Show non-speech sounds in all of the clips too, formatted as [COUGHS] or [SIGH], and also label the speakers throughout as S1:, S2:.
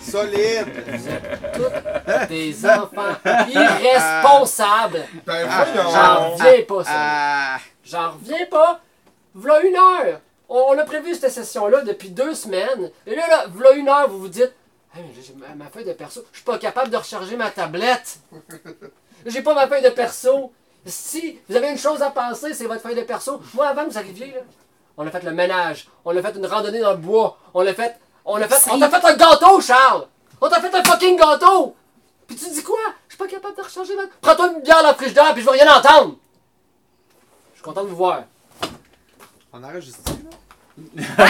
S1: Solide!
S2: Des enfants irresponsables.
S1: Tá
S3: Ben
S2: Ah, J'en
S3: voyons!
S2: reviens pas, ça.
S1: Ah,
S2: J'en reviens pas. V'là une heure. On a prévu cette session-là depuis deux semaines. Et là, là v'là une heure, vous vous dites Hey, mais j'ai ma, ma feuille de perso. Je suis pas capable de recharger ma tablette.
S3: Ah,
S2: J'ai pas ma feuille de perso. Si vous avez une chose à penser, c'est votre feuille de perso. Moi, avant que vous arriviez, là, on a fait le ménage. On a fait une randonnée dans le bois. On a fait. On a fait. On t'a fait un gâteau, Charles! On t'a fait un fucking gâteau! Puis tu dis quoi? Je suis pas capable de recharger ma. Prends-toi une bière dans le frigidaire, puis je veux rien entendre! Je suis content de vous voir.
S1: on enregistre là?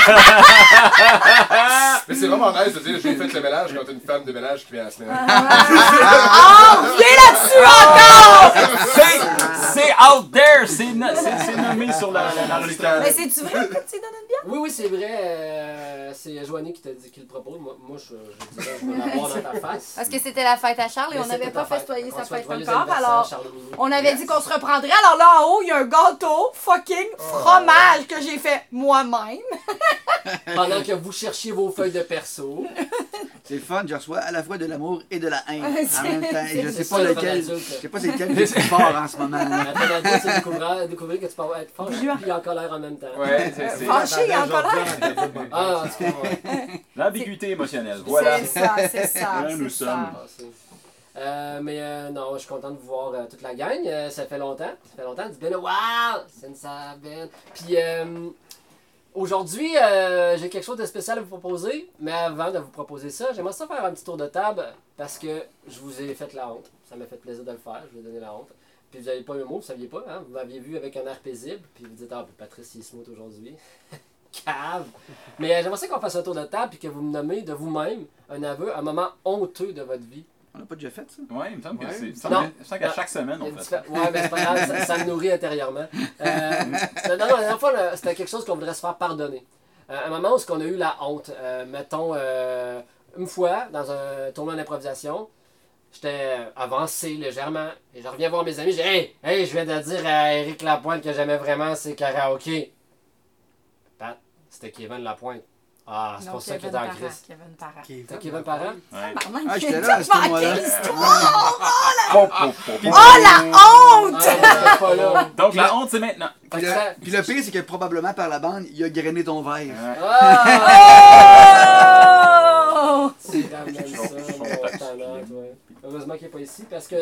S3: Mais c'est vraiment nice de dire j'ai fait le ménage quand t'as une femme de ménage qui vient à la semaine.
S4: Oh, viens là-dessus encore!
S5: C'est, c'est out there, c'est, no- c'est, c'est
S2: Ah.
S5: nommé sur la, la, la liste.
S4: Mais c'est-tu vrai que tu donnes une bière?
S2: Oui, oui, c'est vrai. euh, c'est Joanie qui, t'a dit, qui le propose. Moi, moi je, je dirais, je vais l'avoir dans ta
S4: [LAUGHS]
S2: face.
S4: Parce que c'était la fête à Charles et
S2: Mais
S4: on n'avait
S2: c'était
S4: pas
S2: ta fête.
S4: festoyé sa
S2: On souhaite
S4: fête
S2: joyeux
S4: encore,
S2: anniversaire,
S4: alors
S2: Charles
S6: [LAUGHS]
S2: Dominique.
S4: on avait dit qu'on se reprendrait. Alors là, en haut, il y a un gâteau fucking
S5: Oh.
S4: fromage que j'ai fait moi-même.
S2: Pendant que vous cherchiez vos feuilles de perso.
S6: [LAUGHS] C'est le fun, je reçois à la fois de l'amour et de la haine en même
S4: [LAUGHS]
S6: temps. Et je
S2: C'est
S6: sais
S2: ça,
S6: pas
S2: le
S6: lequel.
S2: fun adulte.
S6: Je sais pas c'est lequel qui est plus fort en ce moment. là.
S2: [LAUGHS] Après la vie, c'est découvrir, découvrir que tu peux avoir- être fort et en colère en même temps. Euh,
S5: Ouais, c'est, c'est
S4: Fâché et en colère.
S1: colère!
S2: Ah, en tout cas, ouais.
S4: [LAUGHS]
S5: l'ambiguïté émotionnelle, voilà.
S4: C'est ça, c'est ça.
S2: [LAUGHS]
S5: Là, nous
S4: c'est
S5: sommes.
S4: ça.
S2: Ah, c'est- Euh, mais euh, non, je suis content de vous voir euh, toute la gang. Euh, ça fait longtemps. Ça fait longtemps. Du bien, waouh! C'est une sabine. Puis euh, aujourd'hui, euh, j'ai quelque chose de spécial à vous proposer. Mais avant de vous proposer ça, j'aimerais ça faire un petit tour de table parce que je vous ai fait la honte. Ça m'a fait plaisir de le faire. Je vous ai donné la honte. Puis vous n'avez pas eu mot, vous saviez pas. Hein? Vous m'aviez vu avec un air paisible. Puis vous dites, ah, ben, Patrice, il se moque aujourd'hui. [LAUGHS] Cave! Mais euh, j'aimerais ça qu'on fasse un tour de table puis que vous me nommez de vous-même un aveu, un moment honteux de votre vie.
S6: On l'a pas déjà fait ça?
S5: Ouais, il me semble que
S1: Ouais.
S5: c'est. il me
S2: Non.
S5: semble- Je sens qu'à chaque semaine,
S2: Il y a
S5: on
S2: du
S5: fait ça.
S2: fa- Ouais, mais c'est pas grave, ça, ça me nourrit intérieurement. Euh,
S5: [LAUGHS]
S2: non, non, la dernière fois, là, c'était quelque chose qu'on voudrait se faire pardonner. Euh, un moment où on a eu la honte. Euh, mettons, euh, une fois, dans un tournoi d'improvisation, j'étais avancé légèrement. Et je reviens voir mes amis, j'ai Hey, hey, je viens de dire à Eric Lapointe que j'aimais vraiment ses karaokés. Pat, c'était Kevin Lapointe. Ah, c'est
S4: Non,
S2: pour ça qu'il
S4: Kevin
S2: est en
S4: Parent,
S2: crise.
S4: Kevin Parent.
S2: T'as Kevin Parent?
S5: Ouais.
S4: Pardon,
S6: Ah,
S4: j'ai
S6: j'étais là à
S4: [LAUGHS]
S6: ce
S4: manqué
S6: moment-là.
S5: [LAUGHS]
S4: l'histoire.
S2: Oh,
S5: Pom, pom, pom, pom.
S4: Oh la honte!
S2: Ah, j'étais pas là.
S5: Donc la honte, c'est maintenant.
S2: Fait
S6: Puis
S2: que
S6: le,
S2: ça-
S6: puis le pire, c'est que probablement par la bande, il a grainé ton verre.
S2: Ah!
S4: [LAUGHS] Oh!
S2: C'est quand même ça,
S5: Je suis
S2: mon
S5: content.
S2: talent, ouais. Heureusement qu'il n'est pas ici parce que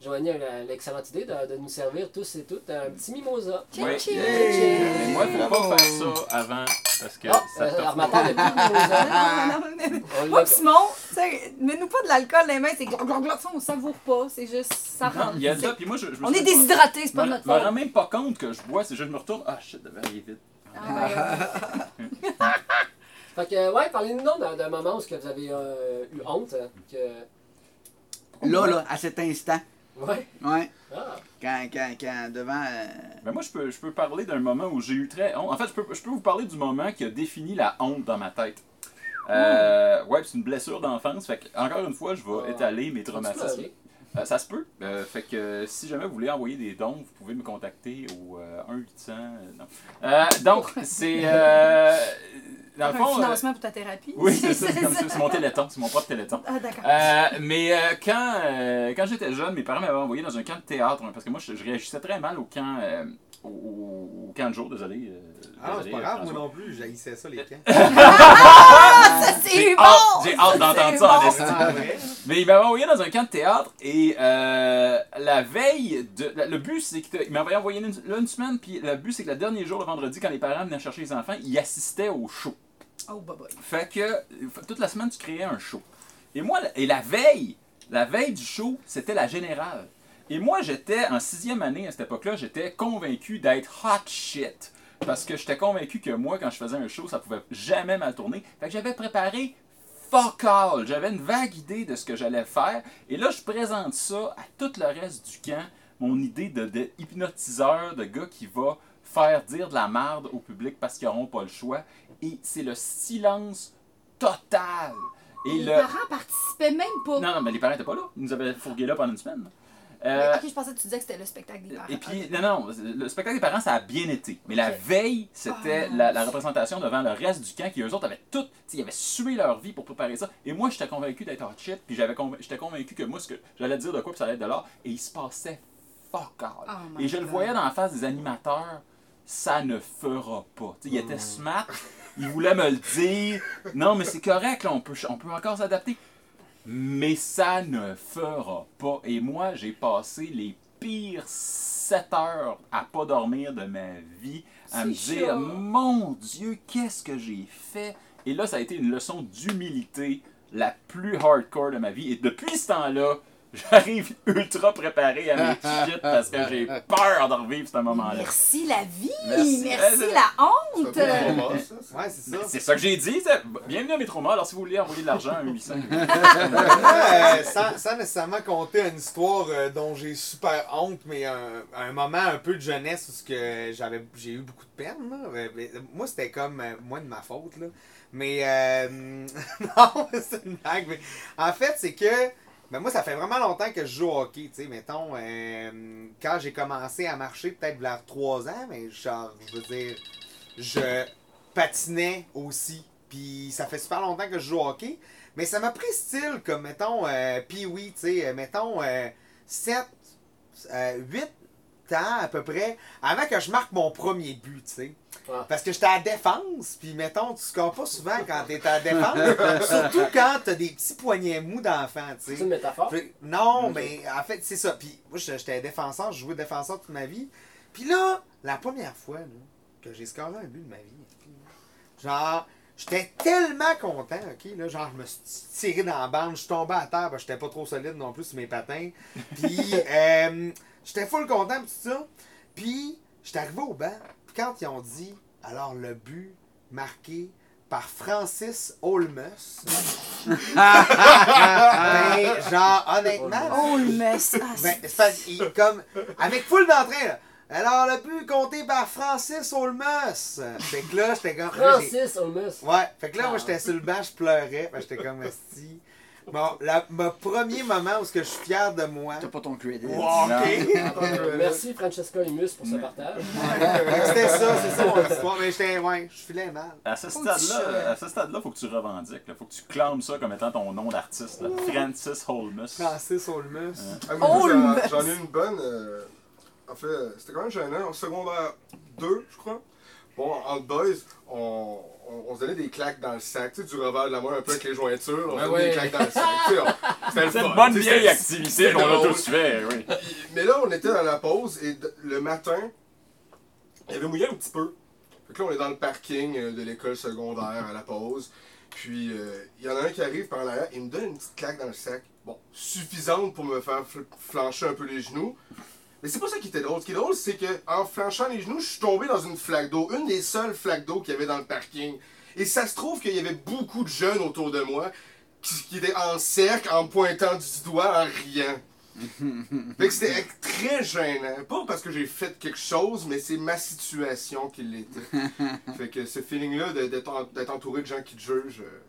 S2: Joanie a la- l'excellente idée de, de nous servir tous et toutes un petit mimosa.
S5: Ouais.
S4: Cheers.
S5: Mais moi, faut pas faire ça avant parce que
S2: Ah,
S5: ça
S2: euh,
S5: te
S2: Armateur n'a plus de mimosa.
S4: [LAUGHS] Non, non, non, non.
S2: On l'a-
S4: Moi pis Simon, tu sais, mets-nous pas de l'alcool dans les mains, c'est glug, glug, glug, ça, on savoure pas, c'est juste ça
S5: Non,
S4: rentre.
S5: il y a
S4: C'est-
S5: ça, puis moi, je, je me
S4: On
S5: suis-
S4: est déshydratés, c'est
S5: Je me-
S4: pas notre
S5: me rends
S4: faute.
S5: même pas compte que je bois, c'est juste je me retourne. Ah shit, le verre il est vide.
S4: Ah,
S2: [LAUGHS] Fait que, ouais, parlez-nous donc d'un d'un moment où est-ce que vous avez euh, eu honte. hein, Que...
S6: Là, là, à cet instant.
S2: Ouais.
S6: Ouais.
S2: Ah.
S6: Quand, quand, quand, devant. euh,
S5: Ben moi, je peux, je peux parler d'un moment où j'ai eu très honte. En fait, je peux, je peux vous parler du moment qui a défini la honte dans ma tête. Euh,
S4: Hmm.
S5: ouais, c'est une blessure d'enfance. Fait que, encore une fois, je vais
S2: Ah.
S5: étaler mes
S2: As-tu
S5: traumatismes.
S2: pleuré?
S5: Euh, ça se peut. Euh, fait que euh, si jamais vous voulez envoyer des dons, vous pouvez me contacter au euh, 1 800. euh, non. Euh, donc, c'est. euh, dans
S4: un
S5: le fond. euh,
S4: financement pour ta thérapie.
S5: oui, c'est
S4: [LAUGHS]
S5: ça. C'est comme ça, c'est mon téléthon. C'est mon propre téléthon.
S4: Ah, d'accord.
S5: Euh, mais euh, quand, euh, quand j'étais jeune, mes parents m'avaient envoyé dans un camp de théâtre, hein, parce que moi, je, je réagissais très mal au camp, euh, au- au, au camp de jour, désolé. euh,
S1: Ah, c'est
S5: désolé,
S1: pas grave, moi
S5: François.
S1: non plus, j'haïssais ça les
S5: [LAUGHS]
S1: camps.
S4: Ah, ça,
S5: J'ai
S4: c'est
S5: hâte-
S4: bon!
S5: J'ai hâte d'entendre ça en
S4: bon.
S5: destin.
S1: Ah, ouais?
S5: Mais il m'avait envoyé dans un camp de théâtre et euh, la veille, de, la- le but c'est qu'il m'avait envoyé une, là une semaine, puis le but c'est que le dernier jour, le vendredi, quand les parents venaient chercher les enfants, ils assistaient au show.
S4: Oh, bye bye.
S5: Fait que euh, toute la semaine, tu créais un show. Et moi, la- et la veille, la veille du show, c'était la générale. Et moi, j'étais en sixième année à cette époque-là, j'étais convaincu d'être hot shit. Parce que j'étais convaincu que moi, quand je faisais un show, ça pouvait jamais mal tourner. Fait que j'avais préparé fuck all. J'avais une vague idée de ce que j'allais faire. Et là, je présente ça à tout le reste du camp. Mon idée de, de hypnotiseur, de gars qui va faire dire de la merde au public parce qu'ils n'auront pas le choix. Et c'est le silence total. Et
S7: Les
S5: le...
S7: parents participaient même pas.
S5: Non, non, mais les parents étaient pas là. Ils nous avaient fourgué là pendant une semaine.
S7: Mais,
S5: Euh,
S7: ok, je pensais que tu disais que c'était le spectacle des parents.
S5: et puis, non, non, le spectacle des parents, ça a bien été. Mais la
S7: Ok.
S5: veille, c'était
S7: Ah,
S5: la, la
S7: mince.
S5: représentation devant le reste du camp qui, eux autres, avaient tout. tu sais, Ils avaient sué leur vie pour préparer ça. Et moi, j'étais convaincu d'être hot shit. Puis j'avais convain- j'étais convaincu que moi, ce que j'allais dire de quoi, puis ça allait être de l'art. Et il se passait fuck all.
S7: Oh my
S5: et je le
S7: God.
S5: voyais dans la face des animateurs. Ça ne fera pas. Tu sais, il
S7: Oh.
S5: était smart. Il voulait me le dire. Non, mais c'est correct, là, on, peut, on peut encore s'adapter. Mais ça ne fera pas. Et moi, j'ai passé les pires 7 heures à pas dormir de ma vie, à me
S7: C'est
S5: dire
S7: chaud.
S5: Mon Dieu, qu'est-ce que j'ai fait Et là, ça a été une leçon d'humilité la plus hardcore de ma vie. Et depuis ce temps-là, [LAUGHS] j'arrive ultra préparé à mes
S3: [LAUGHS]
S5: shit parce que j'ai peur de revivre ce moment-là.
S7: Merci la vie,
S5: Merci.
S7: merci, la
S5: Euh,
S3: C'est un
S7: honte.
S3: peu trop mort, ça, ça.
S1: Ouais, c'est
S5: Mais
S1: ça.
S5: C'est ça que j'ai dit. ça. Bienvenue à Métroma. Alors, si vous voulez envoyer de l'argent à un
S3: [LAUGHS]
S5: 800,
S1: Moi, euh, sans, sans nécessairement compter une histoire euh, dont j'ai super honte, mais un, un moment un peu de jeunesse où ce que j'avais, j'ai eu beaucoup de peine. là. Euh, mais, euh, Moi, c'était comme euh, moi de ma faute. Là. Mais euh, [LAUGHS] non, [LAUGHS] c'est une blague. mais en fait, c'est que ben, moi, ça fait vraiment longtemps que je joue au hockey. Tu sais, mettons, euh, quand j'ai commencé à marcher, peut-être vers 3 ans, mais genre, je veux dire, je patinais aussi. Puis ça fait super longtemps que je joue au hockey. Mais ça m'a pris style, comme mettons, euh, puis oui, tu sais, euh, mettons, 7, 8 euh, ans à peu près, avant que je marque mon premier but, tu sais.
S2: Ah.
S1: Parce que j'étais à la défense, puis mettons, tu scores pas souvent quand t'es
S2: [LAUGHS]
S1: à la défense, surtout quand t'as des petits poignets mous d'enfant, tu
S2: C'est
S1: sais.
S2: une métaphore.
S1: Fait- Non, mais en fait, c'est ça. Puis moi, j'étais j'étais défenseur, je jouais défenseur toute ma vie. Puis là, la première fois là, que j'ai scoré un but de ma vie, puis, genre, j'étais tellement content, OK? Là, genre, je me suis tiré dans la bande, je suis tombé à terre, parce que j'étais pas trop solide non plus sur mes patins. Puis euh, j'étais full content, puis tout ça. Puis j'étais arrivé au banc, puis quand ils ont dit, alors le but marqué par Francis Olmos. Ben, genre, honnêtement,
S4: Oh, le mess. Ah,
S1: ben,
S4: c'est-
S1: c'est parce qu'il- comme, avec full d'entrain, là. Alors, le but compté par Francis Olmos. Fait que là, j'étais comme. là, j'ai-
S2: Francis Ah. Olmus.
S1: Ouais, fait que là, moi, j'étais sur le banc, je pleurais. parce que j'étais comme, esti. Bon, la- mon premier moment où ce que je suis fier de moi.
S6: T'as pas ton credit.
S1: Wow, ok.
S2: Ah, Merci Francesca Imus pour ce partage.
S1: Fait que C'était ça, c'est ça mon histoire. Mais j'étais, ouais, je filais mal.
S5: à ce
S4: chien.
S5: stade-là, euh, à ce stade-là, faut que tu revendiques. Là. Faut que tu clames ça comme étant ton nom d'artiste. là. Francis Holmes.
S1: Francis Olmos.
S3: Ah, mais moi,
S4: Oh,
S3: j'en-
S4: le
S3: J'en ai une bonne. euh, en fait, euh, c'était quand même gênant. En secondaire 2, je crois. Bon, en boys, on, on, on se donnait des claques dans le sac. Tu sais, du revers de la main un peu avec les jointures. On se
S2: Ben
S3: donnait
S2: ouais.
S3: des claques dans le sac. Tu sais, on- C'était le
S5: C'est
S3: fun.
S5: une bonne
S3: Tu sais,
S5: vieille
S3: c'était-
S5: activité qu'on a
S3: drôle.
S5: tous fait, oui.
S3: Mais là, on était dans la pause et d- le matin, il avait mouillé un petit peu. Fait que là, on est dans le parking euh, de l'école secondaire à la pause. Puis, euh, il y en a un qui arrive par l'arrière, il me donne une petite claque dans le sac. Bon, suffisante pour me faire fl- flancher un peu les genoux. Mais c'est pas ça qui était drôle. Ce qui est drôle, c'est que en flanchant les genoux, je suis tombé dans une flaque d'eau. Une des seules flaques d'eau qu'il y avait dans le parking. Et ça se trouve qu'il y avait beaucoup de jeunes autour de moi qui, qui étaient en cercle, en me pointant du doigt, en riant. Fait que c'était très gênant. Pas parce que j'ai fait quelque chose, mais c'est ma situation qui l'était. fait que ce feeling-là de- d'être en- d'être entouré de gens qui te jugent, euh,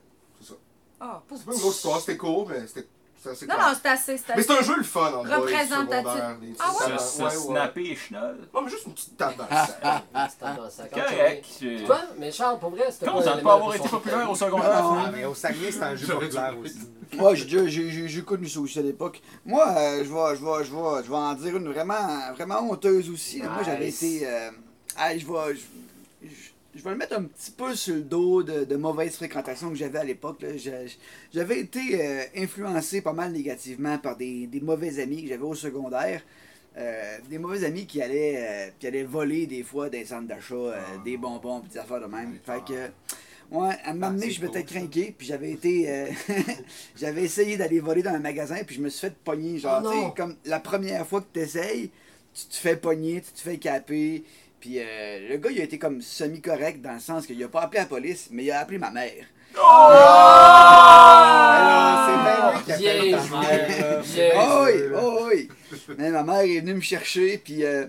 S3: c'est ça.
S7: Ah,
S3: C'est pas une grosse histoire, c'était court, mais c'était c'était assez
S7: Non,
S3: clair.
S7: non, c'est assez, c'est
S3: Mais
S7: assez.
S3: c'est un jeu le fun en vrai.
S7: Représentatif. Ah ouais?
S5: Se, se snapper les chenolles.
S3: Non, mais juste une petite tape
S2: [LAUGHS]
S3: dans le sac.
S2: C'est dans ça. Quand
S5: Correct.
S2: tu-
S5: Je-
S2: Toi, mais Charles, pour vrai, c'était pas
S5: Content
S2: un
S5: de
S2: élément
S5: pas avoir
S2: de
S5: été
S2: son
S5: populaire
S2: spectacle.
S5: au secondaire. hein?
S1: Ah, mais au Saguenay, c'est un jeu
S3: J'aurais dû
S1: populaire
S3: le
S1: aussi.
S6: Moi, j'ai déjà- j'ai j'ai- j'ai connu ça aussi à l'époque. Moi, euh, je vais je vais- je vais- je vais en dire une vraiment, vraiment honteuse aussi. là. Moi, j'avais
S2: Nice.
S6: été. euh, hey, je vais. je- je- Je vais le mettre un petit peu sur le dos de, de mauvaises fréquentations que j'avais à l'époque. là. Je- je- J'avais été euh, influencé pas mal négativement par des, des mauvais amis que j'avais au secondaire. Euh, des mauvais amis qui allaient, euh, qui allaient voler des fois des centres d'achat, euh,
S1: Ah.
S6: des bonbons, puis des affaires de même. Fait que, ouais, à un moment donné,
S1: Ah, c'est
S6: je m'étais
S1: cool, ça.
S6: craqué, puis j'avais été, euh, [LAUGHS] j'avais essayé d'aller voler dans un magasin, puis je me suis fait pogner, genre,
S2: Oh
S6: tu sais,
S2: non!
S6: comme la première fois que tu essayes, tu te fais pogner, tu te fais caper, Puis euh, le gars, il a été comme semi-correct dans le sens qu'il a pas appelé la police, mais il a appelé ma mère. Ah!
S1: Alors, c'est bien lui qui appelle
S2: Bien
S1: ta mère, là.
S2: joué. Bien
S6: Oh oui,
S3: c'est vrai,
S6: oh oui. Mais ma mère est venue me chercher, puis euh,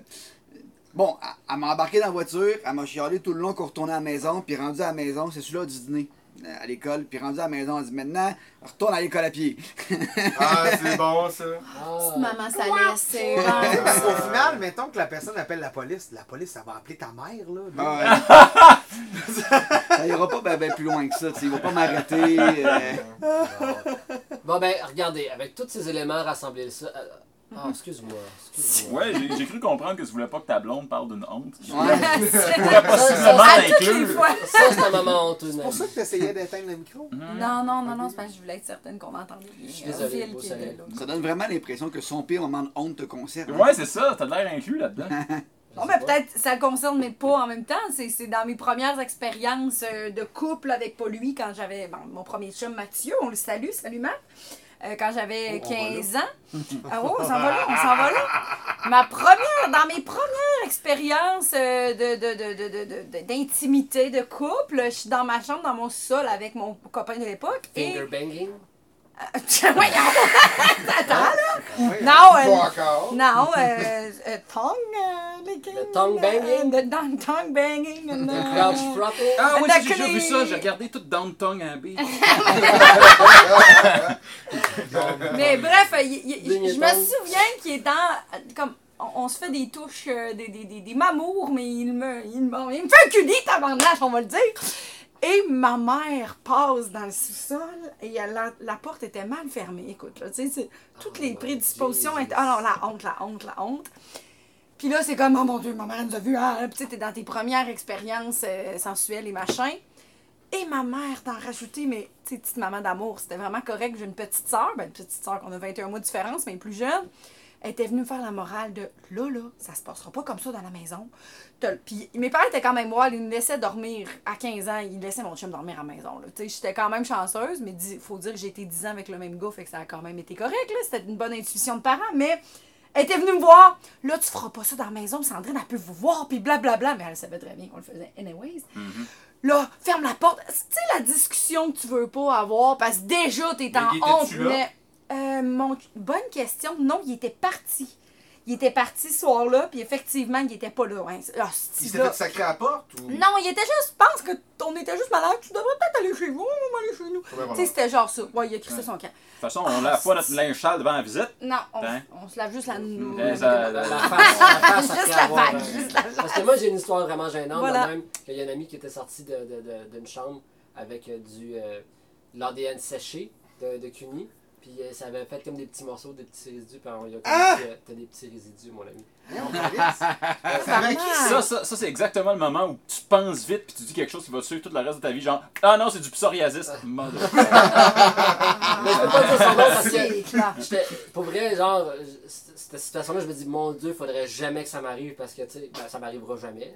S6: bon, elle, elle m'a embarqué dans la voiture, elle m'a chialé tout le long qu'on retournait à la maison, puis rendu à la maison, c'est celui-là du dîner euh, à l'école, puis rendu à la maison, elle dit maintenant, retourne à l'école à pied. [LAUGHS]
S3: Ah, c'est bon ça.
S2: [LAUGHS] Ah.
S7: Petite maman, ça laisse.
S6: [LAUGHS]
S1: Parce qu'au final, mettons que la personne appelle la police, la police, ça va appeler ta mère, là.
S6: Ah ouais.
S1: [LAUGHS]
S6: ça ira pas ben, ben plus loin que ça, tu sais, ils vont pas m'arrêter. euh,
S2: Bon, ben, regardez, avec tous ces éléments rassemblés, ça. euh, Ah, excuse-moi. Excuse-moi.
S5: Ouais, j'ai j'ai cru comprendre que tu voulais pas que ta blonde parle d'une honte.
S2: [LAUGHS]
S5: Je
S6: ouais.
S5: pourrais possiblement
S2: À
S7: toutes les
S5: l'inclure.
S7: fois.
S2: Ça, c'est un moment honteux,
S1: C'est pour ça que t'essayais d'éteindre le micro.
S7: Non, non, non, non, c'est parce que je voulais être certaine qu'on m'entendait bien. euh, Je
S2: suis désolée, beau soleil.
S6: Ça donne vraiment l'impression que son pire moment de honte te concerne. hein.
S5: Ouais, c'est ça, t'as de l'air inclus là-dedans.
S6: [LAUGHS]
S7: Non, mais ben, peut-être ça le concerne, mais pas en même temps. C'est c'est dans mes premières expériences euh, de couple avec pas lui, quand j'avais bon, mon premier chum Mathieu, on le salue, salut Matt. Euh, quand
S3: Oh,
S7: j'avais 15 ans. Ah ouais, on s'en va là, on s'en va là. Ma première, dans mes premières expériences euh, de- de- de- de- de- de- d'intimité, de, couple, je suis dans ma chambre, dans mon sol avec mon copain de l'époque. [LAUGHS] Et...
S2: Finger banging.
S7: Voyons! Attends, là!
S1: Ouais.
S7: Non, euh,
S3: Pas encore.
S7: non, euh, euh, tongue euh, licking.
S2: Le tongue banging.
S7: Euh, the don- tongue banging. and,
S2: Le
S7: euh,
S2: crouch throttle.
S5: Ah oui,
S7: Attaque
S5: j'ai déjà
S7: les-
S5: vu ça, j'ai regardé tout Downtown à
S2: [LAUGHS]
S5: B. [LAUGHS]
S7: Mais bref, euh, y- y-
S2: Ding et
S7: je me
S2: dong.
S7: souviens qu'il est dans. euh, Comme, on, on se fait des touches, euh, des, des, des, des mamours, mais il me, il me, il me fait un cul tabarnache, on va le dire. Et ma mère passe dans le sous-sol et elle- la, la porte était mal fermée. Écoute, là, tu sais, c'est- toutes
S2: Oh
S7: les
S2: my
S7: prédispositions
S2: Jesus.
S7: étaient. Ah non, la honte, la honte, la honte. Puis là, c'est comme, oh mon Dieu, ma mère nous a vu, ah, puis tu sais, t'es dans tes premières expériences euh, sensuelles et machin. Et ma mère t'en rajoutait, mais tu sais, petite maman d'amour, c'était vraiment correct. J'ai une petite sœur, ben, une petite sœur qu'on a 21 mois de différence, mais plus jeune. Elle était venue me faire la morale de là, là, ça se passera pas comme ça dans la maison. T'as- Puis mes parents étaient quand même moi, ils me laissaient dormir à 15 ans, ils laissaient mon chum dormir à la maison. là. Tu sais, J'étais quand même chanceuse, mais il faut dire que j'ai été 10 ans avec le même gars, fait que ça a quand même été correct. là. C'était une bonne intuition de parents, mais elle était venue me voir. Là, tu feras pas ça dans la maison, Sandrine, elle peut vous voir, puis blablabla. Mais elle savait très bien qu'on le faisait. Anyways. Là, ferme la porte. Tu sais, la discussion que tu veux pas avoir, parce que déjà, t'es
S5: Mais
S7: en
S5: il était-tu
S7: honte.
S5: là?
S7: Mais, euh, mon... bonne question. Non, il était parti. Il était parti ce soir-là, puis effectivement, il était pas là. hein. Ah, ce
S3: Il s'est
S7: type-là.
S3: fait sacrer à la porte ou.
S7: Non, il était juste, je pense que t- on était juste malade. Tu devrais peut-être aller chez vous, on va aller chez nous.
S3: voilà.
S7: Tu sais, c'était genre ça. Ouais, il a crissé son camp.
S5: De toute façon, on lave pas notre linge sale devant la visite.
S7: Non, on,
S5: Ben.
S7: on se lave juste la nous.
S5: Ben,
S2: La
S5: ça- la- la-
S2: face, la face
S7: Juste
S2: après
S7: la
S2: avoir,
S7: vague,
S2: euh,
S7: juste la vague.
S2: Parce que moi, j'ai une histoire vraiment gênante,
S7: Voilà.
S2: de même, qu'il y a un ami qui était sorti de- de- de- d'une chambre avec euh, du, euh, de l'ADN séché de, de Cuny. Puis euh, ça avait fait comme des petits morceaux, des petits résidus. Puis on il a
S1: Ah!
S2: compris que t'as des petits résidus, mon ami.
S1: Mais on calisse.
S5: Ça, ça, ça, c'est exactement le moment où tu penses vite puis tu dis quelque chose qui va te suivre tout le reste de ta vie, genre Ah non, c'est du psoriasis. Mother.
S2: [LAUGHS] [LAUGHS] Mais je peux pas dire son nom parce que.
S7: C'est clair.
S2: J'étais- Pour vrai, genre, je- cette situation-là, je me dis, mon Dieu, faudrait jamais que ça m'arrive parce que, tu sais, ben, ça m'arrivera jamais.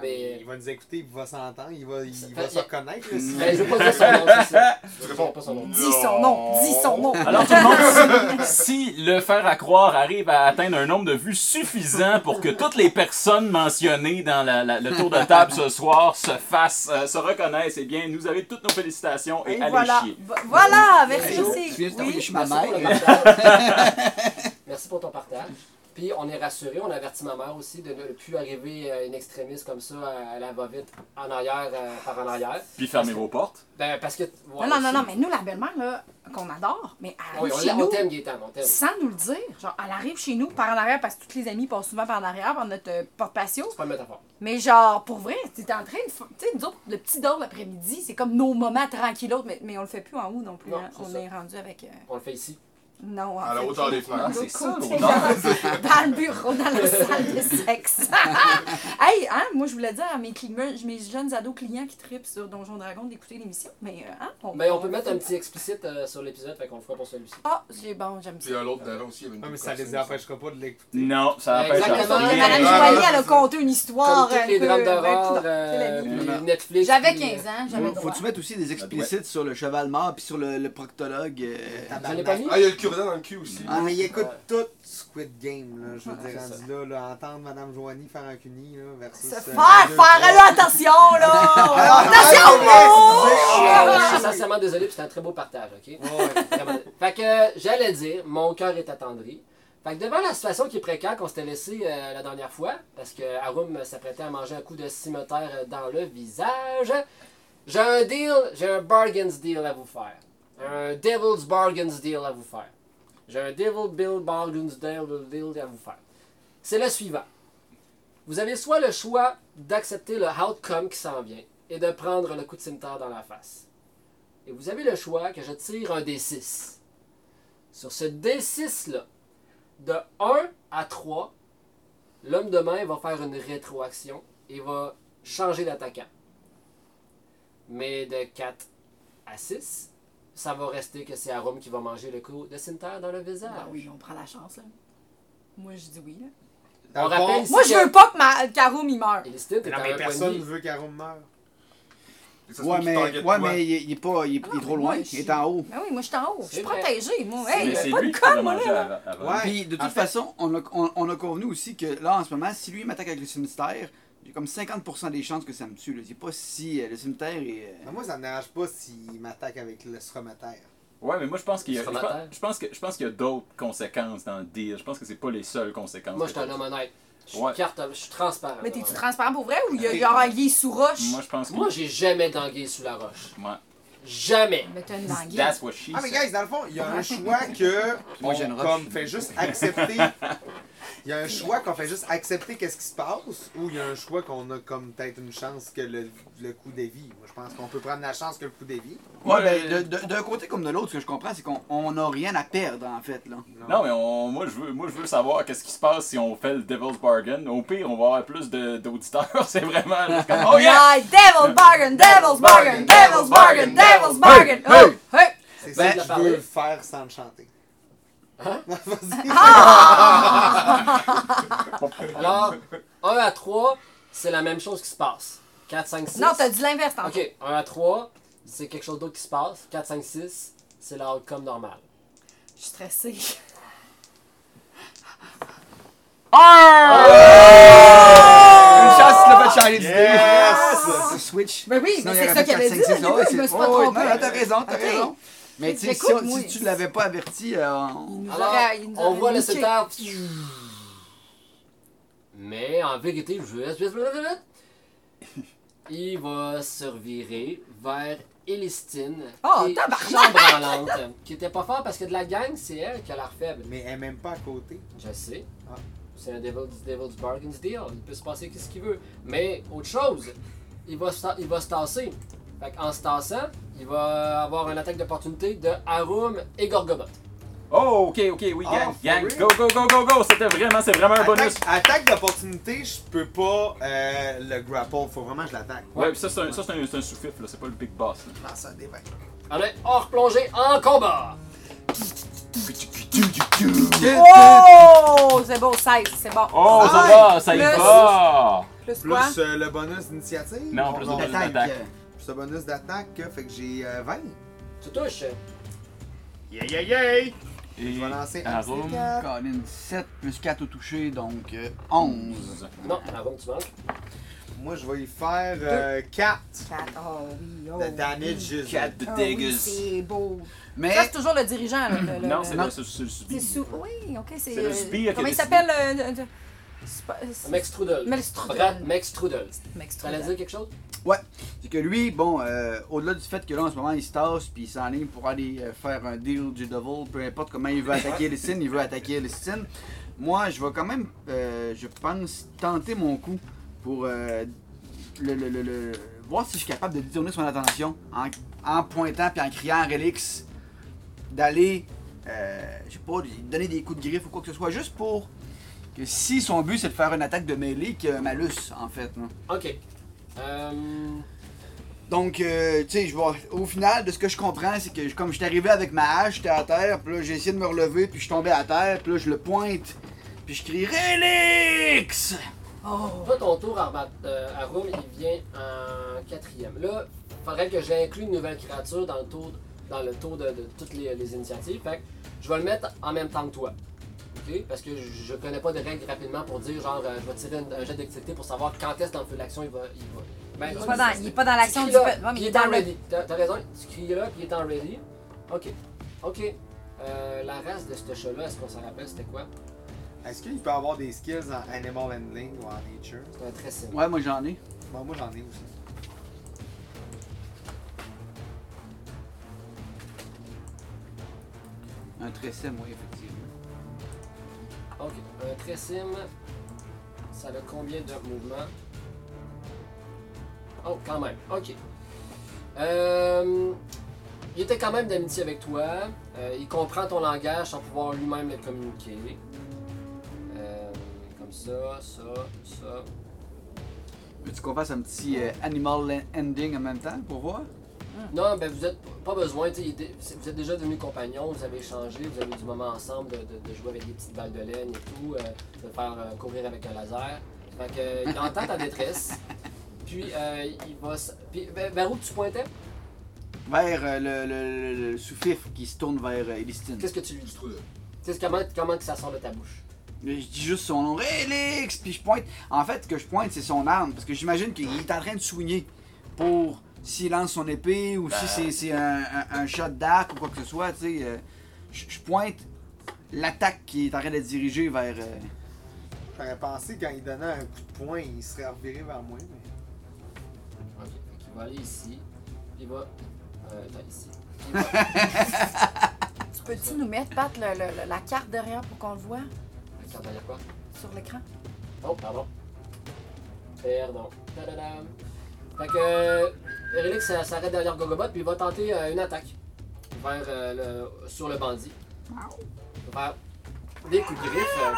S2: Mais.
S1: Ah, Il va nous écouter, il va s'entendre, il va, il
S2: Fait-
S1: va se reconnaître. là, si-
S2: Ben, je veux pas dire son nom, c'est
S1: [LAUGHS]
S2: ça. Je
S3: Tu
S2: dirais
S3: réponds.
S2: pas son nom.
S7: Dis son nom, dis son nom.
S5: Alors tout le monde, si, si le faire à croire arrive à atteindre un nombre de vues suffisant pour que toutes les personnes mentionnées dans la- la- le tour de table ce soir se fassent, euh, se reconnaissent, eh bien, nous avez toutes nos félicitations et
S7: Et
S5: allez
S7: voilà.
S5: chier.
S7: Vo- Voilà, merci
S6: Tu viens
S7: aussi.
S6: de t'envoyer
S7: Oui.
S6: chez ma
S2: Merci pour, le [LAUGHS]
S6: mère.
S2: partage. Merci pour ton partage. Puis on est rassuré, on avertit ma mère aussi de ne plus arriver euh, une extrémiste comme ça euh, à, à la va-vite en arrière euh, par en arrière.
S5: Puis fermez vos portes.
S2: Ben, parce que.
S7: Non, non, non, non, mais nous, la belle-mère, là, qu'on adore, mais elle
S2: Oui,
S7: arrive
S2: on,
S7: chez
S2: l'a- on
S7: nous,
S2: t'aime, Gaétan, on t'aime. C'est
S7: sans nous le dire. Genre, elle arrive chez nous par en arrière, parce que toutes les amies passent souvent par en arrière, par notre euh, porte-patio.
S2: pas une métaphore.
S7: Mais genre, pour vrai, t'es en train de... f- Tu sais, nous autres, le petit dort l'après-midi, c'est comme nos moments tranquilles, mais, mais on le fait plus en haut non plus.
S2: Non,
S7: hein.
S2: c'est
S7: On
S2: ça.
S7: est rendu avec... euh,
S2: On le fait ici.
S7: Non, en
S3: À la
S7: fait,
S3: hauteur des
S5: Ah,
S3: fenêtres.
S5: c'est ça,
S7: Côté
S5: l'odeur.
S7: dans, [LAUGHS] dans le bureau, dans la salle de sexe. [LAUGHS] hey, hein, moi, je voulais dire à mes, clients, mes jeunes ados clients qui tripent sur Donjon Dragon d'écouter l'émission, mais euh, hein, on,
S2: Ben, on peut mettre un petit explicite euh, sur l'épisode, fait qu'on le fera pour celui-ci.
S7: Ah, j'ai bon, j'aime ça.
S3: Puis euh, l'autre d'avant aussi, il y avait une
S1: Ouais, Ah, mais
S3: petite
S1: ça les
S3: personne.
S1: empêchera pas de l'écouter.
S5: Non, ça empêche Ah,
S2: Exactement.
S5: rien.
S7: Madame Madame
S3: Ouais,
S7: Joyer,
S3: ouais,
S7: elle a conté une
S2: Comme
S7: histoire. un
S2: tous les
S7: peu-
S2: drames
S7: ben,
S2: d'horreur,
S7: coudonc, c'est la
S2: euh,
S7: vie.
S2: puis
S3: Voilà.
S2: Netflix.
S4: J'avais
S2: puis, euh,
S4: 15 ans, j'avais
S6: Faut-
S4: le droit.
S6: Faut-tu mettre aussi des explicites sur le cheval mort puis sur le, le proctologue? euh,
S2: J'en ai pas mis?
S3: Ah, il y a le Turdan dans le cul aussi.
S6: Ah.
S1: mais il écoute
S2: Ouais.
S1: tout Squid Game, là, je veux
S2: Ouais,
S1: dire,
S2: Ah, c'est
S1: rendu là, là, entendre Madame Joanie faire un cuni, là, versus...
S7: Se
S1: euh,
S7: faire, faire,
S1: deux, trois.
S7: là, attention,
S1: [LAUGHS]
S7: là! attention!
S2: Je suis
S1: Attention!
S2: sincèrement désolé, puis c'était un très beau partage, ok?
S1: Ouais.
S2: Vraiment. fait que euh, j'allais dire, mon cœur est attendri. Fait que devant la situation qui est précaire qu'on s'était laissé euh, la dernière fois, parce que Arum euh, s'apprêtait à manger un coup de cimetière euh, dans le visage, j'ai un deal, j'ai un bargains deal à vous faire. Un devil's bargains deal à vous faire. J'ai un devil bill bargains deal, deal à vous faire. C'est le suivant. Vous avez soit le choix d'accepter le outcome qui s'en vient et de prendre le coup de cimetière dans la face. Et vous avez le choix que je tire un D6. Sur ce D6-là, de 1 à 3, l'homme de main va faire une rétroaction et va changer d'attaquant. Mais de 4 à 6, ça va rester que c'est Arum qui va manger le coup de cimetière dans le visage.
S7: Ah oui, on prend la chance, là. Moi, je dis oui, là.
S1: Dans
S2: On
S1: le fond,
S2: rappelle ici
S7: Moi,
S2: que-
S7: je veux pas que ma Karoum, il meure.
S2: Et les Stitts, t'es
S1: Non,
S2: à un
S1: mais
S2: point de
S1: personne
S2: vie.
S1: veut qu'Arum meure.
S3: Ça se peut
S6: Ouais,
S3: qu'il
S6: mais,
S3: target
S6: ouais,
S3: toi.
S6: mais il, il est pas, il, est-
S7: Ah,
S6: il est
S7: mais
S6: trop loin,
S7: moi, je-
S6: il est en haut.
S7: Ben oui, moi, je suis en haut. Je
S2: C'est
S7: suis
S2: vrai.
S7: protégée, moi.
S5: Mais
S7: Hey,
S5: c'est
S7: pas
S5: lui
S7: de
S5: qui l'a
S7: con, moi,
S5: mangé
S7: là.
S5: av- avant.
S1: Ouais.
S6: Puis de toute
S1: en fait-
S6: façon, on a, on, on a convenu aussi que là, en ce moment, si lui m'attaque avec le cimetière, j'ai comme 50% des chances que ça me tue. Là. C'est pas si euh, le cimetière est. euh,
S1: Mais moi, ça me dérange pas s'il m'attaque avec le stromataire.
S5: Ouais, mais moi je pense qu'il y a, je
S2: Sur la
S5: pense,
S2: terre.
S5: je pense que je pense qu'il y a d'autres conséquences dans le deal. Je pense que c'est pas les seules conséquences.
S2: Moi, je suis
S5: que
S2: un
S5: t'as.
S2: homme honnête. Je suis
S5: Ouais.
S2: carte, je suis transparent.
S7: Mais t'es-tu
S2: Ouais.
S7: transparent pour vrai ou il y a genre un guille sous roche?
S5: Moi je pense que
S2: Moi, j'ai jamais dangué sous la roche.
S5: Moi,
S2: Jamais.
S7: Mais t'as une langue.
S5: That's what she
S1: Ah, mais
S5: said.
S1: guys, dans le fond, il y a
S7: [LAUGHS]
S5: [LAUGHS]
S1: un choix que.
S6: [LAUGHS] Moi,
S1: on,
S6: j'ai une roche.
S1: comme, fait juste
S6: [LAUGHS]
S1: accepter. Il y a un choix qu'on fait juste accepter qu'est-ce qui se passe, ou il y a un choix qu'on a comme peut-être une chance que le, le coup dévie. Moi, je pense qu'on peut prendre la chance que le coup dévie.
S6: Ouais,
S5: Ouais,
S6: ben,
S5: euh,
S6: de- de- d'un côté comme de l'autre, ce que je comprends, c'est qu'on on n'a rien à perdre, en fait. là.
S5: Non, mais on- moi, je veux, moi, je veux savoir qu'est-ce qui se passe si on fait le Devil's Bargain. Au pire, on va avoir plus de- d'auditeurs. [LAUGHS] C'est vraiment. c'est comme, oh yeah!
S7: Yeah, devil bargain, devil's bargain, devil's bargain, devil's bargain. Oh,
S6: Hey!
S7: hey.
S1: C'est
S6: Ben,
S1: ça que
S2: je
S1: je veux
S2: parlais.
S1: faire sans le chanter.
S2: Hein?
S1: [LAUGHS] Vas-y.
S7: Ah!
S2: Alors, 1 à 3, c'est la même chose qui se passe. 4, 5, 6.
S7: Non, t'as dit l'inverse tantôt.
S2: Ok, 1 à 3, c'est quelque chose d'autre qui se passe. 4, 5, 6, c'est l'outcome normal.
S7: Je suis stressée.
S2: [LAUGHS]
S6: Une chance, tu l'as fait changer
S1: Yes!
S6: Le switch.
S7: Ben oui,
S6: Sinon,
S7: mais
S6: il
S7: c'est ça
S6: aurait fait
S7: qu'elle a dit.
S6: 4, 5,
S7: là,
S6: 6,
S7: du
S6: ouais,
S7: coup,
S6: oh, c'est-
S7: Je me suis
S6: ouais,
S7: pas
S6: ouais, non,
S7: trompée.
S6: T'as raison, t'as
S7: Ok.
S6: raison. Mais tu sais, si,
S7: J'écoute,
S6: on-
S7: moi.
S6: si tu l'avais pas averti, euh, on-
S7: Il nous
S2: Alors,
S7: aurait- il nous
S2: on
S7: aurait
S2: voit le
S7: niqué.
S2: secteur. Mais en vérité, je Il va se revirer vers Elistine,
S7: Oh,
S2: qui est
S7: tabarnak!
S2: chambranlante, qui était pas fort parce que de la gang, c'est elle qui a l'air faible.
S1: Mais elle est même pas à côté.
S2: Je sais.
S1: Ah.
S2: C'est un Devil's, Devil's Bargains Deal. Il peut se passer qu'est-ce qu'il veut. Mais autre chose, il va se, ta- il va se tasser. Fait en se tassant, il va avoir une attaque d'opportunité de Harum et Gorgobot.
S5: Oh, ok, ok, oui,
S1: Ah,
S5: gang,
S1: for
S5: gang.
S1: real?
S5: Go, go, go, go, go. C'était vraiment, c'est vraiment un bonus.
S1: Attaque, attaque d'opportunité, je peux pas euh, le grapple. Faut vraiment que je l'attaque.
S5: Ouais, puis ça, c'est un, ça, c'est un, c'est un sous-fifre, là. C'est pas le big boss. là.
S1: Lance un des vingt.
S2: On est hors plongée en combat!
S7: Oh, c'est beau, 16, c'est bon.
S5: Oh, ça
S1: Nice!
S5: va, ça y
S7: Plus-
S5: va.
S7: Plus
S1: Plus
S7: quoi?
S1: euh, le bonus d'initiative.
S5: Non, plus le bonus
S1: d'attaque.
S5: d'attaque.
S1: Plus le bonus d'attaque, euh, fait que j'ai euh, 20.
S2: Tu touches.
S1: Yeah, yeah, yeah!
S5: Et
S1: Je vais lancer un
S5: Arum,
S1: petit dé.
S6: Colin, 7 plus 4 au toucher, donc euh, 11.
S2: Non, avant que tu manques.
S1: Moi, je vais y faire euh, 4
S7: Quatre. Oh oui, oh.
S1: de damage.
S7: oui.
S1: juste.
S5: Cat de
S7: Ah oui,
S5: Degus.
S7: C'est beau.
S6: Mais
S7: Ça, c'est toujours le dirigeant. le- le- le-
S5: Non, c'est
S6: Non.
S5: le, c'est- c'est le
S7: C'est
S5: sous
S7: sous. Oui, ok, c'est.
S5: C'est le
S7: euh,
S5: sbire qui
S7: Comment
S5: a
S7: il
S5: décidé.
S7: s'appelle euh, de- c'est pas- c'est-
S2: Max Trudel.
S7: Max Trudel.
S2: Brad Max Trudel.
S7: Max
S2: T'allais
S7: Trudel.
S2: dire quelque chose?
S6: c'est que lui, bon, euh, au-delà du fait que là en ce moment il se tasse puis il s'enligne pour aller euh, faire un deal du devil, peu importe comment il veut attaquer les signes, il veut attaquer les signes. Moi, je vais quand même, euh, je pense, tenter mon coup pour euh, le, le- le- le- voir si je suis capable de détourner son attention en, en pointant puis en criant à Relix d'aller, euh, je sais pas, lui donner des coups de griffe ou quoi que ce soit, juste pour que si son but c'est de faire une attaque de mêlée, qu'il y a un malus en fait. hein.
S2: Ok. Euh,
S6: Donc, euh, tu sais, je vois- au final, de ce que je comprends, c'est que je- comme je suis arrivé avec ma hache, j'étais à terre, puis là, j'ai essayé de me relever, puis je suis tombé à terre, puis là, je le pointe, puis je crie Relix!
S7: Oh.
S2: toi, ton tour à, Arma- euh, à Rome, il vient en quatrième. Là, faudrait que j'inclue une nouvelle créature dans le tour dans le tour de, de toutes les, les initiatives. Fait que je vais le mettre en même temps que toi. OK? Parce que je- je connais pas de règles rapidement pour dire genre euh, je vais tirer une- un jet d'activité pour savoir quand est-ce dans le feu de l'action il va. Il va. Ben,
S7: Il est pas dans, il est pas dans l'action
S2: tu
S7: du
S2: cries là,
S7: pe- Ouais, mais
S2: il est en ready. T'as t'as raison, tu cries là, puis il est en ready. Ok. Ok. Euh, la race de ce chat-là, est-ce qu'on s'en rappelle, c'était quoi
S1: Est-ce qu'il peut avoir des skills en animal handling ou en nature?
S2: C'était un très simple.
S6: Ouais, moi j'en ai.
S1: Bon, moi j'en ai aussi.
S6: Un tressim, oui, effectivement.
S2: Ok. Un très simple, ça a combien de mouvements Oh, quand même. Ok. Euh, il était quand même d'amitié avec toi. Euh, il comprend ton langage sans pouvoir lui-même le communiquer. Euh, comme ça, ça, ça.
S6: Veux-tu qu'on fasse un petit euh, animal ending en même temps pour voir?
S2: Non, ben vous êtes pas besoin, tu sais, il était- vous êtes déjà devenus compagnons, vous avez échangé, vous avez eu du moment ensemble de, de- de jouer avec des petites balles de laine et tout, euh, de faire euh, courir avec un laser. Fait que, euh, il entend ta [LAUGHS] détresse, puis euh, il va... s- Puis, ben, vers où tu pointais?
S6: Vers euh, le, le- le- le soufif qui se tourne vers euh, Elistine.
S2: Qu'est-ce que tu lui
S3: Du
S2: dis?
S3: trou de.
S2: Tu sais, comment, comment que ça sort de ta bouche?
S6: Je dis juste son nom, Elix! Puis je pointe. En fait, ce que je pointe, c'est son arme, parce que j'imagine qu'il est en train de soigner pour s'il lance son épée ou si c'est- c'est un, un- un shot d'arc ou quoi que ce soit, tu sais. euh, je je pointe l'attaque qui est en train d'être dirigée vers. euh,
S1: J'aurais pensé quand il donnait un coup de poing, il serait reviré vers moi. Mais...
S2: Ok, fait qu'il va aller ici, il va... Euh, attends, ici. [LAUGHS] Il va-
S7: Tu peux-tu nous mettre, Pat, le- le- le- la carte derrière pour qu'on le voit
S2: Regarde derrière quoi?
S7: sur l'écran?
S2: Oh, pardon. Pardon. Tadadam. Fait que. euh, Relix s'a- s'arrête derrière Gogobot, puis il va tenter euh, une attaque. Vers, euh, le- sur le bandit. Vers. Des coups de griffe. euh,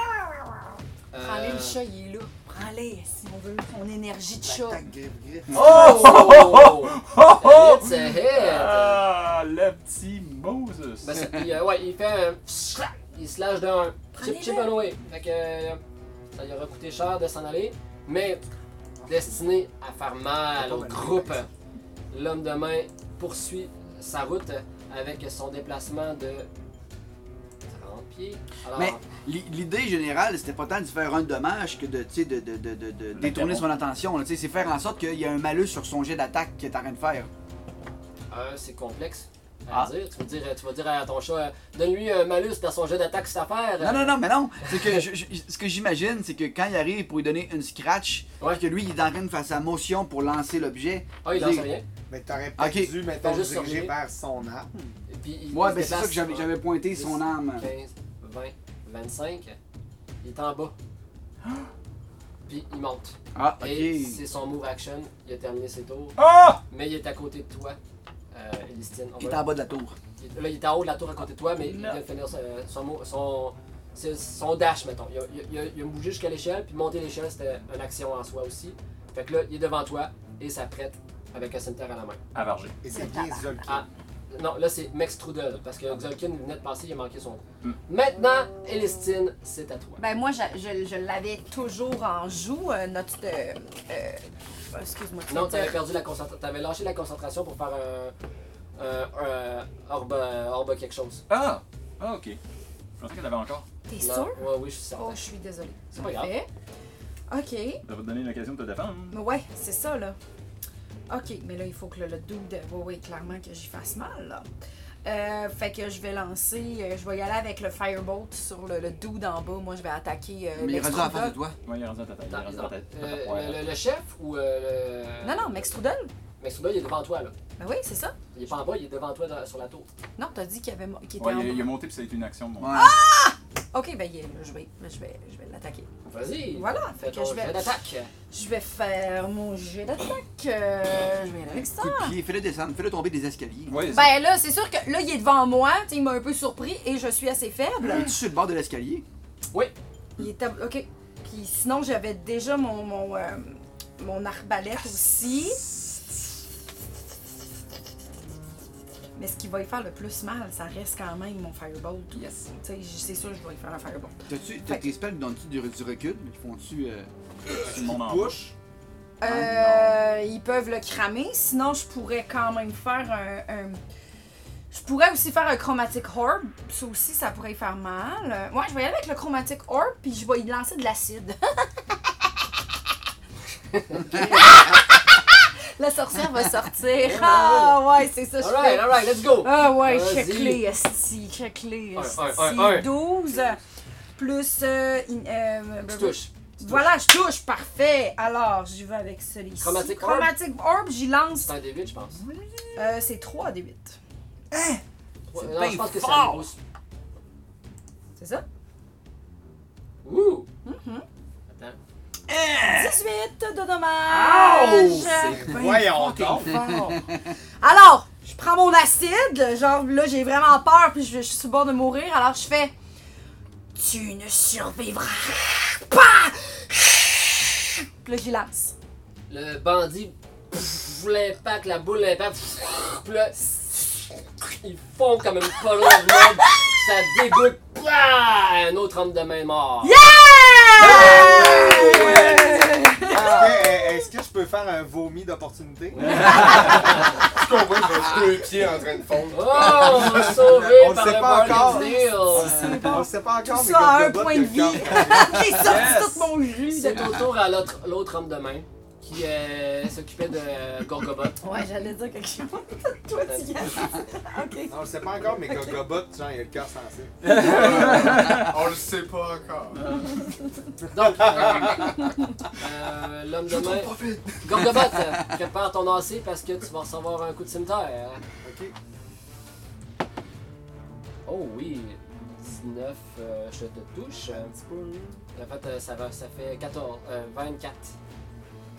S2: euh,
S7: Prends-les, le chat, il est là. Prends-les, si on veut, son énergie de chat.
S6: attaque griffe, griffe.
S2: Oh! oh, oh, oh. It's a hit!
S5: Ah, le petit Moses.
S2: Ben, c'est- puis, euh, ouais, il fait un. psschlac, Il se lâche d'un. Chip
S7: Prenez-le.
S2: chip away. Fait que. euh, Ça lui aura coûté cher de s'en aller, mais destiné à faire mal au groupe. L'homme de main poursuit sa route avec son déplacement de 30 pieds. Alors,
S6: Mais l'i- l'idée générale, c'était pas tant de faire un dommage que de, tu sais, de, de- de- de- de détourner son attention. là, tu sais, C'est faire en sorte qu'il y a un malus sur son jet d'attaque qu'il est en train de faire.
S2: euh, c'est complexe.
S6: Ah.
S2: À dire. Tu, vas dire, tu vas dire à ton chat, euh, donne-lui un malus dans son jet d'attaque si affaire.
S6: Non, non, non, mais non. C'est que je- je- ce que j'imagine, c'est que quand il arrive pour lui donner une scratch,
S2: Ouais.
S6: que lui, il est en train de faire sa motion pour lancer l'objet.
S2: Ah, il lance rien.
S1: Mais t'aurais peut-être
S6: Ok.
S1: dû, mettons,
S2: Fais juste Hmm.
S1: diriger
S2: surveiller.
S1: vers son arme.
S2: Et puis, il-
S6: Ouais,
S2: il se
S6: ben c'est ça
S2: déplace.
S6: que j'avais j'avais pointé son
S2: 10,
S6: arme.
S2: 15, 20, 25. Il est en
S6: [GASPS]
S2: bas. Puis il monte.
S6: Ah,
S2: Et
S6: ok.
S2: c'est son move action. Il a terminé ses tours.
S5: Ah!
S2: Mais il est à côté de toi, euh, Elistine. On
S6: Il est
S2: va-
S6: en bas de la tour.
S2: il est- Là, il est en haut de la tour à côté de toi, mais il
S5: Non.
S2: vient de finir son, son, move- son, c'est- son dash, mettons. Il a, il a- il a bougé jusqu'à l'échelle, puis monter l'échelle, c'était une action en soi aussi. Fait que là, il est devant toi et s'apprête avec un cimetière à la main.
S5: À varger.
S1: Et c'est bien Zolkin.
S2: Ah, non, là c'est Max Trudel, parce que Xolkin venait de passer, il a manqué son coup.
S1: Hmm.
S2: Maintenant, Elistine, c'est à toi.
S7: Ben moi, je, je- je l'avais toujours en joue, euh, notre... euh, euh, Excuse-moi.
S2: Non, t'avais perdu la concentration, t'avais lâché la concentration pour faire un. un, un orbe, orbe quelque chose.
S5: Ah! Ah, ok. Je pensais qu'elle avait encore.
S7: T'es
S2: Non,
S7: sûr?
S2: Ouais, oui, je suis
S7: Oh,
S2: certain.
S7: je suis désolée.
S2: C'est pas grave.
S7: Parfait. OK.
S5: Ça va te donner l'occasion de te défendre.
S7: Mais ouais, c'est ça, là. OK, mais là, il faut que le, le dude... Oui, oui, clairement que j'y fasse mal, là. Euh, fait que je vais lancer... euh, je vais y aller avec le firebolt sur le, le dude en bas. Moi, je vais attaquer euh,
S6: Mais il est
S7: Max
S6: rendu en face
S7: Trudel.
S6: de toi.
S5: Ouais, il est rendu à ta taille. Il est
S2: Attends,
S5: rendu à ta
S2: attends.
S5: tête.
S2: Euh, le, le- le chef ou. Euh, le-
S7: Non, non, Max Trudel.
S2: Max Trudel, il est devant toi, là.
S7: Ben oui, c'est ça.
S2: Il est pas en bas, il est devant toi dans- sur la tour.
S7: Non, t'as dit qu'il y avait... mo- qu'il était
S5: Ouais, il, est-
S7: en
S5: il est
S7: bas.
S5: monté puis ça a été une action. de monter.
S6: Ouais.
S7: OK, ben il est là. Je vais, je vais, je vais l'attaquer.
S2: Vas-y.
S7: Voilà,
S2: Fais
S7: fait que
S2: ton
S7: je vais...
S2: jet d'attaque.
S7: Je vais faire mon jet d'attaque. Euh, je vais aller avec ça.
S6: Coup de pied, fais-le descendre, fais-le tomber des escaliers.
S5: Ouais, c'est-
S7: Ben là, c'est sûr que là, il est devant moi. Tu sais, il m'a un peu surpris et je suis assez faible.
S5: Ben,
S6: Es-tu sur le bord de l'escalier?
S2: Oui.
S7: Il est tab- OK. Puis sinon, j'avais déjà mon, mon, euh, mon arbalète aussi. Mais ce qui va y faire le plus mal, ça reste quand même mon firebolt.
S5: Yes.
S7: Tu sais, j- c'est sûr, je vais y faire un firebolt.
S6: T'as-tu t'as
S7: Ouais.
S6: tes spells dans du, du recul? Ils font-tu. euh,
S5: C'est le monde en bas.
S1: Push.
S2: Ah,
S7: Euh, ils peuvent le cramer, sinon je pourrais quand même faire un. un- je pourrais aussi faire un Chromatic Orb. Ça aussi, ça pourrait y faire mal. Euh, Ouais, je vais y aller avec le Chromatic Orb, puis je vais y lancer de l'acide. [LAUGHS] La sorcière va
S2: [LAUGHS]
S7: sortir. Ah, ouais, c'est ça, je fais.
S2: Alright, alright, let's go!
S7: Ah ouais,
S2: Vas-y.
S7: check-les, esti, check-les,
S2: Un,
S7: esti.
S2: un, un, un.
S7: 12, plus... euh, in- euh,
S2: Tu touches.
S7: Voilà, Ah, je touche, parfait. Alors, j'y vais avec celui-ci.
S2: Chromatic Orb.
S7: Chromatic Orb, j'y lance.
S2: C'est un D8, je pense.
S7: Euh, c'est 3 des 8.
S2: Ouais,
S5: C'est
S2: non,
S5: bien
S2: je pense que c'est
S5: fort.
S2: un gros-
S7: C'est ça?
S2: Ouh!
S7: 18 Mm-hmm. Euh, de Ben, dommages.
S1: Voyons donc.
S7: Alors, je prends mon acide. Genre, là, j'ai vraiment peur, puis je, je suis sur le bord de mourir. Alors, je fais... Tu ne survivras pas! Puis là, j'y lance.
S2: Le bandit, pff, l'impact, la boule, l'impact, pff, puis là, il fond comme une colonne de merde, ça dégoûte, plah, un autre homme de main mort.
S1: Est-ce que- Est-ce que je peux faire un
S2: [LAUGHS]
S1: vomi d'opportunité?
S3: Tu comprends, j'ai deux pieds
S7: [LAUGHS]
S3: en train de fondre.
S2: Oh, on est
S1: On
S2: sauvé
S1: le
S2: par
S1: sait
S2: le [LAUGHS]
S1: pas
S2: Barney's
S1: encore.
S2: Deal.
S1: On le sait pas encore,
S7: Tout
S1: mais
S7: ça à
S1: comme
S7: un
S1: le bot,
S7: point
S1: il
S7: de
S1: y a le
S7: vie.
S1: corps.
S7: [LAUGHS] J'ai sorti
S5: Yes.
S7: tout mon jus.
S2: C'est au tour à l'autre l'autre homme de main qui euh, s'occupait de euh, Gorgobot.
S7: Ouais, j'allais dire quelque chose. [LAUGHS] Toi, tu y as. Ok.
S1: On le sait pas encore, mais Gogobot, genre, il y a le cœur sensé.
S3: On le sait pas encore.
S2: Donc, euh, euh, l'homme de main. Gorgobot, euh, prépare ton AC parce que tu vas recevoir un coup de cimetière.
S1: Ok.
S2: Oh oui, 19, euh, je te touche. Un petit
S1: hein.
S2: peu. En fait, euh, ça, va, ça fait 14, euh, 24.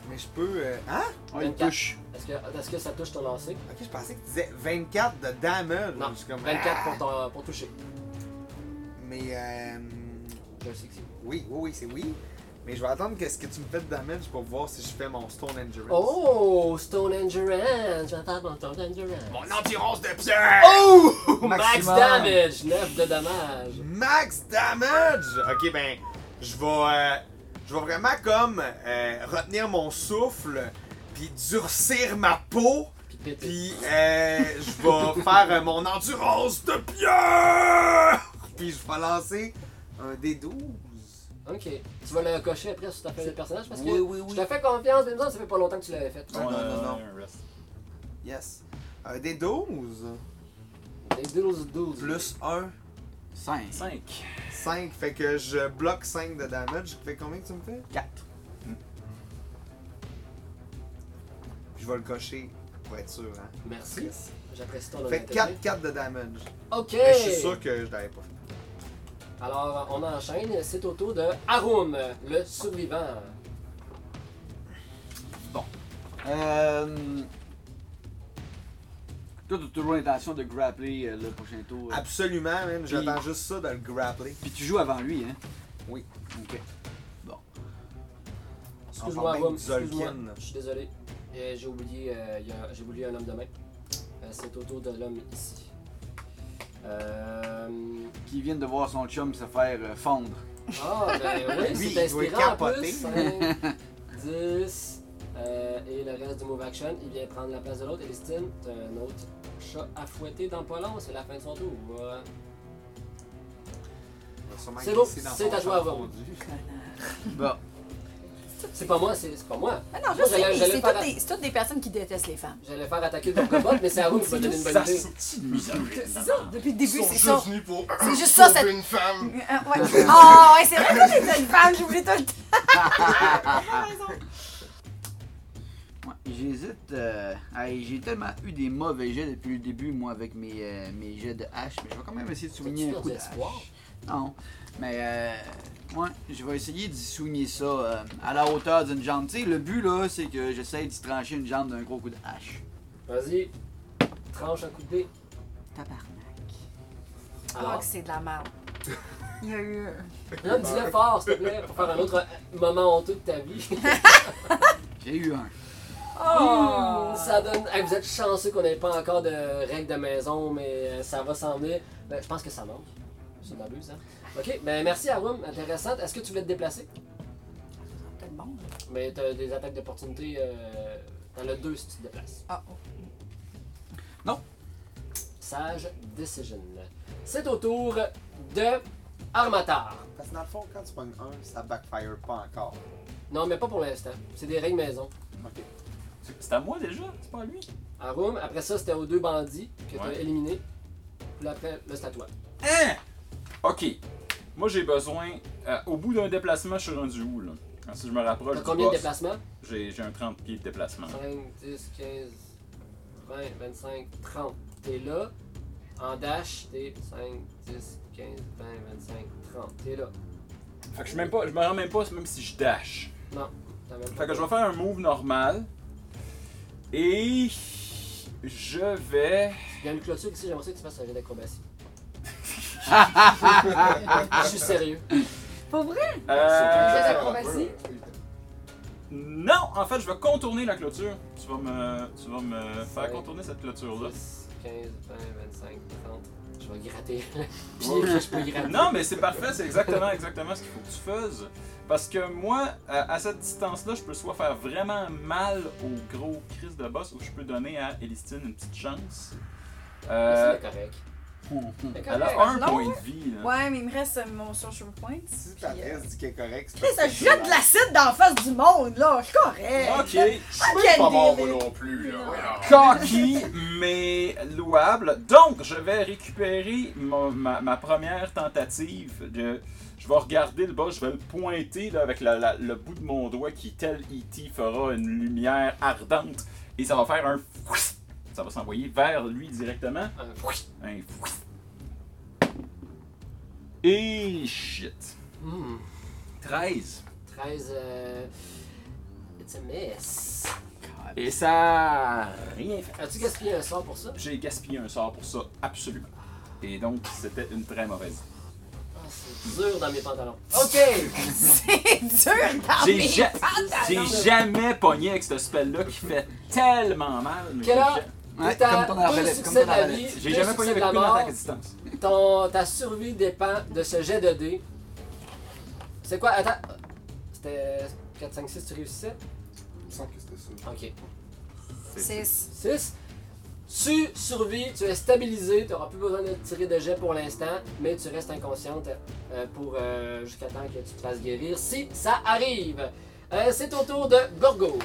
S1: Mais je peux. euh, Hein?
S6: On le
S2: 24.
S6: touche.
S2: Est-ce que, est-ce que ça touche ton lancer?
S1: Ok, je pensais que tu disais 24 de damage.
S2: Non,
S1: Je suis comme,
S2: 24
S1: ah.
S2: pour, ton- pour toucher.
S1: Mais euh.
S2: Je sais que c'est-
S1: Oui, oui, oui, c'est oui. Mais je vais attendre que ce que tu me fais de damage pour voir si je fais mon Stone Endurance.
S2: Oh, Stone Endurance! J'attends mon Stone Endurance.
S1: Mon anti-ronce de pierre! Oh!
S2: Max
S1: Maximum.
S2: damage! 9 de dommage.
S1: Max damage! Ok, ben, je vais. euh, je vais vraiment comme euh, retenir mon souffle, puis durcir ma peau,
S2: Puis pété.
S1: puis euh, je
S2: [LAUGHS]
S1: vais faire euh, mon endurance de pierre! Puis je vais lancer un D12.
S2: Ok. Tu vas le cocher après sur ta feuille de personnage parce que
S1: Oui, oui, oui.
S2: je te fais confiance, mais me semble que ça fait pas longtemps que tu l'avais fait.
S1: Ah, Non, non, non, non.
S5: un rest.
S1: Yes. Euh, Un D12
S2: Les 12, 12.
S1: plus 1,
S6: 5.
S5: 5.
S1: 5. Fait que je bloque 5 de damage. Fait combien que tu me fais? Hmm.
S6: 4.
S1: Puis je vais le cocher pour être sûr, hein.
S2: Merci. J'apprécie ton
S1: Fait
S2: honnêteté.
S1: 4, 4 de damage.
S2: Ok.
S1: Mais je suis sûr que je l'avais pas fait.
S2: Alors, on enchaîne. C'est au tour de Harum, le survivant.
S6: Euh... Toi, t'as toujours l'intention de grappler euh, le prochain tour. euh,
S1: Absolument, man. J'attends juste ça de le grappler.
S6: Puis tu joues avant lui, hein?
S1: Oui.
S6: Ok.
S2: Excuse-moi,
S1: Enfin,
S2: Harum.
S1: même
S2: Excuse-moi.
S1: Zolkin.
S2: Je suis désolé. Euh, J'ai oublié, euh, il y a- j'ai oublié un homme de main. Euh, C'est au tour de l'homme ici. Euh...
S6: Qui vient de voir son chum se faire euh, fondre.
S2: Ah,
S7: [LAUGHS]
S2: ben oui,
S1: Lui,
S2: c'est
S1: il doit
S2: inspirant en
S1: capoter.
S2: plus. hein. 5,
S6: [LAUGHS]
S2: 10, euh, et le reste du move action, il vient prendre la place de l'autre. Elistine, t'as un autre chat à fouetter dans pas long, c'est la fin de son tour. Voilà. C'est beau, c'est à toi, Harum.
S6: Bon.
S2: C'est pas moi, c'est c'est pas moi.
S7: Ah non, je
S2: Moi,
S7: sais,
S2: j'allais-
S7: mais
S2: j'allais
S7: c'est
S2: faire
S7: toutes,
S2: la-
S7: des, c'est toutes des personnes qui détestent les femmes.
S2: J'allais faire attaquer ton cobot, mais c'est Harum qui m'a donné une bonne idée.
S7: C'est ça, depuis le
S3: Ils
S7: début,
S3: sont
S7: c'est ça.
S3: juste venus pour
S7: C'est juste ça,
S3: sauver
S7: cette.
S3: une femme.
S7: Euh,
S3: [LAUGHS]
S7: ouais. Ah, ouais, c'est vrai, toi, t'es une femme, j'oublie tout le temps.
S6: Ouais, J'hésite. euh, à- J'ai tellement eu des mauvais jets depuis le début, moi, avec mes, euh, mes jets de hache, mais je vais quand même essayer de soigner
S2: T'as-tu
S6: un coup de
S2: perdu espoir?
S6: hache. Non, mais euh, ouais, je vais essayer d'y soigner ça euh, à la hauteur d'une jambe. Tu sais, le but, là, c'est que j'essaie d'y trancher une jambe d'un gros coup de hache.
S2: Vas-y, tranche un coup de dé.
S6: Tabarnak.
S7: Ah,
S2: Alors,
S7: que c'est de la merde. Il y a eu. euh,
S2: non, dis-le fort, s'il te plaît, pour faire un autre moment honteux de ta vie.
S6: [LAUGHS] J'ai eu un.
S7: Oh!
S2: Ça donne. Hey, vous êtes chanceux qu'on n'ait pas encore de règles de maison, mais euh, ça va s'en venir. Ben, je pense que ça manque. Ça m'abuse, hein? Ok, ben merci Arum, intéressante. Est-ce que tu voulais te déplacer?
S7: Peut-être bon.
S2: Mais t'as des attaques d'opportunité.
S7: oh.
S2: Euh, T'en as deux si tu te déplaces.
S7: Ah, oh.
S6: Non.
S2: passage Decision. C'est au tour de Armatar.
S1: Parce que dans le fond, quand tu pognes un, ça backfire pas encore.
S2: Non, mais pas pour l'instant. C'est des règles maison.
S1: Ok.
S5: C'est à moi déjà, c'est pas à lui.
S2: En room, après ça, c'était aux deux bandits que t'as
S5: Ouais.
S2: éliminés. Puis là, après, là, c'est à toi.
S5: Hein? Ok. Moi, j'ai besoin. euh, au bout d'un déplacement, je suis rendu où, là? Quand si je me rapproche.
S2: T'as
S5: du
S2: combien de
S5: boss,
S2: déplacements
S5: J'ai j'ai un 30 pieds de déplacement.
S2: 5, 10, 15, 20, 25, 30. T'es là. En dash, t'es 5, 10, 15, 20, 25, 30. T'es là.
S5: Fait que je, suis même pas, je me rends même pas, même si je dash.
S2: Non, t'as même pas.
S5: Fait que je vais faire un move normal. Et. Je vais.
S2: Il y a une clôture ici, j'aimerais ça que tu fasses un jeu
S5: [LAUGHS]
S2: d'acrobatie. je suis sérieux.
S7: Pour vrai?
S5: euh,
S7: jeu d'acrobatie.
S5: Non, en fait, je vais contourner la clôture. Tu vas me, tu vas me faire
S2: Cinq,
S5: contourner cette clôture-là.
S2: 10, 15, 20, 25, 30. Je vais gratter. [LAUGHS] Puis
S5: Ouais.
S2: je peux gratter.
S5: Oh. Non, mais c'est parfait, c'est exactement, exactement ce qu'il faut que tu fasses. Parce que moi, euh, à, à cette distance-là, je peux soit faire vraiment mal au gros Chris de boss ou je peux donner à Elistine une petite chance. Euh,
S2: C'est correct. C'est
S5: elle
S2: correct.
S5: a un
S7: Non,
S5: point de vie. là.
S7: Ouais, mais il me reste euh, mon sorcerer point.
S1: Si ta
S7: Puis, euh,
S1: reste dit qu'elle est correcte,
S7: Chris, je jette de l'acide dans la face du monde, là. Je suis correct.
S5: Ok,
S7: Quel
S3: Pas mort, moi
S7: délire.
S3: non plus, là. voyons.
S5: cocky mais louable. Donc, je vais récupérer mon- ma, ma première tentative. De, je vais regarder le boss, je vais le pointer là, avec la- la- le bout de mon doigt qui, tel E.T., fera une lumière ardente. Et ça va faire un... fouiss. Ça va s'envoyer vers lui directement.
S2: Un-
S5: Un... fouiss. Et shit.
S2: Hmm.
S5: 13.
S2: 13. Euh... It's a miss.
S5: Et ça... a Rien fait.
S2: As-tu gaspillé un sort pour ça?
S5: J'ai gaspillé un sort pour ça, absolument. Et donc, c'était une très mauvaise
S2: Ah, c'est dur dans mes pantalons.
S7: Ok. C'est dur Ah, dans
S5: J'ai
S7: mes
S5: ja-
S7: pantalons.
S5: J'ai jamais pogné avec ce spell-là qui fait tellement mal. mais
S2: Quelle
S5: j'ai
S2: heure?
S5: ja-
S6: Ouais,
S2: T'as
S6: comme ton
S2: deux
S6: arbalète, comme
S2: succès
S6: ton
S2: de la vie.
S6: arbalète.
S5: J'ai
S2: deux
S5: jamais pogné
S2: succès de
S5: avec
S2: la
S5: une
S2: mort.
S5: attaque à distance.
S2: Ton, ta survie dépend de ce jet de dés. C'est quoi? Attends. C'était 4, 5, 6, tu réussissais?
S3: Il me semble que c'était ça.
S2: Ok.
S7: Six.
S2: 6. Tu survis, tu es stabilisé, tu n'auras plus besoin de tirer de jet pour l'instant, mais tu restes inconsciente euh, pour euh, jusqu'à temps que tu te fasses guérir, si ça arrive. Euh, c'est au tour de Gorgo.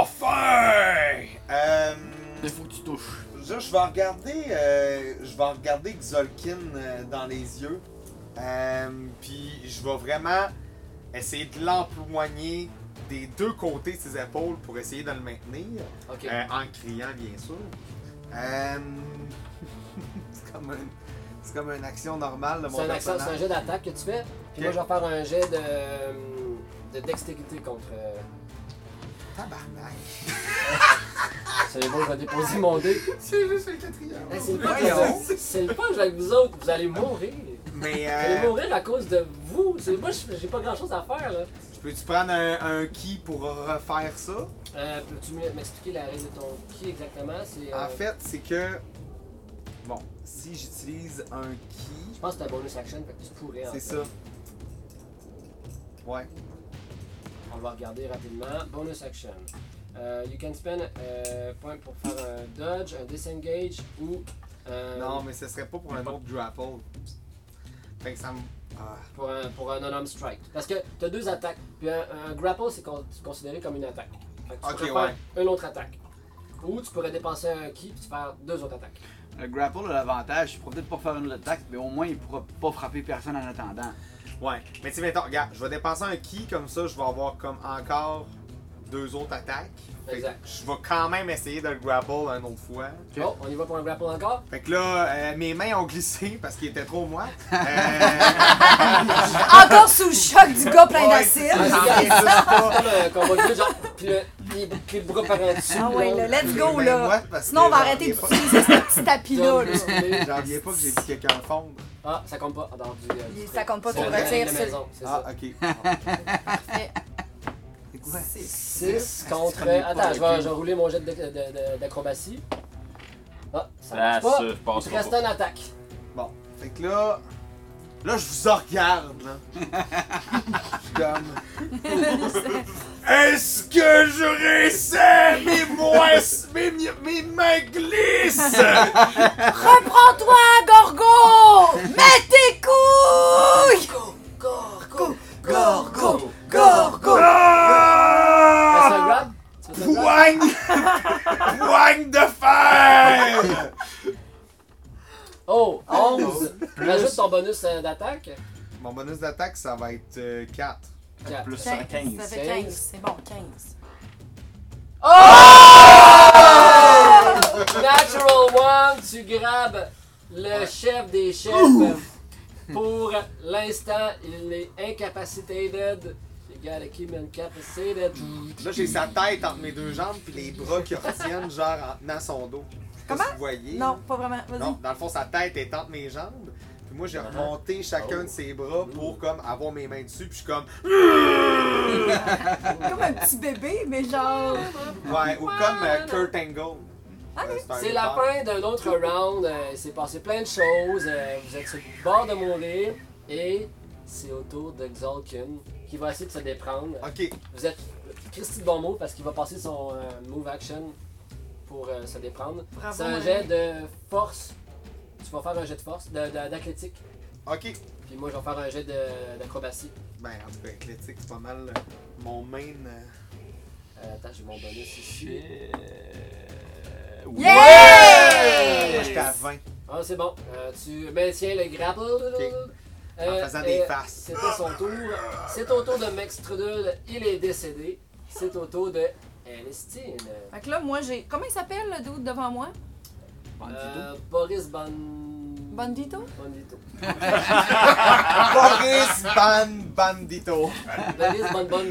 S1: Enfin! Euh,
S6: Il faut que tu touches.
S1: je, je vais regarder, euh, je vais regarder Xolkin euh, dans les yeux. Euh, Puis je vais vraiment essayer de l'empoigner des deux côtés de ses épaules pour essayer de le maintenir.
S2: Ok.
S1: Euh, en criant, bien sûr. Euh, [LAUGHS] c'est comme, un- c'est comme une action normale de mon
S2: c'est, un accent- c'est un
S1: personnage.
S2: jet d'attaque que tu fais. Puis
S1: Ok.
S2: moi, je vais faire un jet de, euh, de dextérité contre. euh,
S1: Tabarnak.
S2: C'est bon, je vais déposer mon
S1: [LAUGHS]
S2: dé.
S3: C'est juste le quatrième.
S2: Hey, c'est le fun, ça. c'est le fun jouer avec vous autres, vous allez mourir. [LAUGHS]
S1: Mais
S2: Vous allez
S1: euh,
S2: mourir à cause de vous. C'est, moi, j'ai j'ai pas grand chose à faire. Là.
S1: peux-tu prendre un, un ki pour refaire ça?
S2: Euh, peux-tu m- m'expliquer la règle de ton qui exactement c'est, euh,
S1: En fait, c'est que. Bon, si j'utilise un ki,
S2: Je pense que c'est un bonus action, fait que tu pourrais. en
S1: c'est
S2: fait.
S1: ça. Ouais.
S2: On va regarder rapidement. Bonus action. Euh, you can spend euh, point pour faire un dodge, un disengage ou. euh,
S1: Non, mais ce serait pas pour un autre grapple. Fait que ça me. Ah.
S2: pour un, pour un non-arm strike. Parce que tu as deux attaques. Puis un, un grapple, c'est con- c'est considéré comme une attaque. Fait que tu
S1: Ok,
S2: pourrais
S1: ouais.
S2: faire une autre attaque. Ou tu pourrais dépenser un ki puis te faire deux autres attaques.
S6: Le grapple a l'avantage, il pourra peut-être pas faire une autre attaque, mais au moins il pourra pas frapper personne en attendant.
S1: Ouais. Mais tu sais, mettons, regarde, je vais dépenser un ki, comme ça, je vais avoir comme encore deux autres attaques. Fait que
S2: Exact.
S1: Je vais quand même essayer de le grapple une autre fois.
S6: Ok.
S2: Bon, Oh, on y va pour un grapple encore.
S1: Fait que là, euh, mes mains ont glissé parce qu'ils étaient
S6: [LAUGHS]
S1: trop moites. Euh,
S7: Encore sous le choc du gars plein
S1: ouais,
S7: d'acide.
S1: j'en reviens juste pas.
S2: Comme un combat de lutte, genre. Puis le, puis- puis le bras par en dessous.
S7: Ah ouais,
S2: là.
S7: là, let's
S1: Mes
S7: go,
S1: mains
S7: là.
S1: moites Ben, parce
S7: Sinon,
S1: que
S7: on va
S1: j'en
S7: arrêter
S1: reviens pas-
S7: d'utiliser ce petit tapis-là, là.
S1: J'en reviens pas que j'ai dit quelqu'un fondre.
S2: Ah, ça compte pas. Ah, dans du, euh, du
S7: Il-
S2: truc.
S7: Ça compte pas
S2: C'est
S7: ton
S2: la règle
S7: retire,
S2: de
S7: ça.
S2: maison, c'est ça.
S1: Ah, ok.
S6: C'est quoi?
S2: Six contre.
S6: Est-ce que tu
S2: Attends,
S6: connais
S2: je
S6: pas
S2: vais,
S6: le
S2: je vais rouler mon jet de- de- de- d'acrobatie. Ah, ça
S5: Ah,
S2: marche pas.
S5: ça, je pense
S2: Il te
S5: pas.
S2: reste une attaque.
S1: Bon, fait que là,
S6: [LAUGHS]
S2: [LAUGHS]
S1: là je vous en regarde. Là. je suis comme, Est-ce que je réussis? Mes, mois, mes, mi- mes mains glissent!
S7: Reprends-toi, Gorgo! Mets tes couilles!
S4: Gorgo!
S7: Gorgo! Gorgo!
S2: Fais
S1: Ah!
S2: ça, grab. Tu fais ça, grab.
S1: Poigne! Poigne de fer!
S2: [LAUGHS] Oh, 11. Ajoute ton bonus euh, d'attaque.
S1: Mon bonus d'attaque, ça va être euh, 4.
S2: Quatre.
S5: Plus
S7: Ça
S5: un 15.
S7: fait 15, c'est bon, 15.
S2: Oh! Natural One, tu grabes le chef des chefs. Pour l'instant, il est incapacitated. You gotta keep him incapacitated.
S1: Là, j'ai sa tête entre mes deux jambes, puis les bras qui retiennent, genre en tenant son dos. Je sais pas
S7: Comment?
S1: si vous voyez.
S7: Non, pas vraiment,
S1: Non,
S7: vas-y.
S1: dans le fond, sa tête est entre mes jambes. Puis moi, j'ai
S2: Ah.
S1: remonté
S2: Oh.
S1: chacun de ses bras pour comme avoir mes mains dessus. Puis je
S7: [LAUGHS]
S1: suis comme.
S7: Comme
S1: [LAUGHS]
S7: un petit bébé, mais genre. Ah,
S1: Ouais, ou comme euh, Kurt Angle. Euh, un
S2: C'est la
S1: lutteur.
S2: fin d'un autre round. euh, Il s'est passé plein de choses. euh, Vous êtes sur le bord de mourir. Et c'est au tour de Xalkin qui va essayer de se déprendre.
S1: Ok,
S2: Vous êtes Christy de bon mot parce qu'il va passer son euh, move action pour euh, se déprendre.
S7: Bravo,
S2: C'est un
S7: mon
S2: jet
S7: ami.
S2: de force. Tu vas faire un jet de force, de- de- d'athlétique.
S1: ok.
S2: Puis moi, je vais faire un jet de- d'acrobatie.
S1: Ben, en tout cas, athlétique, c'est pas mal euh, mon main. euh,
S2: Euh, attends, j'ai mon bonus ici.
S1: Moi, j'étais à
S7: Yeah!
S1: 20.
S2: Ah, c'est bon. Euh, tu maintiens le grapple.
S1: En faisant des faces.
S2: C'était son tour. C'est au tour de Mextrudel. Il est décédé. C'est au tour de Elistine.
S7: Fait que là, moi, j'ai. Comment il s'appelle le dude devant moi?
S2: Euh, Boris Ban...
S7: Bandito?
S2: Bandito.
S1: Boris Ban Bandito.
S2: Boris Ban... Ban... Ban...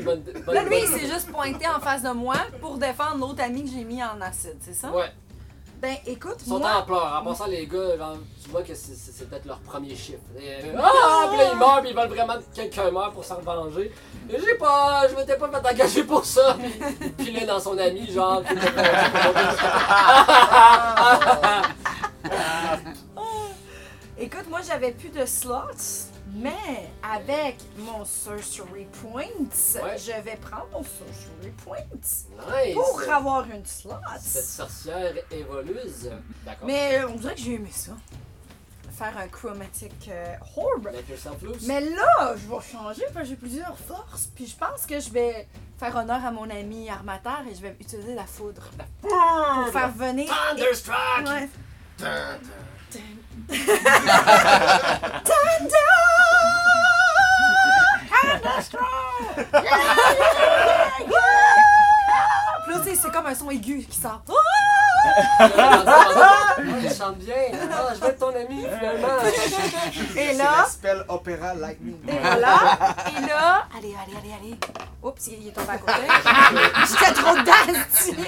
S2: Ban...
S7: Là, lui, il s'est juste pointé en face de moi pour défendre l'autre ami que j'ai mis en acide, c'est ça?
S2: Ouais,
S7: Ben, écoute,
S2: ils sont
S7: moi.
S2: en pleurs. En passant, les gars, genre, tu vois que c'est- c'est c'est peut-être leur premier chiffre. Et, euh, ah, puis là, ils meurent, puis ils veulent vraiment que quelqu'un meure pour s'en venger. Et J'ai pas, je m'étais pas fait engager pour ça. Puis là, dans son ami, genre, qui était content pour mon [LAUGHS]
S1: [LAUGHS]
S7: Écoute, moi j'avais plus de slots, mais avec mon sorcery points,
S2: Ouais.
S7: je vais prendre mon sorcery points
S2: Nice!
S7: pour avoir une slot.
S2: Cette sorcière évolueuse. D'accord.
S7: Mais euh, on dirait que j'ai aimé ça. Faire un chromatic euh, orb.
S2: Make yourself loose.
S7: Mais là, je vais changer parce que j'ai plusieurs forces. Puis je pense que je vais faire honneur à mon ami armateur et je vais utiliser la foudre pour faire venir.
S2: Thunderstruck!
S7: Ouais. Puis là, tu sais, c'est comme un son aigu qui sort.
S2: Je chante bien. Ah, je vais être ton ami, finalement.
S7: Et
S1: [LAUGHS] C'est
S7: là,
S1: la spell Opera Lightning.
S7: [LAUGHS] et voilà, et là. Allez, allez, allez, allez. Oups, il est tombé à côté. [LAUGHS] J'étais trop d'astie. [LAUGHS]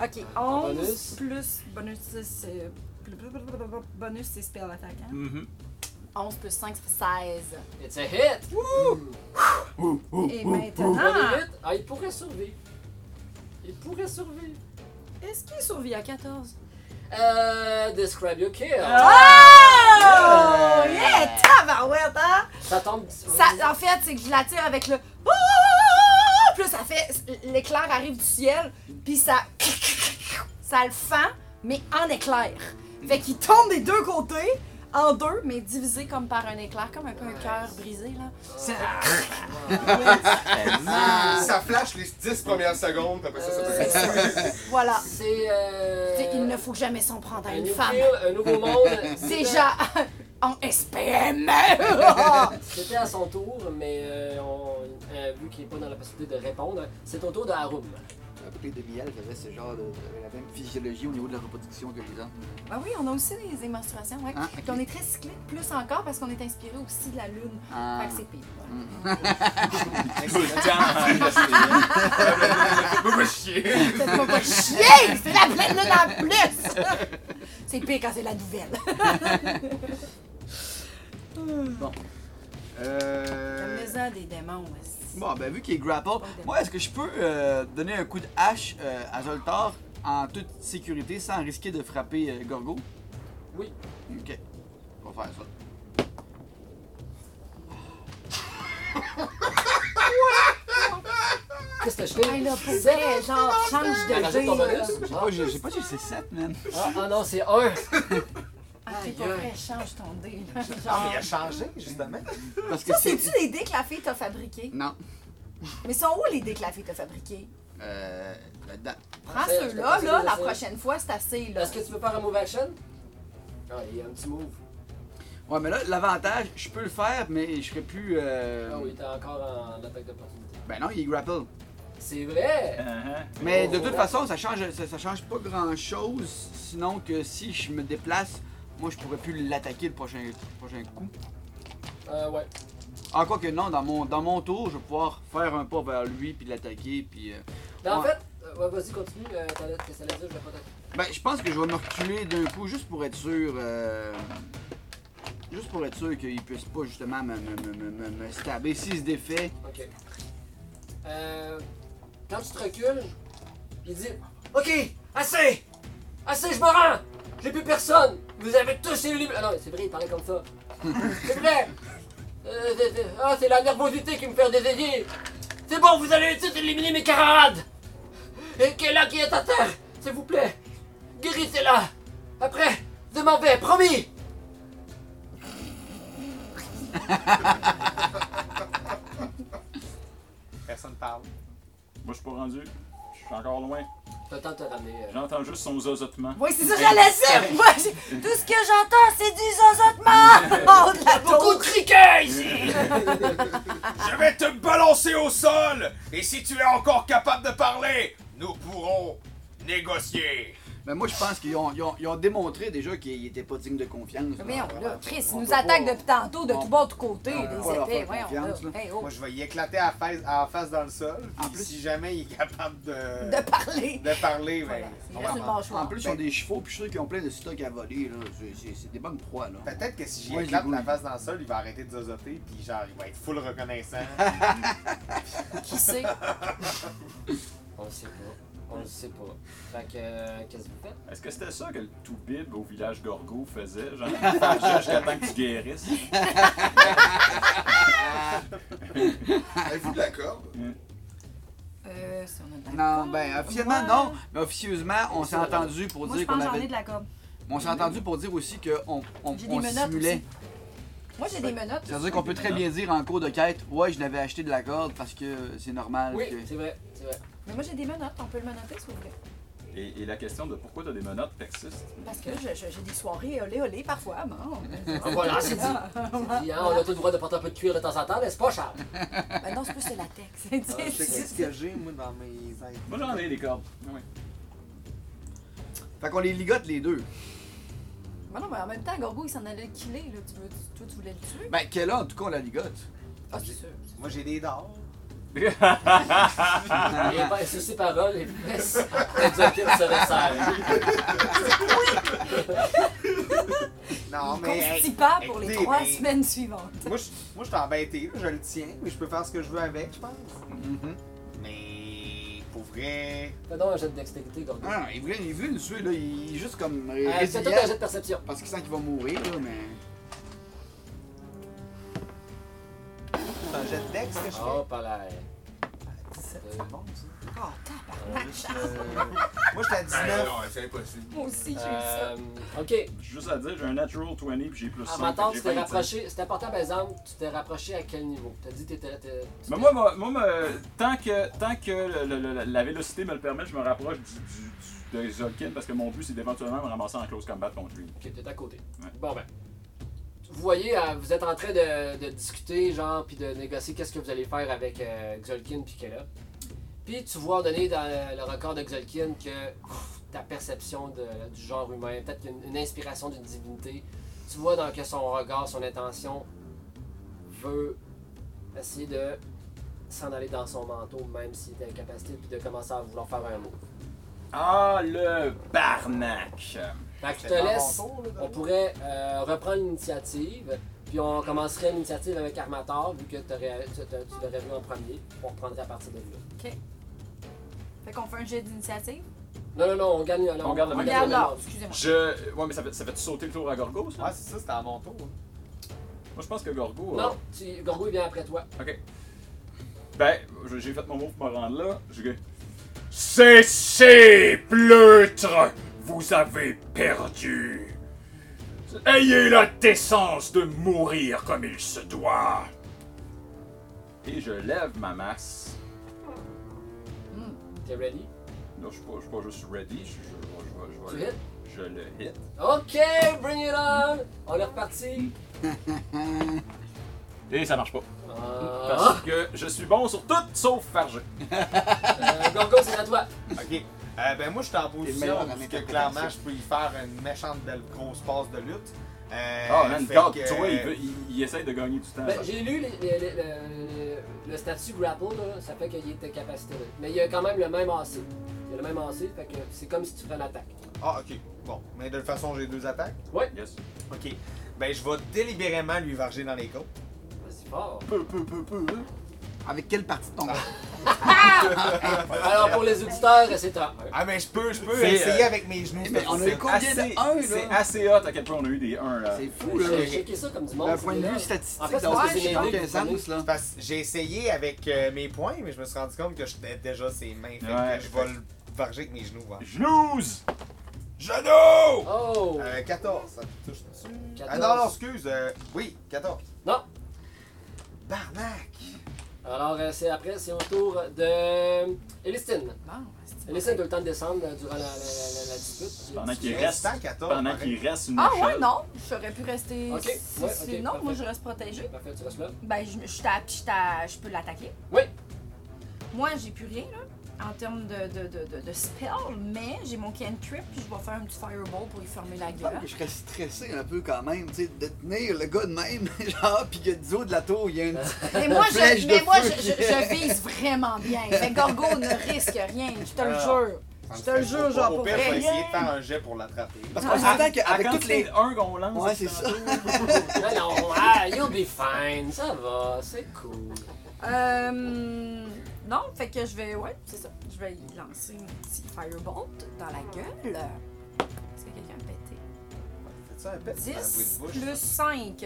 S7: Ok, 11
S2: Ah, bonus.
S7: plus bonus, c'est. Bonus, c'est spell attack. Hein?
S5: Mhm.
S7: 11 plus 5, ça fait 16.
S2: Mm-hmm. It's a hit.
S7: Et
S2: Bonne
S7: maintenant,
S2: hit. Ah, il pourrait survivre. Il pourrait survivre.
S7: est-ce qu'il survit à 14?
S2: Euh, describe your kill.
S7: Oh! Yeah! Tabarouette, hein?
S2: Ça tombe.
S7: Ça, en fait, c'est que je la tire avec le. Oh! Puis là, ça fait. L'éclair arrive du ciel, puis ça. Ça le fend, mais en éclair. Fait qu'il tombe des deux côtés, en deux, mais divisé comme par un éclair, comme un peu un cœur brisé, là.
S3: Ça flash les 10 premières secondes, puis après ça, ça peut
S2: Euh,
S7: Voilà.
S2: C'est. euh,
S7: Tu sais, Il ne faut jamais s'en prendre à
S2: un
S7: une
S2: new
S7: femme.
S2: kill, un nouveau monde.
S7: Déjà en
S2: [LAUGHS]
S7: SPM!
S2: C'était à son tour, mais euh, on- euh, vu qu'il n'est pas dans la possibilité de répondre, c'est au tour de Harum.
S8: Après, demi-elfes avaient ce genre de. avaient la même physiologie au niveau de la reproduction que les hommes.
S7: Ben oui, on a aussi des, des menstruations, ouais.
S8: Ah, ok.
S7: Puis on est très cyclique, plus encore parce qu'on est inspiré aussi de la lune.
S8: Ah.
S7: Fait que c'est pire. ouais.
S2: [LAUGHS]
S5: Tout le temps.
S3: me chier.
S7: Faites-moi pas chier! C'est la pleine lune en plus! C'est pire quand c'est la nouvelle.
S8: Euh.
S7: Maison des démons, aussi.
S8: Bon, ben vu qu'il est grapple, moi, est-ce que je peux euh, donner un coup de hache euh, à Zoltar en toute sécurité sans risquer de frapper euh, Gorgo?
S2: Oui.
S8: Ok. On va faire ça.
S2: Qu'est-ce que je fais?
S7: Hey, là, pour vrai, genre, change
S2: Ah, rajoute ton
S7: de
S2: bonus?
S6: J'ai pas- J'ai j'ai pas dit que c'est 7, man.
S2: Ah, ah non, c'est
S8: [LAUGHS]
S2: un.
S7: dé. Pour vrai, change ton dé. là.
S6: Ah,
S8: Ah,
S1: Il a changé, justement.
S6: Parce que
S7: Ça,
S6: c'est.
S7: c'est-tu les dés que la fille t'a fabriqués?
S6: Non.
S7: Mais sont où les dés que la fille t'a fabriqués?
S6: Euh. Là-dedans.
S7: Prends
S2: C'est-
S7: ceux-là,
S2: c'est-
S7: là,
S2: c'est-
S7: la
S2: c'est-
S7: prochaine fois, c'est assez, là.
S2: Est-ce que tu veux faire un move action? Ah, il y a un petit move.
S6: Ouais, mais là, l'avantage, je peux le faire, mais je serais plus. euh,
S2: Ah oui, t'es encore en attaque d'opportunité.
S6: Ben non, il grapple.
S2: C'est vrai!
S5: Uh-huh.
S6: Mais de
S2: Oh.
S6: toute façon, ça change, ça, ça change pas grand chose, sinon que si je me déplace, moi je pourrais plus l'attaquer le prochain, le prochain coup.
S2: Euh, ouais.
S6: Ah, quoi que non, dans mon, dans mon tour, je vais pouvoir faire un pas vers lui puis l'attaquer. Puis, euh,
S2: Mais en
S6: Ouais.
S2: fait, euh, ouais, vas-y, continue. Euh, T'allais qu'est-ce que t'allais dire, je vais pas t'attaquer.
S6: Ben, je pense que je vais me reculer d'un coup juste pour être sûr. euh, Juste pour être sûr qu'il puisse pas justement me, me, me, me- me- me stabber. S'il se défait,
S2: Ok. Euh, quand tu te recules, il dit Ok, assez! Assez, je me rends! J'ai plus personne! Vous avez tous les limites! Ah non, c'est vrai, il parlait comme
S6: [LAUGHS]
S2: ça. c'est vrai! Euh, c'est- c'est- ah, c'est la nervosité qui me fait désaiguer! C'est bon, vous allez tous éliminer mes camarades! Et qui est là qui est à terre? S'il vous plaît! Guérissez-la! Après, je m'en vais, promis!
S1: Personne parle.
S5: Moi, je suis pas rendu. Je suis encore loin.
S2: T'attends de te ramener. euh,
S5: J'entends juste son zozotement.
S7: Oui, c'est ça que j'allais dire! Moi, j'ai- Tout ce que j'entends, c'est du zozotement! en haut de la
S2: Beaucoup
S7: tour!
S2: de criquets ici!
S7: [LAUGHS]
S1: Je vais te balancer au sol! Et si tu es encore capable de parler, nous pourrons négocier.
S6: ben moi je pense qu'ils ont, ils ont, ils ont démontré déjà qu'ils étaient pas dignes de confiance. Ben,
S7: Mais on, là, Chris, ils
S6: On
S7: nous
S6: peut
S7: attaquent
S6: pas-
S7: depuis tantôt, de
S6: on-
S7: tout bas, de tout côté,
S6: on peut pas
S7: les
S6: leur
S7: épées,
S6: faire
S7: voyons, là.
S6: confiance, là.
S7: Hey, oh.
S1: Moi, je vais y éclater à la face, à la face dans le sol.
S6: En
S1: puis
S6: plus-
S1: si jamais il est capable
S7: [LAUGHS]
S1: de,
S7: De parler!
S1: de parler,
S7: Voilà,
S1: ben,
S7: il
S1: on
S7: reste une
S1: va prendre.
S7: mâchoire.
S6: En plus, ils ont des chevaux, puis je suis sûr qu'ils ont plein de stocks à voler. là. C'est- c'est- C'est des bonnes proies. là.
S1: Peut-être que si j'y
S6: Ouais,
S1: éclate
S6: j'ai
S1: la
S6: goût.
S1: face dans le sol, il va arrêter de zozoter, puis genre, il va être full
S6: [LAUGHS]
S1: reconnaissant.
S7: Qui sait?
S2: On le sait pas. On le sait pas. Fait que, euh, qu'est-ce que vous faites?
S5: Est-ce que c'était ça que le Toubib au village Gorgo faisait? Genre, faire
S2: [LAUGHS]
S5: ça jusqu'à temps que tu guérisses.
S4: [LAUGHS] Avez-vous de la corde?
S7: Euh, si on a de la
S6: Non,
S7: corde.
S6: ben officiellement non, mais officieusement on s'est entendu pour
S7: Moi, je
S6: dire qu'on
S7: pense que j'en ai
S6: avait.
S7: de la corde.
S6: On s'est entendu pour dire aussi qu'on on,
S7: J'ai des
S6: on
S7: menottes
S6: simulait.
S7: aussi. Moi, j'ai des menottes.
S6: C'est-à-dire qu'on peut très bien dire en cours de quête, ouais, je l'avais acheté de la corde parce que c'est normal.
S2: Oui,
S6: que-
S2: c'est vrai, c'est vrai.
S7: Mais moi, j'ai des menottes. On peut le menotter, s'il vous plaît.
S5: Et, et la question de pourquoi t'as des menottes persiste.
S7: Parce
S4: Euh,
S7: que je- je- j'ai des soirées olé olé parfois. Bon.
S2: Ah, voilà,
S7: [LAUGHS]
S2: c'est dit. C'est dit, hein, on a tout le droit de porter un peu de cuir de temps en temps, n'est-ce pas, Charles?
S7: ben non, c'est plus de
S2: Ah,
S7: latex. C'est-
S6: Ah,
S1: Je sais
S7: c'est-
S1: qu'est-ce que j'ai, moi, dans mes ailes.
S5: Moi, j'en ai des cordes. Ah oui.
S6: Fait qu'on les ligote les deux.
S7: Ben non, mais en même temps, Gorgo, il s'en allait le killer. Là. Tu veux, tu- toi, tu voulais le tuer?
S6: Ben, qu'elle a, en tout cas, on la ligote.
S7: Ah, c'est sûr.
S1: Moi, j'ai des
S6: [LAUGHS]
S1: dards.
S2: Et ben, sur ces paroles, les fesses d'Hopkins se resserrent.
S1: Non, mais. hey,
S7: Constipable pour les
S1: écoutez,
S7: trois
S1: mais-
S7: semaines suivantes.
S1: Moi, je moi, je suis embêté, là, je le tiens, mais je peux faire ce que je veux avec, je pense. Mm-hmm. Mais. Pour vrai.
S2: Fais donc un jet de dextérité, Gorgo.
S6: Ah, Non, non, il voulait, il voulait le tuer, là. Il est juste comme.
S2: Euh,
S6: résilient,
S2: c'est tout un jet de perception.
S6: parce qu'il sent qu'il va mourir, là, mais.
S1: C'est un jet de dex que je fais.
S2: Oh, pas l'air.
S1: C'est bon, ça.
S7: Oh,
S1: Euh,
S7: tabarnak.
S1: juste, euh, Moi, j'étais à
S4: Ben
S1: 19.
S4: non, c'est impossible.
S7: Moi aussi, j'ai eu ça.
S2: Euh, ok, Ah,
S5: Juste à dire, j'ai un natural 20 puis j'ai plus 5.
S2: en m'entendant, tu
S5: j'ai
S2: t'es
S5: 25.
S2: rapproché. C'était important, par exemple, tu t'es rapproché à quel niveau? T'as dit que t'étais. t'es- tu t'es-
S5: Mais moi, moi, moi, me- tant que, tant que le- le- le- la vélocité me le permet, je me rapproche du, du, du- de Zolkin parce que mon but c'est d'éventuellement me ramasser en close combat contre lui.
S2: Ok, t'es à côté.
S5: Ouais.
S2: Bon ben. Vous voyez, euh, vous êtes en train de, de discuter, genre, puis de négocier qu'est-ce que vous allez faire avec euh, Xolkin puis Kella. Puis tu vois donner dans le- le record de Xolkin que pff, ta perception de- du genre humain, peut-être qu'il y a une, une inspiration d'une divinité, tu vois dans que son regard, son intention veut essayer de s'en aller dans son manteau, même s'il est incapacité, puis de commencer à vouloir faire un mot.
S5: Ah le barnac!
S2: Fait que je te
S1: C'était dans
S2: laisse.
S1: mon tour, là, dans
S2: On
S1: le-
S2: pourrait euh, reprendre l'initiative, puis on commencerait l'initiative avec Armator, vu que t'aurais- tu, tu- tu l'aurais vu en premier. On reprendrait à partir de là.
S7: Fait qu'on fait un jet d'initiative.
S2: Non, non, non, on gagne là.
S5: On garde le magasin.
S7: Regarde là, excusez-moi.
S5: Je. Euh, Ouais, mais ça fait, ça fait sauter le tour à Gorgo, ça?
S1: Ouais, c'est ça, c'était à mon tour.
S5: Moi, je pense que Gorgo. euh,
S2: Non, tu, Gorgo, il vient après toi.
S5: Ok. Ben, je- j'ai fait mon mot pour me rendre là. Je... Cessez, pleutre! Vous avez perdu! Ayez la décence de mourir comme il se doit! Et je lève ma masse.
S2: Hmm, T'es ready?
S5: Là, je suis pas, je suis pas juste ready, je, je- je- je- je-
S2: Tu hits?
S5: je le hit.
S2: Ok, bring it on! On est reparti!
S5: [LAUGHS] Et ça marche pas.
S2: Ah,
S5: Parce que je suis bon sur tout sauf Fargé.
S2: [LAUGHS] euh, Gorgo, c'est à toi!
S1: Ok. Euh, ben moi, je suis en position
S8: meilleur en
S1: parce que
S8: interprétation.
S1: clairement, je peux y faire une méchante belle grosse passe de lutte. Euh,
S5: Ah, man,
S1: fait
S5: garde,
S1: que,
S5: tu vois, il,
S1: euh,
S5: veut- il- il essaie de gagner du temps.
S2: Ben,
S5: ça.
S2: j'ai lu les- les- les- le- le statut grapple, là, ça fait qu'il était capacité. Mais il y a quand même le même AC. Il y a le même AC, fait que c'est comme si tu fais une
S1: [LAUGHS]
S2: attaque.
S1: Ah, ok. Bon, mais de toute façon, j'ai deux attaques.
S5: Yes.
S1: Ok. Ben, je vais délibérément lui varger dans les côtes.
S2: Vas-y, fort!
S5: Peu, peu, peu, peu. hein.
S8: Avec quelle partie de
S1: [LAUGHS]
S8: ton corps?
S2: Alors, pour les auditeurs, c'est un un.
S1: Ah, ben, je peux, je peux
S5: C'est,
S1: essayer
S5: euh,
S1: avec mes genoux.
S8: mais
S1: parce
S8: on
S1: que
S8: a
S1: c'est-
S8: eu combien
S5: Assez-
S8: de 1 là?
S5: C'est assez hot à quel point on a eu des 1 là.
S8: C'est fou, là.
S2: J'ai checké ça comme du monde.
S8: D'un
S2: c'est
S8: point de
S2: bien.
S8: vue
S2: En
S8: statistique,
S2: fait,
S8: ça
S2: parce
S8: va
S2: que c'est
S8: faire
S2: mes
S8: aucun
S2: deux
S8: sens, là.
S1: parce que j'ai essayé avec euh, mes poings, mais je me suis rendu compte que j'étais déjà ses mains. Fait
S5: Ouais,
S1: que je
S5: fait-
S1: vais le varger avec mes genoux. hein. voilà.
S5: Genouse! Genoux!
S2: Oh!
S1: Euh, 14, ça te touche dessus. Ah
S2: 14.
S1: non, non, excuse. euh, oui, 14.
S2: Non.
S1: Barnac!
S2: Alors, euh, c'est après, c'est au tour de. Elistine.
S7: Bon, ben, c'est-
S2: Elistine a eu le temps de descendre euh, durant la, la- la- la- la dispute.
S5: Pendant qu'il
S1: Restant
S5: reste,
S1: 14.
S5: pendant
S1: pareil.
S5: qu'il reste une
S7: Ah
S5: échelle.
S7: ouais, non, j'aurais pu rester.
S2: Ok,
S7: si-
S2: ouais,
S7: si-
S2: ok,
S7: non, moi
S2: parfait.
S7: je reste protégée.
S2: Parfait, tu restes là.
S7: Ben, je, je, tape, je, tape- je peux l'attaquer.
S2: Oui.
S7: Moi, j'ai plus rien, là, en termes de, de, de, de, de spell, mais j'ai mon cantrip, puis je vais faire un petit fireball pour lui fermer la
S6: Je pense
S7: gueule.
S6: que Ah, je serais stressé un peu quand même, tu sais, de tenir le gars de même, [LAUGHS] genre, pis que du haut de la tour, il y a
S2: Euh.
S6: une petite [LAUGHS]
S7: Mais moi,
S6: flèche
S7: je,
S6: de
S7: mais moi
S6: feu
S7: je, je, je vise vraiment
S6: [LAUGHS]
S7: bien. Fait que Gorgo ne risque rien, je te le jure. Je te le jure, genre,
S1: Au
S7: pour
S1: pire, je vais
S7: vrai.
S1: essayer de faire un jet pour l'attraper.
S6: Parce qu'on s'entend qu'avec toutes les.
S5: un qu'on lance.
S6: Ouais, c'est ça.
S2: [LAUGHS] Ah non, ah, you'll be fine, ça va, c'est cool.
S7: Euh, non, fait que je vais, ouais, c'est ça. Je vais y lancer mon petit firebolt dans la gueule. Est-ce que quelqu'un a pété?
S1: Fais-tu un pet? Un bruit de
S7: 10
S1: bouche?
S7: plus 5.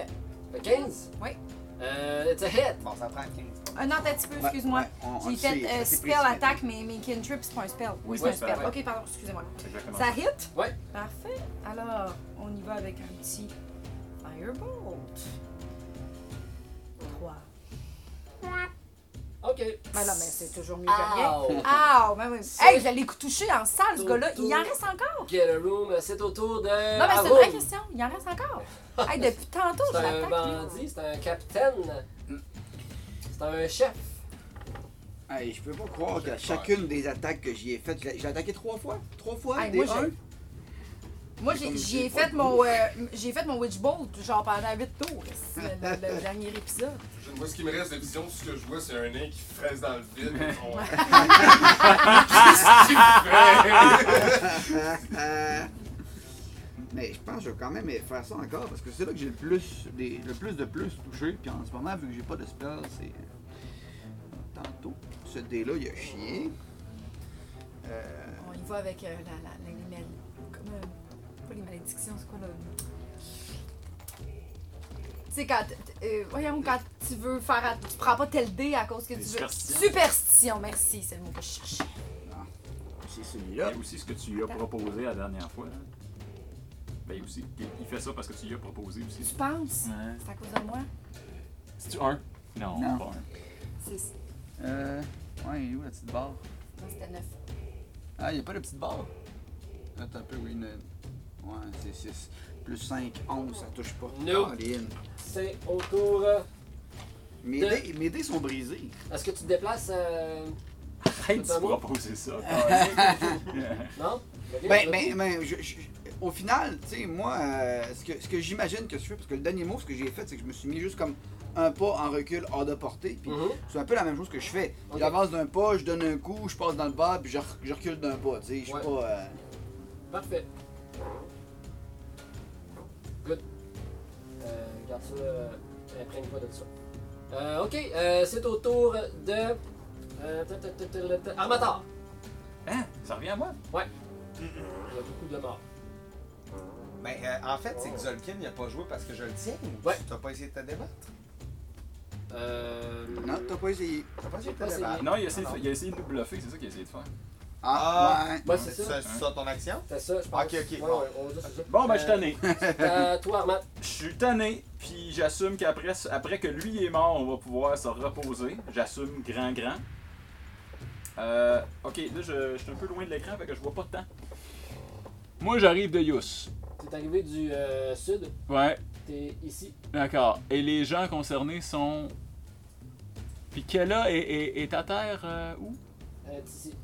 S2: Fait 15?
S7: Oui.
S2: [LAUGHS] Euh, it's a hit.
S1: Bon, ça prend 15.
S7: Un non, t'as un petit peu, excuse-moi.
S6: Ouais, on- on
S7: J'ai
S6: le
S7: fait
S6: sait,
S7: euh,
S6: ça, c'est
S7: spell
S6: précis.
S7: attack, mais, mais cantrip, c'est pas un spell. Oui, c'est
S2: ouais,
S7: un spell.
S2: ouais.
S7: Ok, pardon, excusez-moi.
S5: Exactement.
S7: Ça hit?
S2: Ouais.
S7: Parfait. Alors, on y va avec un petit firebolt. 3.
S2: Ok.
S7: Ben là, mais c'est toujours mieux que rien.
S2: [LAUGHS] Ow.
S7: Ah, ben oui. Hey, vous allez toucher en salle, ce gars-là. Il en reste encore.
S2: Get a room, c'est au tour de.
S7: Non, mais c'est une
S2: Arun.
S7: vraie question. Il en reste encore. Hey, depuis tantôt, je
S2: C'est un
S7: l'attaque. là.
S2: bandit, c'est un capitaine. C'est un chef.
S6: Hey, je peux pas croire que chacune des attaques que j'y ai faites, je l'ai- j'ai attaqué trois fois. Trois fois,
S7: Hey,
S6: des
S7: moi, j'ai-
S6: un.
S7: Moi, j'ai- j'y ai, fait mon, euh, j'ai fait mon Witch Bolt, genre pendant 8 tours, c'est
S6: [LAUGHS]
S7: le, le dernier épisode.
S3: Je- Moi, ce qui me reste de vision, tout ce que je vois, c'est un nain qui fraise dans le vide. euh, et on- Qu'est-ce qu'il fait?
S6: Euh, [LAUGHS] Mais je pense que je vais quand même faire ça encore parce que c'est là que j'ai le plus, des- le plus de plus touché. Puis en ce moment, vu que j'ai pas de spell, c'est. Tantôt, ce dé-là, il a chien. Euh,
S7: On y va avec euh, la, la, la, les mal- comme, euh, pas les malédictions, c'est quoi là? Tu sais, quand, t- euh, voyons, quand tu veux faire, att- tu prends pas tel dé à cause que tu
S5: Des
S7: veux.
S5: superstitions.
S7: Superstition, merci, c'est le mot que je cherchais.
S6: c'est
S5: Il y
S6: celui-là.
S5: a aussi ce que tu lui as proposé la dernière fois. là. Ben, il y a aussi. il- Il fait ça parce que tu lui as proposé
S7: Tu
S5: aussi.
S7: penses?
S5: Ouais.
S7: C'est à cause de moi?
S5: C'est-tu un? Non,
S6: Non.
S5: pas un.
S7: C'est, c'est-
S6: Euh, ouais, il est où la petite barre
S7: non, c'était neuf.
S6: Ah, il n'y a pas de petite barre Attends un peu, oui. une- Ouais, c'est 6. Plus 5, 11, ça touche pas.
S2: No.
S6: Caroline.
S2: C'est au tour. euh,
S6: Mes,
S2: De-
S6: dés, mes dés sont brisés.
S2: Est-ce que tu te déplaces. euh,
S5: Arrête de
S2: Pas moi.
S5: proposer ça.
S2: Ah, Non? Ok,
S6: Ben,
S2: ok.
S6: ben, ben, je- je- au final, tu sais, moi, euh, ce que, ce que j'imagine que je fais, parce que le dernier mot, ce que j'ai fait, c'est que je me suis mis juste comme un pas en recul hors de portée, puis
S7: Mm-hmm.
S2: Mhm.
S6: c'est un peu la même chose que je fais.
S2: Ok.
S6: J'avance d'un pas, je donne un coup, je passe dans le bas, puis je, rec- je recule d'un pas, tu sais, je suis
S2: Ouais.
S6: pas... euh,
S2: Parfait. Good. Euh, garde ça, euh, imprègne-toi de ça. Euh, ok, euh, c'est au tour de. Euh, ta- ta- ta- ta- ta- Armator.
S5: Hein? Ça revient à moi?
S2: Il y a beaucoup de morts.
S1: Ben, euh, en fait, c'est que Zolkin, il a pas joué parce que je le tiens. ou
S2: Ouais.
S1: Tu t'as pas essayé de te débattre?
S2: Euh...
S6: Non, t'as pas essayé.
S3: T'as pas essayé de te
S7: Ah,
S2: Pas essayé.
S3: débattre?
S5: Non, il a essayé, de- il a essayé de nous bluffer, c'est ça qu'il a essayé de faire.
S6: Ah, ouais.
S2: Ouais, Bah, c'est ça.
S1: Ça, Bah, c'est ça ton action?
S2: C'est ça, je pense.
S1: Ok, ok,
S2: Ouais,
S1: bon.
S2: ouais, on va dire c'est ça.
S5: Bon, ben,
S2: Euh,
S5: je suis tanné.
S2: euh, toi, Armand.
S5: Je suis tanné, puis j'assume qu'après après que lui est mort, on va pouvoir se reposer. J'assume grand, grand. Euh, ok, là, je, je suis un peu loin de l'écran, fait que je vois pas de temps. Moi, j'arrive de Yous.
S2: T'es arrivé du euh, sud,
S5: Ouais,
S2: t'es ici.
S5: d'accord. Et les gens concernés sont. Puis Kella est, est, est à terre euh, où
S2: Euh, t'es ici.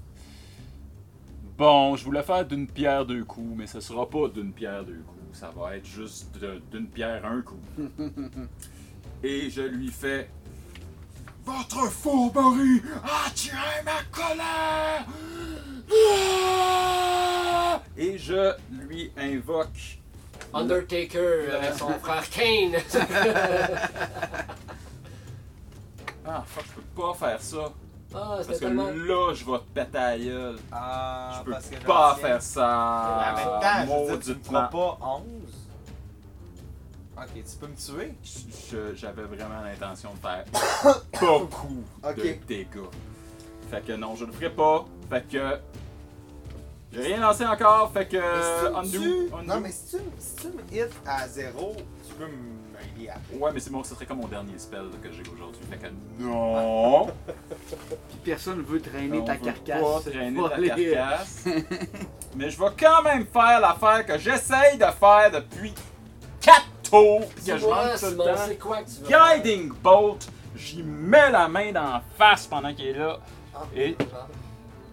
S5: Bon, je voulais faire d'une pierre deux coups, mais ce sera pas d'une pierre deux coups. Ça va être juste de- d'une pierre un coup. Et je lui fais. Votre fourberie attire ma colère! Ah! Et je lui invoque.
S2: Undertaker avec son frère Kane.
S5: [LAUGHS] Ah, fuck, je peux pas faire ça.
S2: ah, c'était
S5: Parce que
S2: tellement.
S5: là, je vais te péter la gueule.
S1: Ah,
S5: je peux
S1: que
S5: pas
S1: l'ancien-
S5: faire ça.
S1: En même temps, je veux dire, tu me feras
S5: Mauditement.
S1: pas 11. Ok, tu peux me tuer?
S5: Je- J'avais vraiment l'intention de
S1: [COUGHS]
S5: faire beaucoup
S1: Ok.
S5: de dégâts. Fait que non, je le ferai pas. Fait que. J'ai rien lancé encore, fait que.
S1: Mais si tu me
S5: Euh, undo,
S1: tues-
S5: undo.
S1: Non, mais si tu, si tu me hits à 0, tu peux me lier après.
S5: Ouais, mais c'est bon, ce serait comme mon dernier spell que j'ai aujourd'hui. Fait que
S6: [LAUGHS]
S1: Ah.
S5: non!
S8: Puis personne veut traîner
S5: On
S8: ta
S5: veut
S8: carcasse.
S5: Pas traîner
S8: Pour
S5: ta
S6: euh,
S8: aller-
S5: carcasse. [LAUGHS] mais je vais quand même faire l'affaire que j'essaye de faire depuis 4 tours. puis Que je
S2: Dis-moi,
S5: rentre tout le
S2: Simon,
S5: temps.
S2: c'est quoi que tu veux?
S5: Guiding Bolt, j'y mets la main dans la face pendant qu'il est là. Et,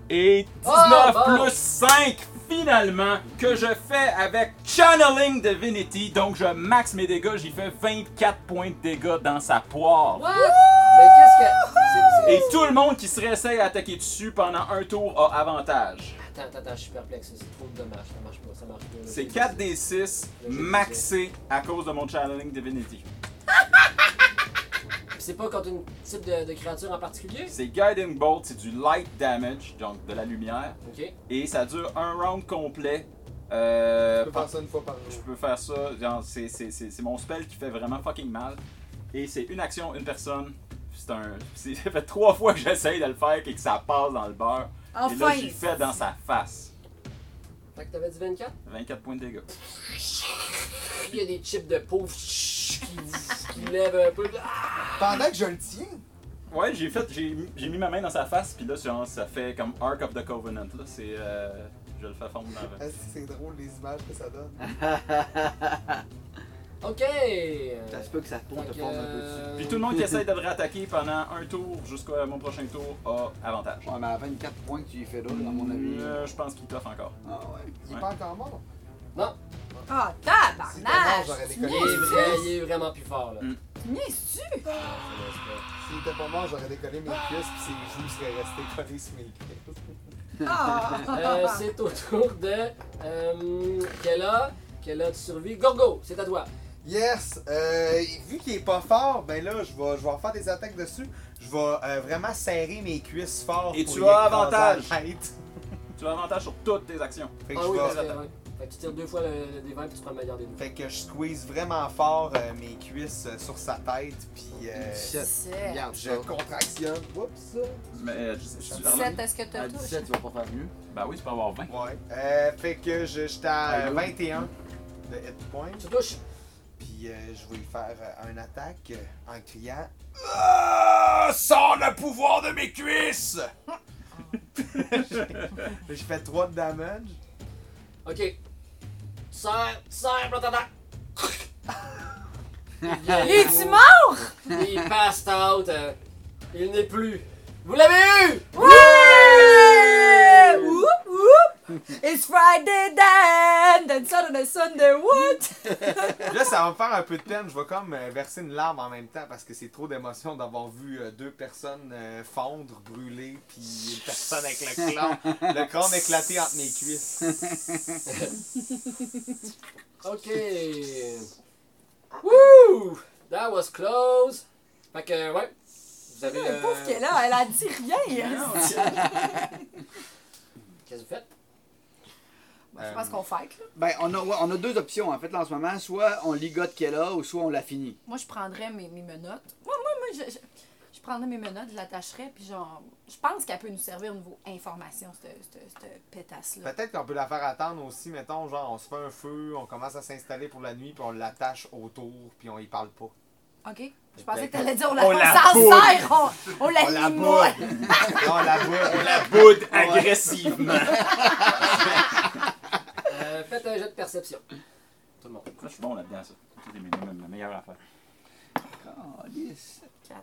S5: et 19
S2: Ah, bon.
S5: plus 5, finalement, que je fais avec Channeling Divinity. Donc je max mes dégâts, j'y fais 24 points de dégâts dans sa poire.
S2: What? Mais qu'est-ce que. c'est-
S5: Et tout le monde qui se réessaye à attaquer dessus pendant un tour a avantage.
S2: c'est- Attends, attends, attends, je suis perplexe. C'est trop dommage. Ça marche pas. Ça marche pas.
S5: C'est 4 des 6 maxés à cause de mon Channeling Divinity.
S2: Puis C'est pas contre une type de, de créature en particulier?
S5: C'est Guiding Bolt, c'est du light damage, donc de la lumière.
S2: Ok.
S5: et ça dure un round complet. Euh,
S3: Tu peux
S5: par-
S3: faire ça une fois par
S5: je
S3: jour.
S5: peux faire ça, genre, c'est, c'est- c'est- c'est mon spell qui fait vraiment fucking mal. Et c'est une action, une personne. C'est un. c'est- [LAUGHS] Ça fait trois fois que j'essaye de le faire et que ça passe dans le beurre. Et là,
S7: Enfin!
S5: j'y fais dans sa face.
S2: Fait que t'avais dit 24?
S5: 24 points de dégâts.
S2: Puis il y a des chips de peau qui, qui lèvent un peu. Ah!
S1: Pendant que je le tiens,
S5: Ouais, j'ai fait. J'ai, j'ai mis ma main dans sa face, puis là, genre, ça fait comme Arc of the Covenant. Là, c'est. euh, je le fais fondre dans le-
S1: est-ce que c'est drôle les images que ça donne?
S2: [LAUGHS] Ok!
S8: Ça se peut que ça te ponte, te
S2: Fait que,
S8: fonde un peu dessus.
S2: euh,
S5: Puis tout le monde qui essaye de le réattaquer pendant un tour jusqu'à mon prochain tour a avantage.
S8: Ouais, mais à 24 points que tu y fais là, dans mon avis.
S5: Euh, je pense qu'il toffe encore.
S8: Ah ouais.
S1: Il est pas encore mort.
S2: Non,
S7: Ah,
S1: Si t'es mort,
S7: tabarnak!
S1: j'aurais
S2: il
S1: déconnecté.
S2: est, vrai- il est vraiment plus fort là.
S5: Mm.
S7: Niaises-tu?
S1: S'il était pas mort, j'aurais décollé mes cuisses, puis ses joues seraient restées collées sur mes cuisses. [LAUGHS]
S7: Ah!
S2: Euh, c'est au tour de. Euh, Kella. Kella, tu survis. Gorgo, c'est à toi.
S1: Yes! Euh, vu qu'il est pas fort, ben là, je vais, je vais refaire des attaques dessus. Je vais euh, vraiment serrer mes cuisses fort.
S5: Et
S1: pour
S5: tu
S1: y
S5: as
S1: écraser la
S5: avantage.
S1: tête.
S5: Tu as avantage sur toutes tes actions.
S1: Fait que,
S2: Ah
S1: je
S2: oui,
S1: vais-
S2: parce que, ouais. Fait que tu tires deux fois le, le D20 puis tu prends le meilleur des deux.
S1: fait que je squeeze vraiment fort euh, mes cuisses euh, sur sa tête, puis euh,
S7: C'est-
S8: Regarde
S1: je
S8: ça.
S1: contractionne. Oups!
S5: Mais, euh, je- je- je-
S7: 17, est-ce que
S8: À
S7: t'as tout?
S8: 17, tu vas pas faire mieux.
S5: Ben oui, tu peux avoir 20.
S1: Ouais. Euh, fait que je, j'étais à euh,
S8: Allô?
S1: 21 de hit point,
S2: Tu touches.
S1: puis euh, je vais lui faire euh, une attaque euh, en
S8: [LAUGHS]
S1: criant [LAUGHS] Ah! Sans le pouvoir de mes cuisses! je fais 3 de
S8: [LAUGHS]
S1: damage.
S2: Ok. Tu serres, tu serres, puis là, t'entends.
S5: Ah.
S2: Il est
S7: Es-tu mort?
S2: Il passe out. euh, il n'est plus. Vous l'avez eu!
S7: Ouais! Whoop, whoop! It's Friday then! Then Saturday, Sunday, what?
S1: Là, ça va me faire un peu de peine. Je vais comme euh, verser une larme en même temps parce que c'est trop d'émotion d'avoir vu euh, deux personnes euh, fondre, brûler, puis une personne avec le crâne, le crâne éclaté entre mes cuisses.
S2: Ok. Woo! That was close. Fait que, ouais. Vous avez.
S7: Le
S2: euh,
S7: pauvre qui est là, elle a dit
S2: [LAUGHS]
S7: rien! [LAUGHS]
S2: Qu'est-ce que vous faites?
S7: Bon, je
S5: Euh,
S7: pense qu'on fake, là.
S8: Ben, on a, ouais, on a deux options en fait là en ce moment. Soit on ligote qu'elle a ou soit on la finit.
S7: Moi, je prendrais mes, mes menottes. Moi, moi, moi, je, je, je prendrais mes menottes, je l'attacherais, puis genre, je pense qu'elle peut nous servir au niveau information, cette, cette, cette pétasse-là.
S1: Peut-être qu'on peut la faire attendre aussi, mettons, genre, on se fait un feu, on commence à s'installer pour la nuit, puis on l'attache autour, puis on y parle pas.
S7: OK? Je pensais que t'allais dire, on
S5: On la
S7: la s'en
S5: boude.
S7: sert, on, on la
S1: On la
S7: limoie.
S1: boude! [LAUGHS] Non, la boude!
S8: [LAUGHS]
S5: La boude agressivement.
S2: Euh, faites un jet de perception. Tout le monde.
S5: Ça, je suis bon là-dedans, ça. Ça, C'est mes- mes- ma meilleure affaire.
S7: Quatre.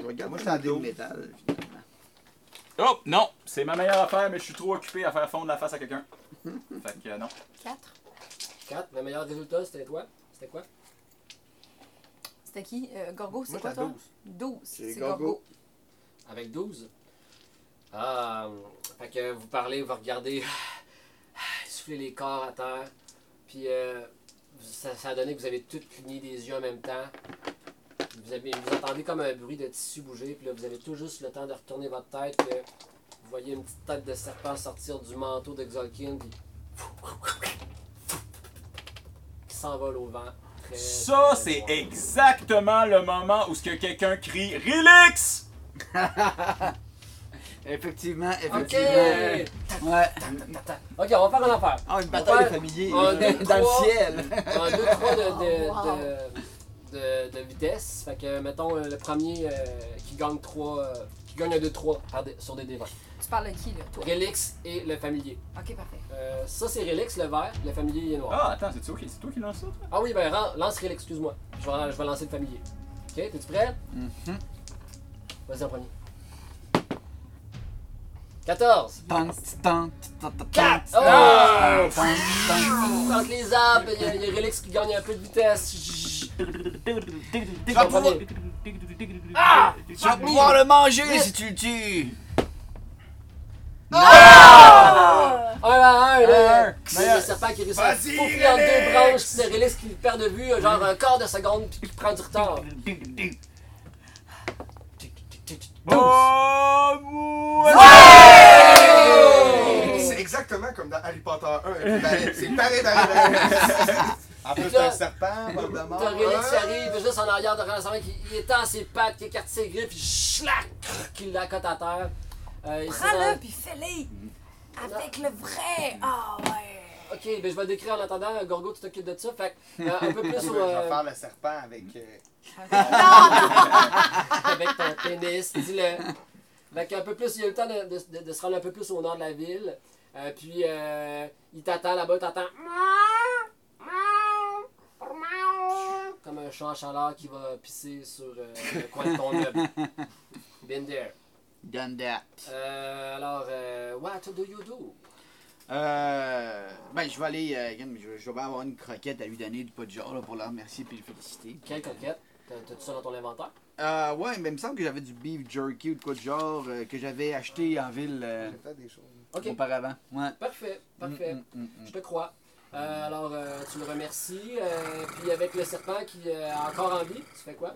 S8: Je regarde moi,
S1: Moi, je
S8: je
S1: suis à dos.
S8: de métal, finalement.
S5: Oh, non! C'est ma meilleure affaire, mais je suis trop occupé à faire fondre la face à quelqu'un. Fait que euh, non.
S7: Quatre.
S2: 4. Le meilleur résultat, c'était toi. C'était quoi?
S7: C'était qui? Euh, Gorgo, c'est
S1: Moi,
S7: quoi
S1: j'étais à
S7: toi?
S1: 12.
S7: 12.
S8: C'est
S7: C'est Gorgo.
S8: Gorgo.
S2: Avec 12. Ah, fait que vous parlez, vous regardez, [SIGHS] soufflez les corps à terre. Puis euh, ça, ça a donné que vous avez toutes cligné des yeux en même temps. Vous, avez, vous entendez comme un bruit de tissu bouger. Puis là, vous avez tout juste le temps de retourner votre tête. que vous voyez une petite tête de serpent sortir du manteau d'Exolkin. Puis [LAUGHS] qui s'envole au vent. Très,
S5: Ça,
S2: très
S5: c'est
S2: loin.
S5: exactement le moment où ce que quelqu'un crie Relix!
S6: Effectivement, effectivement.
S2: Ok!
S6: Ouais.
S2: Attends. Ok, on va faire un affaire.
S8: Ah, une
S2: Ouais.
S8: bataille de familiers
S2: Un,
S8: euh,
S2: deux,
S8: dans
S2: trois.
S8: le ciel.
S2: Un, deux, trois de, de,
S7: Wow.
S2: de, de, de vitesse. Fait que, mettons, le premier euh, qui gagne trois, euh, qui gagne un 2-3 sur des dévents.
S7: Tu parles de qui, là, toi?
S2: Relix et le familier.
S7: OK, parfait.
S2: Euh, ça, c'est Relix, le vert. Le familier, il est noir.
S5: Ah, attends, c'est toi qui, c'est toi qui lance ça, toi?
S2: Ah oui, ben, ran- lance Relix, excuse-moi. Je vais, je vais lancer le familier. Ok, t'es-tu prêt?
S8: Mm-hmm.
S2: Vas-y en premier. 14!
S6: Tan, tan, tan, tan, tan,
S2: 4!
S6: tan, tan, tan.
S2: Entre les arbres, il y a, il y a Relix qui gagne un peu de vitesse. Je vais en premier. Ah!
S8: Tu vas pouvoir le manger si tu le tues.
S2: Ah! Un à un,
S8: Un,
S2: là.
S8: un.
S2: C'est le serpent qui réussit à se
S1: Vas-y,
S2: faufiler entre deux
S1: Relix.
S2: branches, le Relix qui perd de vue, euh, genre un quart de seconde, puis qui prend du retard.
S3: C'est exactement comme dans Harry Potter 1. avec Barret. C'est pareil, pareil, pareil.
S1: En plus,
S2: Là-
S1: t'as un serpent, pas de mort.
S2: T'as Relix qui arrive juste en arrière de Renaissance, qui il étend ses pattes, qui écarte ses griffes, puis schlac, qui l'accote à terre. Euh, il s'en-
S7: Prends-le, Mhm. puis fais-le. Avec le vrai. Ah, ouais.
S2: Ok, ben je vais décrire en attendant, euh, Gorgo, tu t'occupes de ça. Fait que, euh,
S1: [LAUGHS]
S2: un peu plus
S1: Je
S2: sur,
S1: vais
S2: euh,
S1: faire le serpent avec. euh,
S2: [LAUGHS] avec ton pénis, dis-le. Fait qu'un peu plus, il a eu le temps de, de- de- de se rendre un peu plus au nord de la ville. Euh, puis euh, il t'attend là-bas, t'attends. Comme un chat à chaleur qui va pisser sur euh, le coin de ton meuble.
S1: [LAUGHS]
S2: Been there.
S8: [LAUGHS] Done that.
S2: Euh, alors, euh, what do you do?
S8: Euh, ben, je vais aller. euh, regarde, mais je, vais- je vais bien avoir une croquette à lui donner du pot de genre là, pour la remercier puis le féliciter.
S2: Quelle coquette? T'as t'as tout ça dans ton inventaire?
S8: Euh, ouais, mais il me semble que j'avais du beef jerky ou de quoi de genre euh, que j'avais acheté en ville euh,
S1: J'ai fait des choses.
S2: Ok,
S8: auparavant. Ouais.
S2: parfait, parfait.
S8: Mm, mm, mm, mm.
S2: Je te crois. Euh, alors, euh, tu le remercies. euh, puis avec le serpent qui euh, est encore en vie, tu fais quoi?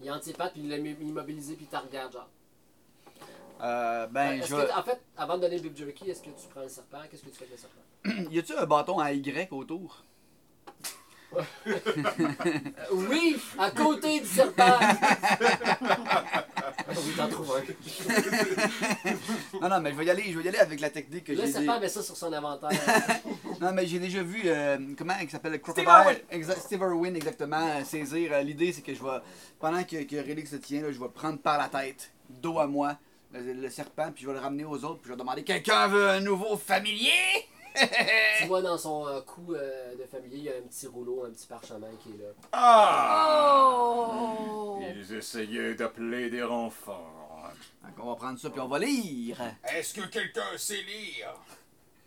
S2: Il est en ses pattes, puis il l'a mi- immobilisé, puis il te regarde, genre.
S8: Euh, ben,
S2: Est-ce
S8: je
S2: que,
S8: vais.
S2: en fait, avant de donner le Bib Jerky, est-ce que tu prends le serpent? Qu'est-ce que tu fais avec le serpent?
S8: [CLEARS THROAT] Y a-tu un bâton à Y
S2: [LAUGHS]
S8: autour [LAUGHS]
S2: Euh, oui! À côté du serpent! [LAUGHS] oui, t'en trouves un.
S8: Non, non, mais je vais y aller, je vais y aller avec la technique que
S2: Le
S8: j'ai.
S2: serpent met ça sur son inventaire.
S8: Non, mais j'ai déjà vu, euh, comment il s'appelle, le Crocodile. Exa- Steve Irwin, exactement, euh, saisir. Euh, L'idée, c'est que je vais, pendant que, que Relix se tient, là, je vais prendre par la tête, dos à moi, le, le serpent, puis je vais le ramener aux autres, puis je vais demander Quelqu'un veut un nouveau familier
S2: [LAUGHS] tu vois dans son euh, cou euh, de familier, il y a un petit rouleau, un petit parchemin qui est là.
S5: Ah!
S7: Oh!
S5: Ils essayaient d'appeler des renforts.
S8: Donc, on va prendre ça, puis on va lire.
S1: [LAUGHS] Est-ce que quelqu'un sait lire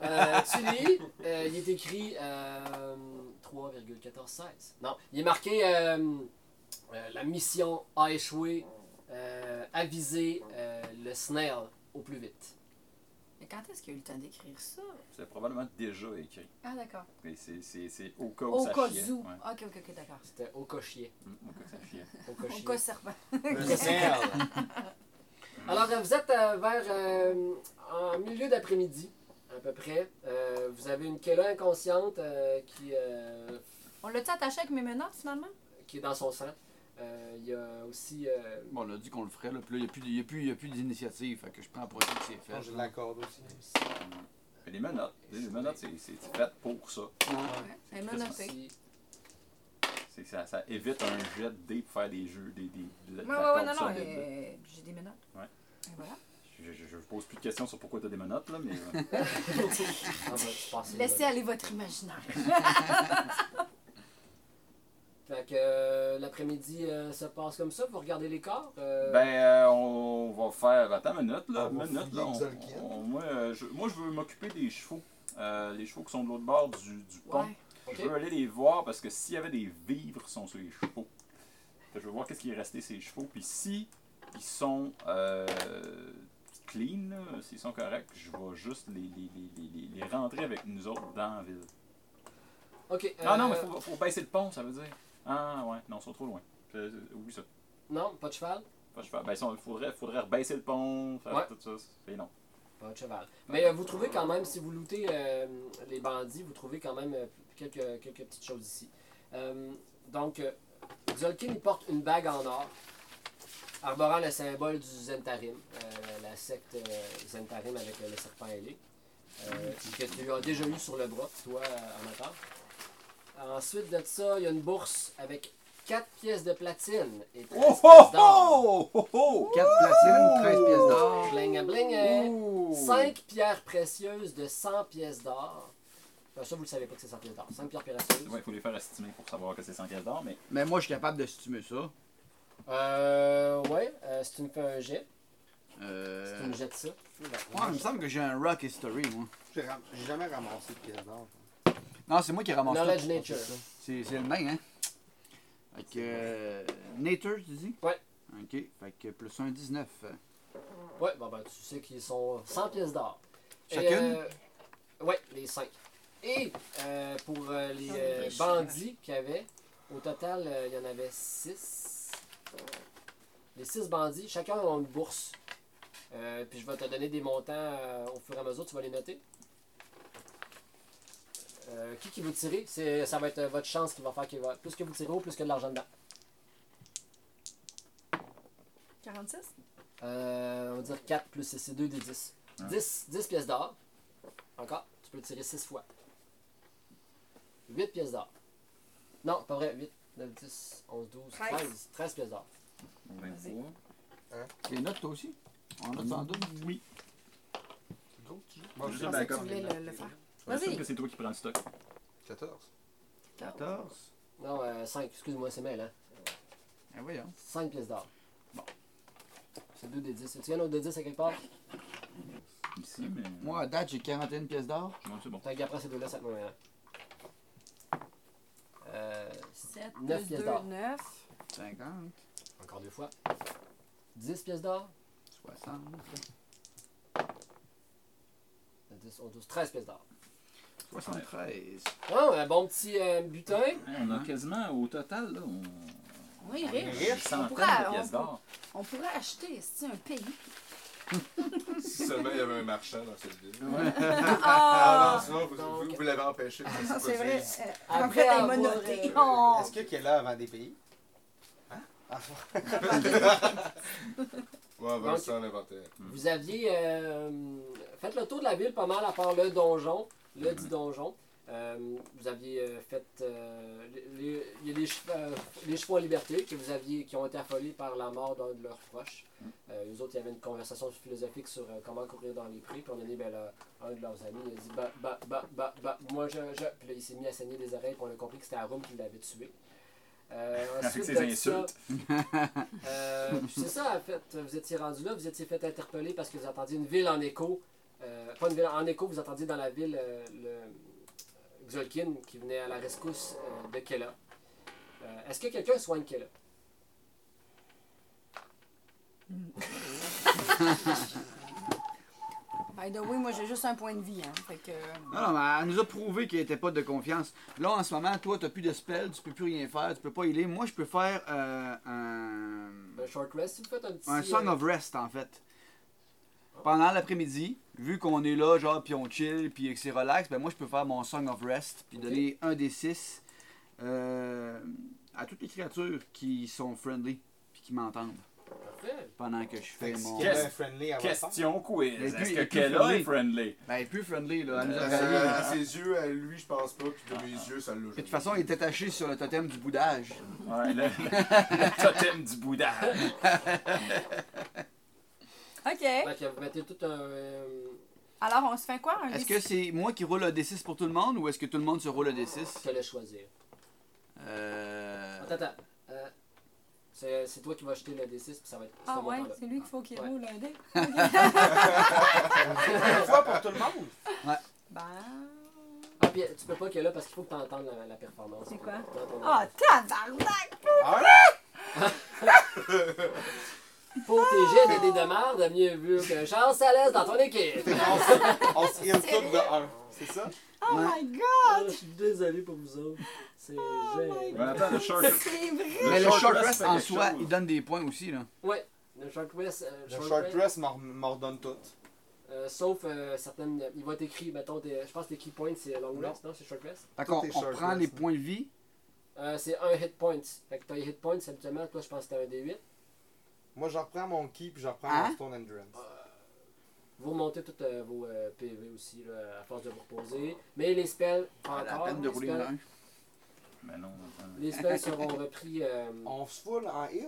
S2: Euh, tu lis, euh, il est écrit euh, 3,1416. Non, il est marqué euh, euh, la mission a échoué, euh, aviser euh, le snail au plus vite.
S7: Mais quand est-ce qu'il a eu le temps d'écrire ça?
S5: C'est probablement déjà écrit.
S7: Ah, d'accord.
S5: Mais c'est, c'est, c'est au cas où
S7: Au
S5: ça
S7: cas
S5: chiait.
S7: où.
S5: Ouais.
S7: Ok, ok, ok, d'accord.
S2: C'était au cochier.
S5: Mm, Au cas où ça chiait.
S2: Au
S7: Au
S2: cochier.
S7: cas serpent.
S1: Le cerf.
S2: [LAUGHS] Alors, euh, vous êtes euh, vers euh, en milieu d'après-midi, à peu près. Euh, vous avez une Kella inconsciente euh, qui, euh,
S7: On l'a-tu attaché avec mes menottes, finalement?
S2: qui est dans son sang. Euh, il y a aussi. euh,
S8: Bon, on a dit qu'on le ferait, là, puis là, il n'y a plus, il y a plus, il y a plus d'initiative, fait que je prends pour acquis que c'est fait.
S1: Je l'accorde aussi.
S5: Mais Les menottes, tu sais, les menottes, c'est- c'est c'est fait pour ça.
S7: Elle m'a noté.
S2: aussi-
S5: C'est que ça, ça évite un jet de dés pour faire des jeux, des. des, de la- de
S7: Ouais, ouais,
S5: la
S7: ouais,
S5: corde
S7: non, non,
S5: solide, là.
S7: euh, j'ai des menottes.
S5: Ouais.
S7: Et voilà.
S5: Je, je, je vous pose plus de questions sur pourquoi t'as des menottes, là, mais. euh,
S2: Ah, ben, je pense que-
S7: Laissez aller votre imaginaire. [LAUGHS]
S2: Fait que euh, l'après-midi euh, se passe comme ça, vous regardez les corps. euh,
S5: ben, euh, on va faire. Attends une minute, là.
S3: On va
S5: une minute,
S3: fouiller
S5: là.
S3: les
S5: on-
S3: Zolkiens.
S5: on- moi, euh, je, moi, je veux m'occuper des chevaux. Euh, les chevaux qui sont de l'autre bord du, du pont.
S7: Ouais.
S2: ok.
S5: Je veux aller les voir parce que s'il y avait des vivres, ils sont sur les chevaux. Fait que je veux voir qu'est-ce qui est resté sur les chevaux. Puis si ils sont euh, clean, là, s'ils sont corrects, je vais juste les, les, les, les- les, les rentrer avec nous autres dans la ville.
S2: Ok,
S5: Ah Non,
S2: euh,
S5: non, mais faut, faut baisser le pont, ça veut dire. Ah, ouais, non, ils sont trop loin. Euh, oublie ça.
S2: Non, pas de cheval.
S5: Faut que je fasse- ben, ça, faudrait, faudrait rebaisser le pont, faire
S2: Ouais.
S5: tout ça. Mais non.
S2: Pas de cheval. Mais euh, vous trouvez quand même, si vous lootez euh, les bandits, vous trouvez quand même euh, quelques, quelques petites choses ici. Euh, donc, euh, Zolkin il porte une bague en or, arborant le symbole du Zentarim, euh, la secte euh, Zentarim avec euh, le serpent ailé, euh, que tu as déjà eu sur le bras, toi, en amateur. Ensuite de ça, il y a une bourse avec 4 pièces de platine et 13
S5: Oh, oh,
S2: pièces d'or.
S5: oh, oh, oh!
S8: 4 platines, 13 pièces d'or.
S2: Bling, bling.
S5: Ouh!
S2: 5 pierres précieuses de 100 pièces d'or. Ben, ça, vous le savez pas que c'est 100 pièces d'or. 5 pierres précieuses.
S5: Ouais, faut les faire estimer pour savoir que c'est 100 pièces d'or, mais
S8: Mais moi, je suis capable de stimuler ça.
S2: Euh, ouais, euh, si tu me fais un jet, si tu
S8: Euh...
S2: me jettes ça.
S8: Ouais, il me semble que j'ai un rock history, moi.
S1: J'ai ram- j'ai jamais ramassé de pièces d'or.
S8: Non, c'est moi qui ramasse
S2: Knowledge
S8: tout.
S2: nature.
S8: C'est c'est le même, hein? Fait que... euh, Nature, tu dis?
S2: Ouais.
S8: OK, fait que plus un 19.
S2: Ouais, bon, ben, tu sais qu'ils sont 100 pièces d'or. Et,
S8: Chacune?
S2: euh, ouais, les 5. Et euh, pour euh, les euh, bandits qu'il y avait, au total, euh, il y en avait 6. Les 6 bandits, chacun a une bourse. Euh, puis je vais te donner des montants euh, au fur et à mesure, tu vas les noter. Euh, qui qui veut tirer C'est- Ça va être euh, votre chance qui va faire qu'il va. Plus que vous tirez haut, plus que de l'argent dedans.
S7: 46?
S2: Euh, on va dire 4 plus 6, c'est 2 des 10. 10, 10 pièces d'or. Encore, tu peux tirer 6 fois. 8 pièces d'or. Non, pas vrai, 8, 9, 10, 11, 12, 13.
S7: Treize.
S2: 13, pièces d'or.
S5: 23.
S8: Les notes, toi aussi? On note sans doute?
S5: Oui.
S1: Moi,
S5: Je
S7: Je
S5: sais
S1: j'ai
S7: pensais que tu
S5: bien ben, comme.
S7: voulais le, le faire.
S5: J'assume
S7: Vas-y.
S5: que c'est toi qui prends le stock.
S1: 14.
S8: 14.
S2: Non, 5, excuse-moi, c'est mêlant.
S8: Eh voyons.
S2: 5 pièces d'or. Bon. C'est 2 des 10. Tu viens autre de 10 à quelque part
S5: Ici, mais.
S8: Moi, à date, j'ai 41 pièces d'or.
S5: Non, c'est bon.
S2: T'as qu'après ces deux-là, ça te met mêlant. Euh,
S7: 7
S2: Neuf
S7: plus
S2: pièces
S7: 2,
S2: d'or.
S7: 9.
S8: 50.
S2: encore deux fois. 10 pièces d'or.
S8: 60.
S2: 10, 11, 12, 13 pièces d'or.
S8: 73.
S2: Ah, un bon petit euh, butin.
S5: Hey, on a quasiment au total, là, on.
S7: Oui, riche.
S5: Des
S7: On
S5: centaines
S7: pourrait,
S5: de pièces
S7: on,
S5: d'or.
S7: on pourrait acheter c'est-tu, un pays.
S3: Si seulement il y avait un marchand dans cette ville.
S6: [LAUGHS]
S7: Ah,
S3: Ah, non, sinon, vous, vous, vous l'avez empêché.
S1: Ah,
S3: ça, c'est
S7: c'est
S3: possible.
S7: vrai. En
S2: Après
S7: fait, elle m'a
S2: avoir,
S7: noté.
S2: euh,
S7: Oh.
S1: Est-ce que Kella avant des pays
S3: Hein?
S1: Ah.
S3: [LAUGHS] Ouais, avant ça, on inventait.
S2: Vous aviez euh, fait le tour de la ville pas mal à part le donjon, le
S5: Mhm.
S2: dit donjon. Euh, vous aviez euh, fait euh, les- les, il y a les, chevaux, euh, les chevaux en liberté que vous aviez qui ont été affolés par la mort d'un de leurs proches. Euh, eux autres, il y avait une conversation philosophique sur euh, comment courir dans les prés. Puis on a dit, ben, là, un de leurs amis, il a dit, bah, bah, bah, bah, bah, moi, je, je. Puis là, il s'est mis à saigner des oreilles, puis on a compris que c'était Arum qui l'avait tué. Euh,
S5: [LAUGHS] Avec
S2: ensuite
S5: ses
S2: de ça,
S5: insultes.
S6: [LAUGHS]
S2: euh, puis c'est ça, en fait, vous étiez rendu là, vous étiez fait interpeller parce que vous entendiez une ville en écho. euh, pas une ville en écho, vous entendiez dans la ville euh, le Xolkin qui venait à la rescousse euh, de Kella. Euh, Est-ce que quelqu'un soigne Kella?
S8: [LAUGHS]
S7: By the way, moi j'ai juste un point de vie. Hein, fait que...
S8: Non,
S5: Ah.
S8: non, mais elle nous a prouvé qu'il n'était pas de confiance. Là, en ce moment, toi, t'as plus de spell, tu peux plus rien faire, tu peux pas healer. Moi, je peux faire euh, un...
S2: Un short rest, si vous faites un petit.
S8: un Song
S2: euh,
S8: of Rest, en fait. Pendant l'après-midi, vu qu'on est là, genre, puis on chill, puis que c'est relax, ben moi, je peux faire mon Song of Rest, puis
S2: Ok.
S8: donner un des six. Euh,
S6: à toutes les créatures qui sont friendly puis qui m'entendent
S2: Parfait.
S6: pendant que je
S1: Fait
S6: fais
S1: que si
S6: mon.
S1: Kella est friendly, elle va le faire.
S5: Question quiz.
S6: Mais
S5: Est-ce
S6: plus-
S5: que
S6: plus
S5: Kella est
S6: friendly.
S5: friendly? Euh,
S6: Ben, elle est plus friendly, là. Elle nous a
S3: À,
S6: réveillés.
S3: euh, à ses yeux, à lui, je pense pas, puis de mes yeux, ça l'a.
S6: Puis De toute façon, il est attaché sur le totem du boudage.
S5: Ouais, le, le totem du Bouddha.
S6: [LAUGHS]
S7: OK.
S2: Fait que vous mettez tout un. euh,
S7: Alors, on se fait quoi? Un
S6: Est-ce
S7: des-
S6: que c'est moi qui roule un D6 pour tout le monde ou est-ce que tout le monde se roule un
S2: tu
S6: D6
S2: te laisses choisir.
S6: Euh.
S2: Attends, attends. Euh, c'est c'est toi qui vas jeter le D6 puis ça va être.
S7: Ah ouais,
S1: [LAUGHS]
S2: montant-là.
S7: c'est lui qu'il faut qu'il
S2: Ouais.
S7: roule un dé.
S1: Une fois pour tout le monde.
S7: Ben...
S2: Ah, puis tu peux pas que là parce qu'il faut que t'entendes la, la performance.
S7: C'est quoi?
S2: Dans ton- Ah
S7: Ah, tabarnak!
S2: [LAUGHS] Pour tes jets de dés de merde, mieux vu que Charles Salès dans ton équipe. [LAUGHS]
S1: On se- On se tire toutes de un. C'est ça?
S7: Oh
S6: Ouais.
S7: my god! Oh
S2: Ah, Je suis désolé pour vous autres. C'est
S5: Ouais,
S2: gênant.
S5: attends, le short.
S7: C'est vrai!
S6: Mais le short
S5: rest
S6: rest
S5: fait
S6: en
S5: quelque
S6: soi,
S5: chose.
S6: il donne des points aussi, là.
S2: Ouais, le short rest. euh,
S1: Le short
S2: rest,
S1: press m'en- m'ordonne tout.
S2: euh, sauf euh, certaines. Il va t'écrire, mettons, tes- je pense que tes key points c'est long rest, non? C'est short rest?
S6: Fait
S1: Tout
S6: qu'on
S1: est
S6: on
S1: short
S6: prend
S1: rest,
S6: les
S1: hein.
S6: points de vie.
S2: Euh, c'est un hit point. Fait que t'as les hit points, habituellement, toi je pense que t'as un D8.
S1: Moi, je reprends mon key puis je reprends
S6: Hein?
S1: mon stone endurance.
S2: Euh, Vous remontez tous euh, vos euh, PV aussi, là, à force de vous reposer. Mais les spells, pas
S6: À la
S2: encore.
S6: peine de
S2: les,
S6: rouler
S2: spells,
S6: un.
S5: Mais Ben non, attends.
S2: les
S5: [LAUGHS]
S2: spells seront repris. euh,
S1: On se fout en heal?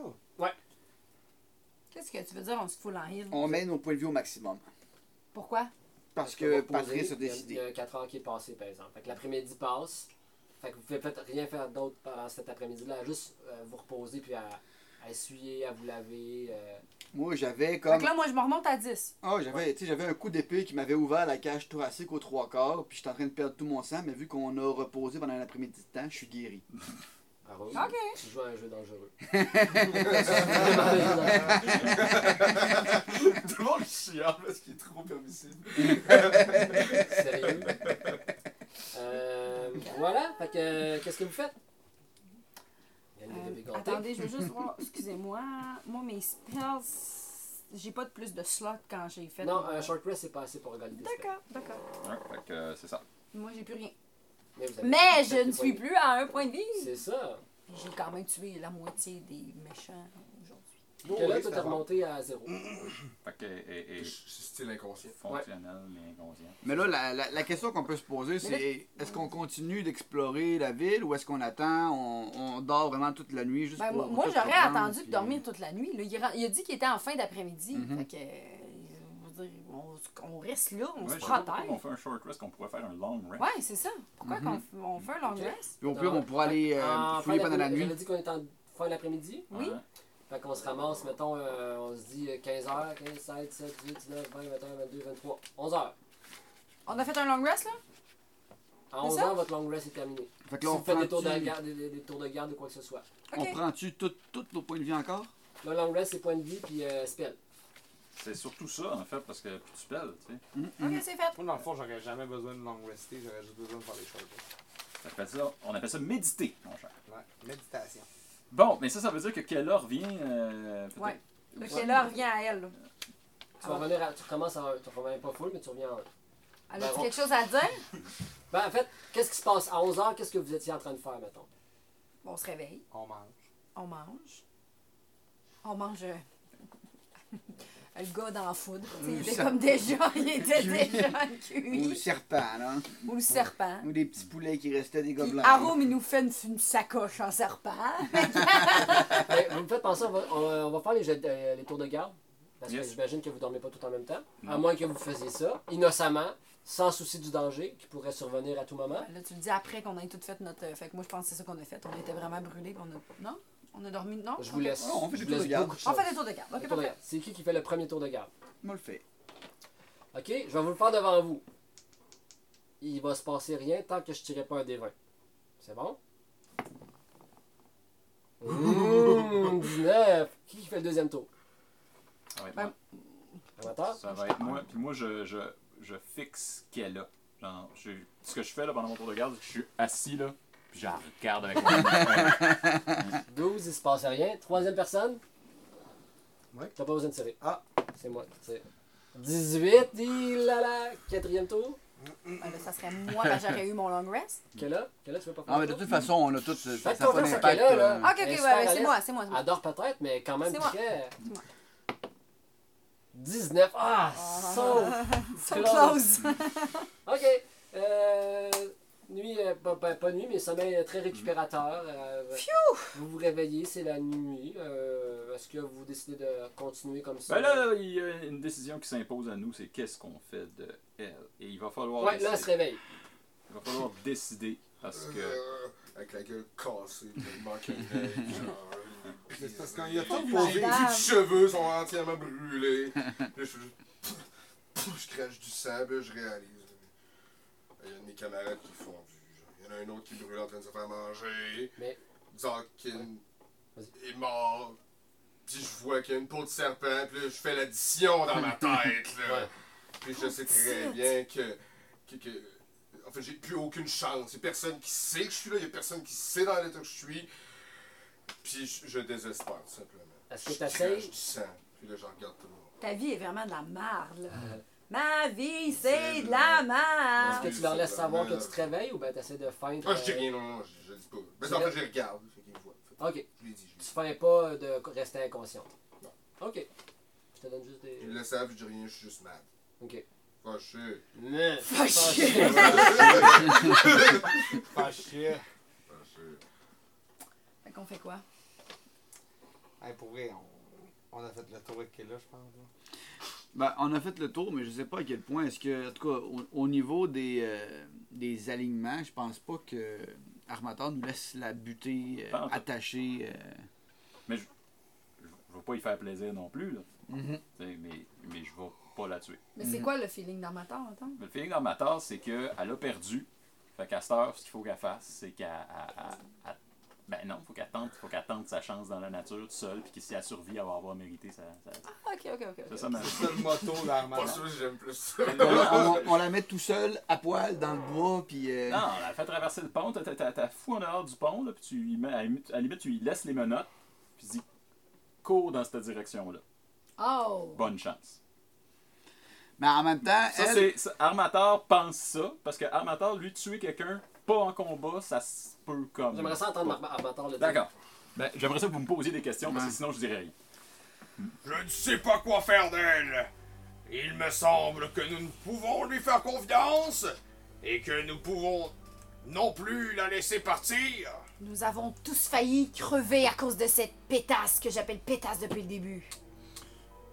S7: Qu'est-ce que tu veux dire, on se fout en heal?
S6: On met nos points de vie au maximum.
S7: Pourquoi?
S6: Parce que
S2: vous reposez,
S6: Patrice a
S2: il y a- Il y
S6: décidé.
S2: a 4 heures qui est passé, par exemple. Fait que l'après-midi passe. Fait que vous pouvez peut-être rien faire d'autre pendant cet après-midi-là, à juste euh, vous reposer puis à, à essuyer, à vous laver. euh.
S6: Moi, j'avais
S7: Fait
S6: comme.
S7: que là, moi, je me remonte à 10.
S6: Ah, j'avais, tu sais, j'avais un coup d'épée qui m'avait ouvert la cage thoracique aux trois quarts, puis j'étais en train de perdre tout mon sang, mais vu qu'on a reposé pendant l'après-midi de temps, je suis guéri.
S2: Arose,
S6: [LAUGHS]
S7: [LAUGHS] Ok.
S2: Tu joues à un jeu dangereux.
S3: [LAUGHS] Tout le monde chiale parce qu'il est trop permissible.
S2: Sérieux. Euh, voilà. Fait que, euh, qu'est-ce que vous faites? Il y a une
S7: Euh,
S2: bébé gantée.
S7: attendez, je veux juste voir. Excusez-moi. Moi, mes spells, j'ai pas de plus de slots quand j'ai fait.
S2: Non, euh,
S7: mon-
S2: un short rest, c'est pas assez pour regarder des spells.
S7: D'accord, d'accord.
S5: Ouais, fait que euh, c'est ça.
S7: Moi, j'ai plus rien.
S2: Mais, vous avez-
S7: Mais
S2: vous avez
S7: je ne
S2: des
S7: suis
S2: points
S7: plus à un point de
S2: de-
S7: vie.
S2: C'est ça.
S7: J'ai quand même tué la moitié des méchants aujourd'hui. Ben,
S2: que là,
S1: oui,
S2: tu
S1: c'est
S2: t'es
S1: avant.
S2: remonté à
S3: [CLEARS THROAT]
S2: zéro.
S5: Fait que et,
S3: Je suis style inconscient.
S5: fonctionnel mais inconscient.
S6: Mais là, la, la- la question qu'on peut se poser, c'est est-ce qu'on continue d'explorer la ville ou est-ce qu'on attend, on, on dort vraiment toute la nuit juste
S7: Ben,
S6: pour.
S7: moi, moi,
S6: tout
S7: j'aurais
S6: reprendre,
S7: attendu de
S6: puis-
S7: dormir toute la nuit. là. Il, ra- il a dit qu'il était en fin d'après-midi.
S6: Mhm.
S7: Fait que, euh, je veux dire, on, on reste là, on
S5: Ouais,
S7: se
S5: je sais pas pourquoi
S7: protège.
S5: on fait un short rest qu'on pourrait faire hein. un long rest.
S7: Ouais, c'est ça.
S1: Mhm.
S7: Pourquoi qu'on f- on fait un long
S2: Ok.
S7: rest?
S6: Puis au pire, on pourra aller euh,
S7: ah,
S2: En Ah, fin
S6: fouiller pendant la
S2: d'après-
S6: nuit.
S2: J'avais dit qu'on était en fin d'après-midi.
S7: Oui.
S5: Ouais.
S2: Fait qu'on se ramasse, mettons, euh, on se dit 15h, 15, 16, 17, 18, 19, 20, 21, 22, 23, 11h.
S7: On a fait un long rest, là?
S2: À
S7: C'est ça?
S2: 11h, votre long rest est terminé.
S6: Fait que
S2: Si
S6: là, on
S2: vous faites des tours, de
S6: prend-tu
S2: garde, des, des- des tours de garde ou quoi que ce soit.
S7: OK.
S6: on prend-tu tout- tous nos points de vie encore
S2: Le long rest, c'est point de vie puis euh, spell.
S5: C'est surtout ça en fait parce que plus tu spells, tu sais.
S6: Mhm.
S7: OK, c'est fait.
S1: Moi, dans le fond, j'aurais jamais besoin de long rester, j'aurais juste besoin de faire des short rest.
S5: Ça fait ça, on appelle ça méditer, mon cher.
S1: Ouais, méditation.
S5: Bon, mais ça ça veut dire que Kella revient euh, peut-être-
S7: Ouais. Fait que là, revient à elle. là.
S2: Tu vas
S7: Ah.
S2: revenir à, tu recommences à un, tu reviens pas full, mais tu reviens en un.
S7: Elle a
S2: Ben, on-
S7: quelque chose à dire?
S2: Ben, en fait, qu'est-ce qui se passe? À 11h, qu'est-ce que vous étiez en train de faire, mettons?
S7: Bon, on se réveille.
S1: On mange.
S2: [LAUGHS]
S7: On mange. On mange... euh, [LAUGHS] le gars dans la foudre. tu sais,
S6: Ou
S7: Il était
S6: ça-
S7: comme déjà... [LAUGHS] Il
S6: [LAUGHS]
S7: était
S6: Cuit.
S7: déjà
S6: Ou le
S7: cuit.
S6: serpent, là
S7: Ou le serpent.
S6: Ou des petits poulets qui restaient des
S7: Puis
S6: gobelins.
S7: Arum, il nous fait une, une sacoche en serpent.
S2: Ben, vous me faites penser, on va, on va- on va faire les, jets de- euh, les tours de garde. Parce
S5: Yes.
S2: que j'imagine que vous dormez pas tout en même temps. À
S5: Non.
S2: moins que vous faisiez ça, innocemment, sans souci du danger, qui pourrait survenir à tout moment.
S7: Ah, Là, tu me dis après qu'on ait tout fait notre... euh, Fait que moi, je pense que c'est ça qu'on a fait. On était vraiment brûlés. puis On a... Non? On a dormi... Non?
S2: Je
S7: Ok.
S2: vous laisse.
S6: Oh, on fait
S2: je vous
S6: des tours
S2: laisse
S6: de garde.
S2: beaucoup de
S7: On
S2: choses.
S7: fait des tours de garde.
S2: Les tours
S7: OK,
S2: de
S7: parfait.
S2: garde. C'est qui qui fait le premier tour de garde?
S6: On le fait.
S2: Ok, je vais vous le faire devant vous. Il va se passer rien tant que je tirerai pas un des 20. C'est
S7: [LAUGHS]
S2: bon? Mmh, 19! Qui fait le deuxième tour?
S5: Ça va être
S7: Ben,
S5: moi.
S2: Amateur?
S5: Ça va être moi. Puis moi je, je, je fixe Kella. Genre, je, ce que je fais là pendant mon tour de garde, c'est que je suis assis là, puis je la regarde avec mon
S1: [LAUGHS]
S2: 12, il se passe rien. Troisième personne?
S1: Ouais.
S2: T'as pas besoin de tirer.
S1: Ah.
S2: C'est moi qui tire. 18, il a la quatrième tour.
S7: Ben là, ça serait moi, ben, j'aurais eu mon long rest.
S2: Quelle heure? Quelle heure tu veux pas faire
S6: Non, Ah, mais de toute façon, on a tous. Ça,
S2: Faites
S6: ça a pas
S2: confiance à
S6: d'impact.
S2: Kayla, là.
S6: euh,
S7: Ok, ok,
S2: Elle est
S7: ouais,
S2: super
S7: ouais,
S2: à
S7: c'est
S2: l'aise.
S7: moi, c'est moi. c'est moi.
S2: Adore peut-être, mais quand même
S7: C'est moi.
S2: très.
S7: C'est moi.
S2: 19. Ah,
S7: [LAUGHS]
S2: sauf.
S7: So close.
S2: [LAUGHS] Ok. Euh, nuit, euh, pas, pas- pas nuit, mais sommeil euh, très récupérateur. Euh, Vous vous réveillez, c'est la nuit. Euh, Est-ce que vous décidez de continuer comme ça?
S5: Ben là, il y a une décision qui s'impose à nous, c'est qu'est-ce qu'on fait de elle. Et il va falloir
S2: ouais, là, elle se
S5: décider.
S2: réveille.
S5: Il va falloir [LAUGHS] décider parce que.
S4: Euh, Avec la gueule cassée,
S6: [LAUGHS]
S4: il manque un œil, genre,
S3: euh,
S8: C'est parce qu'on y a
S4: Tous
S8: tout
S4: mes
S8: posé.
S7: Madame.
S4: petits cheveux sont entièrement brûlés. Là, je, je, je crache du sable, je réalise. Il y a un de mes camarades qui font du. genre, Il y en a un autre qui brûle en train de se faire manger.
S2: Mais-
S4: Dawkins
S2: Vas-y.
S4: est mort. Puis je vois qu'il y a une peau de serpent, puis là, je fais l'addition dans ma tête. Là.
S2: Ouais.
S4: Puis je sais très bien que. que, que- en fait, j'ai plus aucune chance. Il n'y a personne qui sait que je suis là, il n'y a personne qui sait dans l'état que je suis. Puis je, je désespère, tout simplement.
S2: Est-ce que
S4: Je
S2: t'essayes?
S4: crache du sang, puis là, je regarde tout le monde.
S7: Ta vie est vraiment de la merde, là. Ma vie, c'est de la merde.
S2: Euh, Est-ce que tu
S7: [LAUGHS]
S2: leur laisses savoir que tu te réveilles ou ben t'essaies de feindre?
S4: Ah, je dis
S2: euh,
S4: rien, non, non, je, je le dis pas. Mais en fait, je les regarde, c'est qu'ils me voient. Fait que
S2: Ok.
S4: Je lui dis, je
S2: Tu
S4: lui
S2: feins pas de rester inconsciente.
S4: Non.
S2: Ok. Je te donne juste des.
S4: dis. Ils le savent, je dis rien, je suis juste mad.
S2: Ok.
S4: Fâché.
S2: Mais.
S7: [LAUGHS]
S8: Pas chier.
S3: Ah,
S4: Fâché.
S7: Fait qu'on fait quoi?
S8: Hey, pour vrai, on, on a fait le tour avec Kella, je pense. là.
S6: Ben, on a fait le tour, mais je sais pas à quel point. Est-ce que, en tout cas, au, au niveau des, euh, des alignements, je pense pas que Armator nous laisse la butée euh,
S5: Pas en tout.
S6: attachée. euh,
S5: Je je vais pas y faire plaisir non plus, là.
S2: Mm-hmm.
S5: T'sais, Mais, mais je vais pas la tuer.
S7: Mais c'est quoi le feeling d'armateur, attends?
S5: Mais le feeling dans ma tasse, c'est qu'elle a perdu. Fait qu'à cette heure, ce qu'il faut qu'elle fasse, c'est qu'elle. elle- elle- elle- Ben non, faut qu'elle tente, faut qu'elle tente sa chance dans la nature toute seule, puis que si elle survit, elle va avoir mérité sa. sa-
S7: Ah, Ok, ok, ok.
S5: C'est ça, ma
S8: C'est le
S5: [LAUGHS]
S8: motto d'Armand.
S4: Pas sûr que j'aime plus ça.
S6: on, on la met tout seul, à poil, dans le bois, puis. euh,
S5: Non, elle fait traverser le pont, t'as- t'as t'as- t'as fou en dehors du pont, là, puis tu y mets, à la limite- à la limite, tu lui laisses les menottes, puis tu dis, cours dans cette direction-là.
S7: Oh!
S5: Bonne chance.
S6: Mais en même temps,
S5: Ça,
S6: elle-
S5: c'est. ça, Armator pense ça, parce que Armator, lui, tuer quelqu'un, pas en combat, ça se peut comme.
S2: J'aimerais ça entendre
S5: pas.
S2: Mar- Armator le dire.
S5: D'accord. Ben, j'aimerais ça que vous me posiez des questions, parce que sinon, je dirais rien.
S8: Je ne sais pas quoi faire d'elle. Il me semble que nous ne pouvons lui faire confiance et que nous pouvons non plus la laisser partir.
S7: Nous avons tous failli crever à cause de cette pétasse que j'appelle pétasse depuis le début.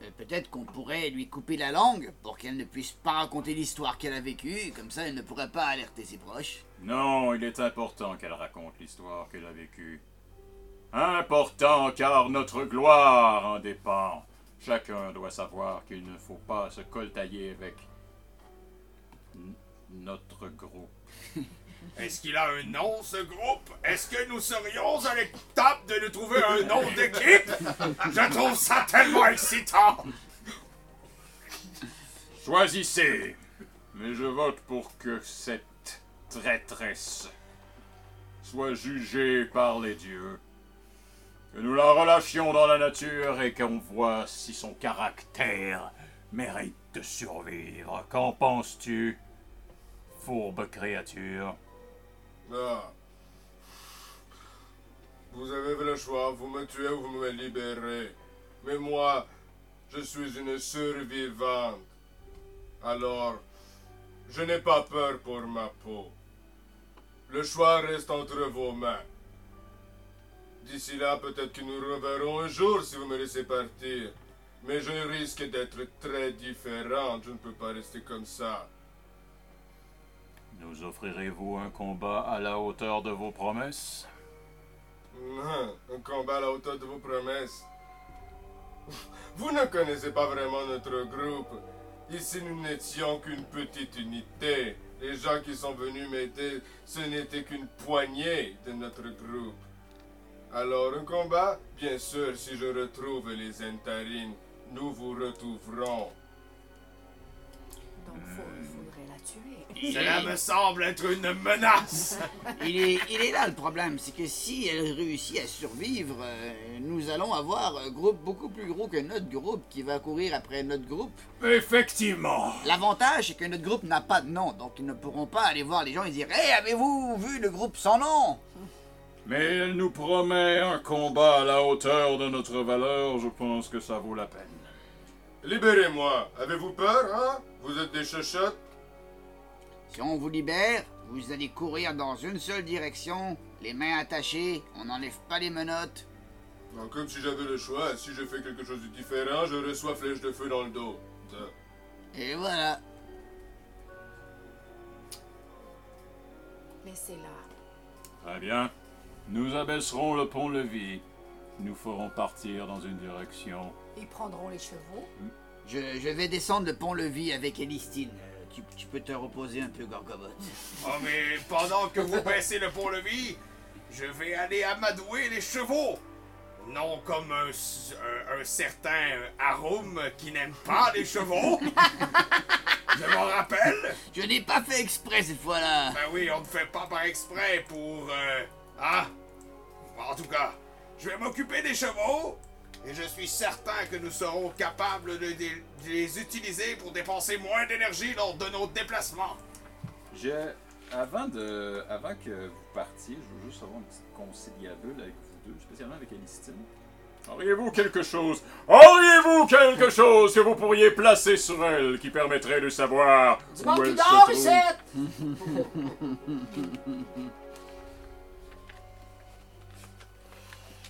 S9: Euh, Peut-être qu'on pourrait lui couper la langue pour qu'elle ne puisse pas raconter l'histoire qu'elle a vécue, comme ça elle ne pourrait pas alerter ses proches.
S5: Non, il est important qu'elle raconte l'histoire qu'elle a vécue. Important car notre gloire en dépend. Chacun doit savoir qu'il ne faut pas se coltailler avec n- notre groupe.
S8: Est-ce qu'il a un nom, ce groupe Est-ce que nous serions à l'étape de lui trouver un nom d'équipe Je trouve ça tellement excitant
S5: Choisissez Mais je vote pour que cette traîtresse soit jugée par les dieux. Que nous la relâchions dans la nature et qu'on voit si son caractère mérite de survivre. Qu'en penses-tu, fourbe créature
S4: Ah. Vous avez le choix, vous me tuez ou vous me libérez. Mais moi, je suis une survivante. Alors, je n'ai pas peur pour ma peau. Le choix reste entre vos mains. D'ici là, peut-être que nous reverrons un jour si vous me laissez partir. Mais je risque d'être très différente, je ne peux pas rester comme ça.
S5: Nous offrirez-vous un combat à la hauteur de vos promesses
S4: Non, un combat à la hauteur de vos promesses. Vous ne connaissez pas vraiment notre groupe. Ici, nous n'étions qu'une petite unité. Les gens qui sont venus m'aider, ce n'était qu'une poignée de notre groupe. Alors, un combat Bien sûr, si je retrouve les Entarim, nous vous retrouverons.
S7: Donc, faut- faudrait la tuer.
S8: Cela me semble être une menace.
S6: [LAUGHS] Il est, il est là le problème, c'est que si elle réussit à survivre, euh, nous allons avoir un groupe beaucoup plus gros que notre groupe qui va courir après notre groupe.
S8: Effectivement.
S6: L'avantage, c'est que notre groupe n'a pas de nom, donc ils ne pourront pas aller voir les gens et dire Hey, avez-vous vu le groupe sans nom
S5: Mais elle nous promet un combat à la hauteur de notre valeur, je pense que ça vaut la peine.
S4: Libérez-moi. Avez-vous peur, hein? Vous êtes des chuchotes?
S6: Si on vous libère, vous allez courir dans une seule direction, les mains attachées, on n'enlève pas les menottes.
S4: Non, comme si j'avais le choix, si je fais quelque chose de différent, je reçois flèche de feu dans le dos. Ça.
S6: Et voilà.
S7: Laissez-la.
S5: Très bien. Nous abaisserons le pont-levis. Nous ferons partir dans une direction.
S7: Ils prendront les chevaux.
S6: Je, je vais descendre le pont-levis avec Elistine. Euh, Tu, tu peux te reposer un peu, Gorgobot.
S8: Oh, mais pendant que vous baissez le pont-levis, je vais aller amadouer les chevaux. Non comme un, s- un- un certain Arum qui n'aime
S3: Ah,
S8: pas les chevaux. je m'en rappelle.
S6: Je n'ai pas fait exprès cette fois-là.
S8: Ben oui, on ne fait pas par exprès pour... euh, hein? En tout cas, je vais m'occuper des chevaux. Et je suis certain que nous serons capables de, de- de les utiliser pour dépenser moins d'énergie lors de nos déplacements.
S5: Je, avant, de, avant que vous partiez, je veux juste avoir une petite conciliabule avec vous deux, spécialement avec Alistine. Auriez-vous quelque chose Auriez-vous quelque chose que vous pourriez placer sur elle qui permettrait de savoir
S2: Du
S5: où
S2: monde qui
S5: elle
S2: dort,
S5: se
S2: ici!
S5: trouve
S4: [LAUGHS]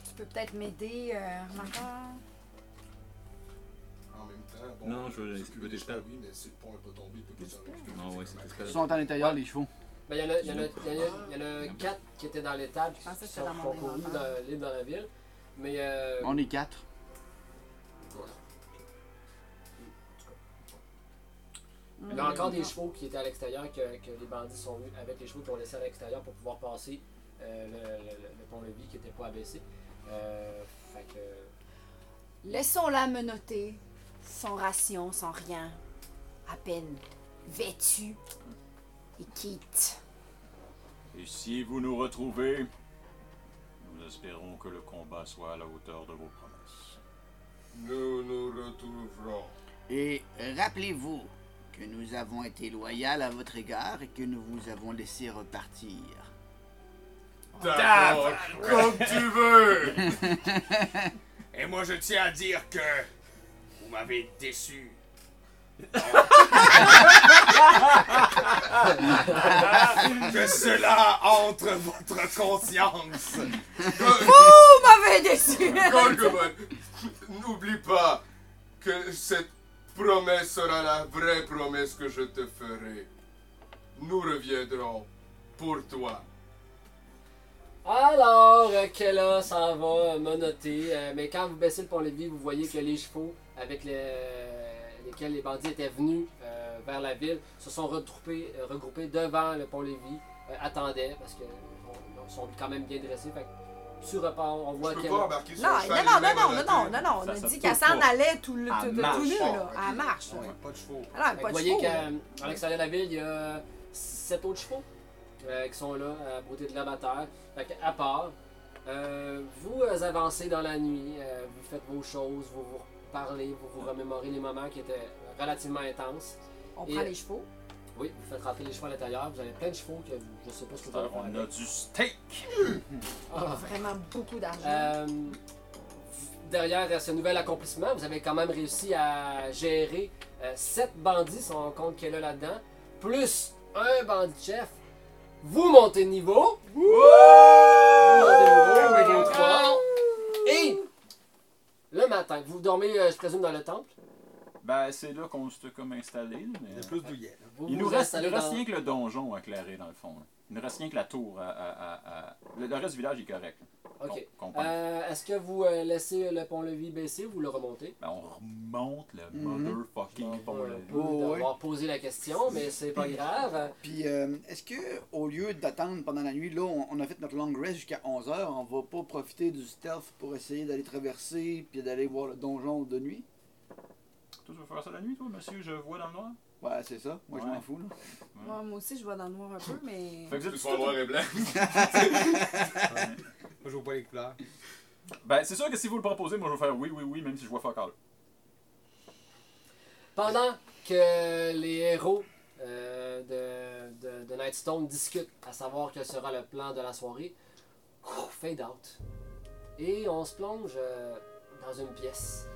S7: Tu peux peut-être m'aider, euh, Martin?
S4: En même temps, bon.
S3: Non, je veux-
S4: s'occuper
S3: je veux
S4: des
S3: des
S4: chevaux,
S3: spells.
S4: Oui, mais si le pont n'est pas tombé, il peut pas s'en occuper.
S3: Non, ouais, c'était
S1: Ils
S3: spell.
S1: sont à l'intérieur, les chevaux.
S2: Ben, il y en a, il y en a, il y en a, il y en a quatre qui étaient dans l'étable,
S7: pensais que
S2: qui
S7: Ah, c'était
S2: sont
S7: dans mon
S2: qui ont couru
S7: inventaire.
S2: dans, libre dans la ville. Mais euh,
S1: On est quatre.
S2: il y a encore des chevaux qui étaient à l'extérieur, que, que les bandits sont venus avec les chevaux qui ont laissé à l'extérieur pour pouvoir passer euh, le, le- le- le pont-levis qui n'était pas abaissé. Euh, fait que,
S7: Laissons-la menotter, sans ration, sans rien, à peine vêtue et quitte.
S5: Et si vous nous retrouvez, nous espérons que le combat soit à la hauteur de vos promesses.
S4: Nous nous retrouverons.
S6: Et rappelez-vous que nous avons été loyal à votre égard et que nous vous avons laissé repartir.
S4: D'accord, comme
S6: [LAUGHS]
S4: tu veux.
S8: Et moi, je tiens à dire que vous m'avez déçu. que cela entre votre conscience.
S7: Vous m'avez déçu!
S4: Gorgobot, n'oublie pas que cette promesse sera la vraie promesse que je te ferai. Nous reviendrons pour toi.
S2: Alors, euh, Kella s'en va euh, menotter, euh, mais quand vous baissez le pont-levis, vous voyez que les chevaux avec les- lesquels les bandits étaient venus euh, vers la ville se sont retroupés, euh, regroupés devant le pont-levis, euh, attendaient, parce qu'ils sont quand même bien dressés. Fait que tu repars, on
S4: Je
S2: voit
S4: peux
S2: qu'elle...
S4: pas embarquer sur
S7: Non,
S4: le
S7: non,
S4: cheval
S7: non,
S4: et même
S7: non,
S4: à la
S7: non, non,
S4: tête.
S7: non, non, on
S5: Ça,
S7: a
S5: ça
S7: dit
S5: peut
S7: qu'elle s'en
S5: pas.
S7: allait tout, le, tout,
S5: Elle
S7: tout,
S5: marche.
S7: nu, là.
S4: Ah,
S7: Elle
S4: ok.
S7: marche.
S4: Bon,
S7: ouais.
S4: ouais, Pas de chevaux.
S7: Alors, elle a
S2: Fait que
S7: Ah pas
S2: vous
S7: de
S2: voyez
S7: chevaux.
S2: qu'à
S7: là.
S2: à l'extérieur de la ville, il y a sept autres chevaux euh, qui sont là, à beauté de l'homme à terre. Fait que, à part, euh, vous euh, avancez dans la nuit, euh, vous faites vos choses, vous vous parlez, vous vous remémorez les moments qui étaient relativement intenses.
S7: On
S2: Et-
S7: prend les chevaux.
S2: Oui, vous faites rentrer les chevaux à l'intérieur, vous avez plein de chevaux que vous- je sais pas ce que vous allez faire.
S5: On a
S2: avec.
S5: du steak
S2: Ah.
S7: Vraiment beaucoup d'argent.
S2: Euh, derrière euh, ce nouvel accomplissement, vous avez quand même réussi à gérer 7 bandits, si on compte qu'elle a là-dedans, plus un bandit chef. Vous montez de niveau. Vous montez de niveau, niveau trois. Et le matin, vous dormez, euh, je présume, dans le temple.
S5: Ben, c'est là qu'on s'est comme installé. là, mais-
S8: Plus douillet.
S2: Vous
S5: Il nous
S2: vous
S5: reste, il
S2: installez
S5: nous reste
S2: dans-
S5: rien que le donjon à clairer, dans le fond. là. Il ne reste rien que la tour. à- à- à- à- Le, le reste du village est correct.
S2: Ok.
S5: On, qu'on pense.
S2: Euh, Est-ce que vous euh, laissez le pont-levis baisser ou vous le remontez? Mm-hmm.
S5: Ben, on remonte le motherfucking pont là.
S2: Peu
S1: Oh, oui.
S2: d'avoir posé la question, mais c'est pas grave.
S1: Puis, euh, est-ce que au lieu d'attendre pendant la nuit, là, on, on a fait notre long rest jusqu'à 11h, on va pas profiter du stealth pour essayer d'aller traverser puis d'aller voir le donjon de nuit
S5: Toi, tu veux faire ça la nuit, toi, monsieur Je vois dans le noir
S8: Ouais, c'est ça. Moi, je
S5: Ouais.
S8: m'en fous, là.
S7: Moi, moi aussi, je vois dans le noir un
S5: [LAUGHS]
S7: peu, mais.
S5: Fait que là,
S3: Tu
S5: tu
S3: sois noir et
S7: [LAUGHS]
S5: [LAUGHS]
S3: blanc.
S1: Moi, je vois pas les couleurs.
S5: Ben, c'est sûr que si vous le proposez, moi je vais faire oui, oui, oui, même si je vois fuck all.
S2: Pendant que les héros euh, de, de, de Nightstone discutent à savoir quel sera le plan de la soirée, ouf, Oh, fade out. Et on se plonge euh, dans une pièce.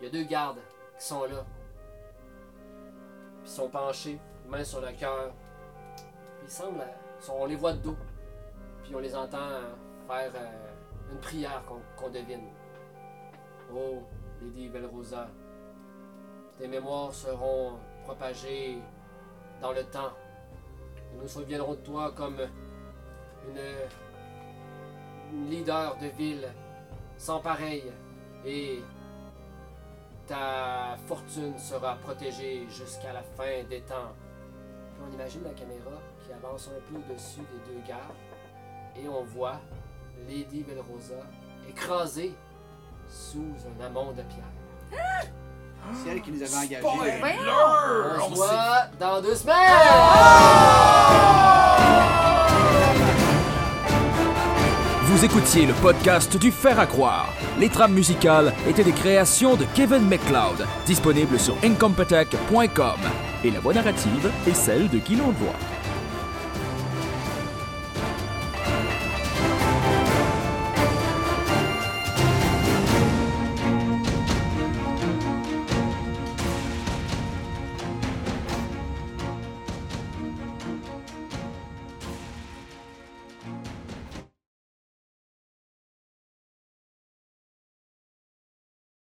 S2: Il y a deux gardes qui sont là. Ils sont penchés, main sur le cœur. Ils semblent. euh, sont- on les voit de dos. Puis on les entend euh, faire euh, une prière qu'on qu'on devine. Oh, Lady Velrosa, tes mémoires seront propagées dans le temps. Nous nous souviendrons de toi comme une, euh, une leader de ville sans pareil et ta fortune sera protégée jusqu'à la fin des temps. Puis on imagine la caméra qui avance un peu au-dessus des deux gardes et on voit Lady Belrosa écrasée sous un amont de pierre.
S8: C'est elle qui nous avait engagés.
S2: On se voit dans deux semaines!
S10: Vous écoutiez le podcast du Fer à croire. Les trames musicales étaient des créations de Kevin McLeod, disponibles sur incompetech.com. Et la voix narrative est celle de Guy Londois.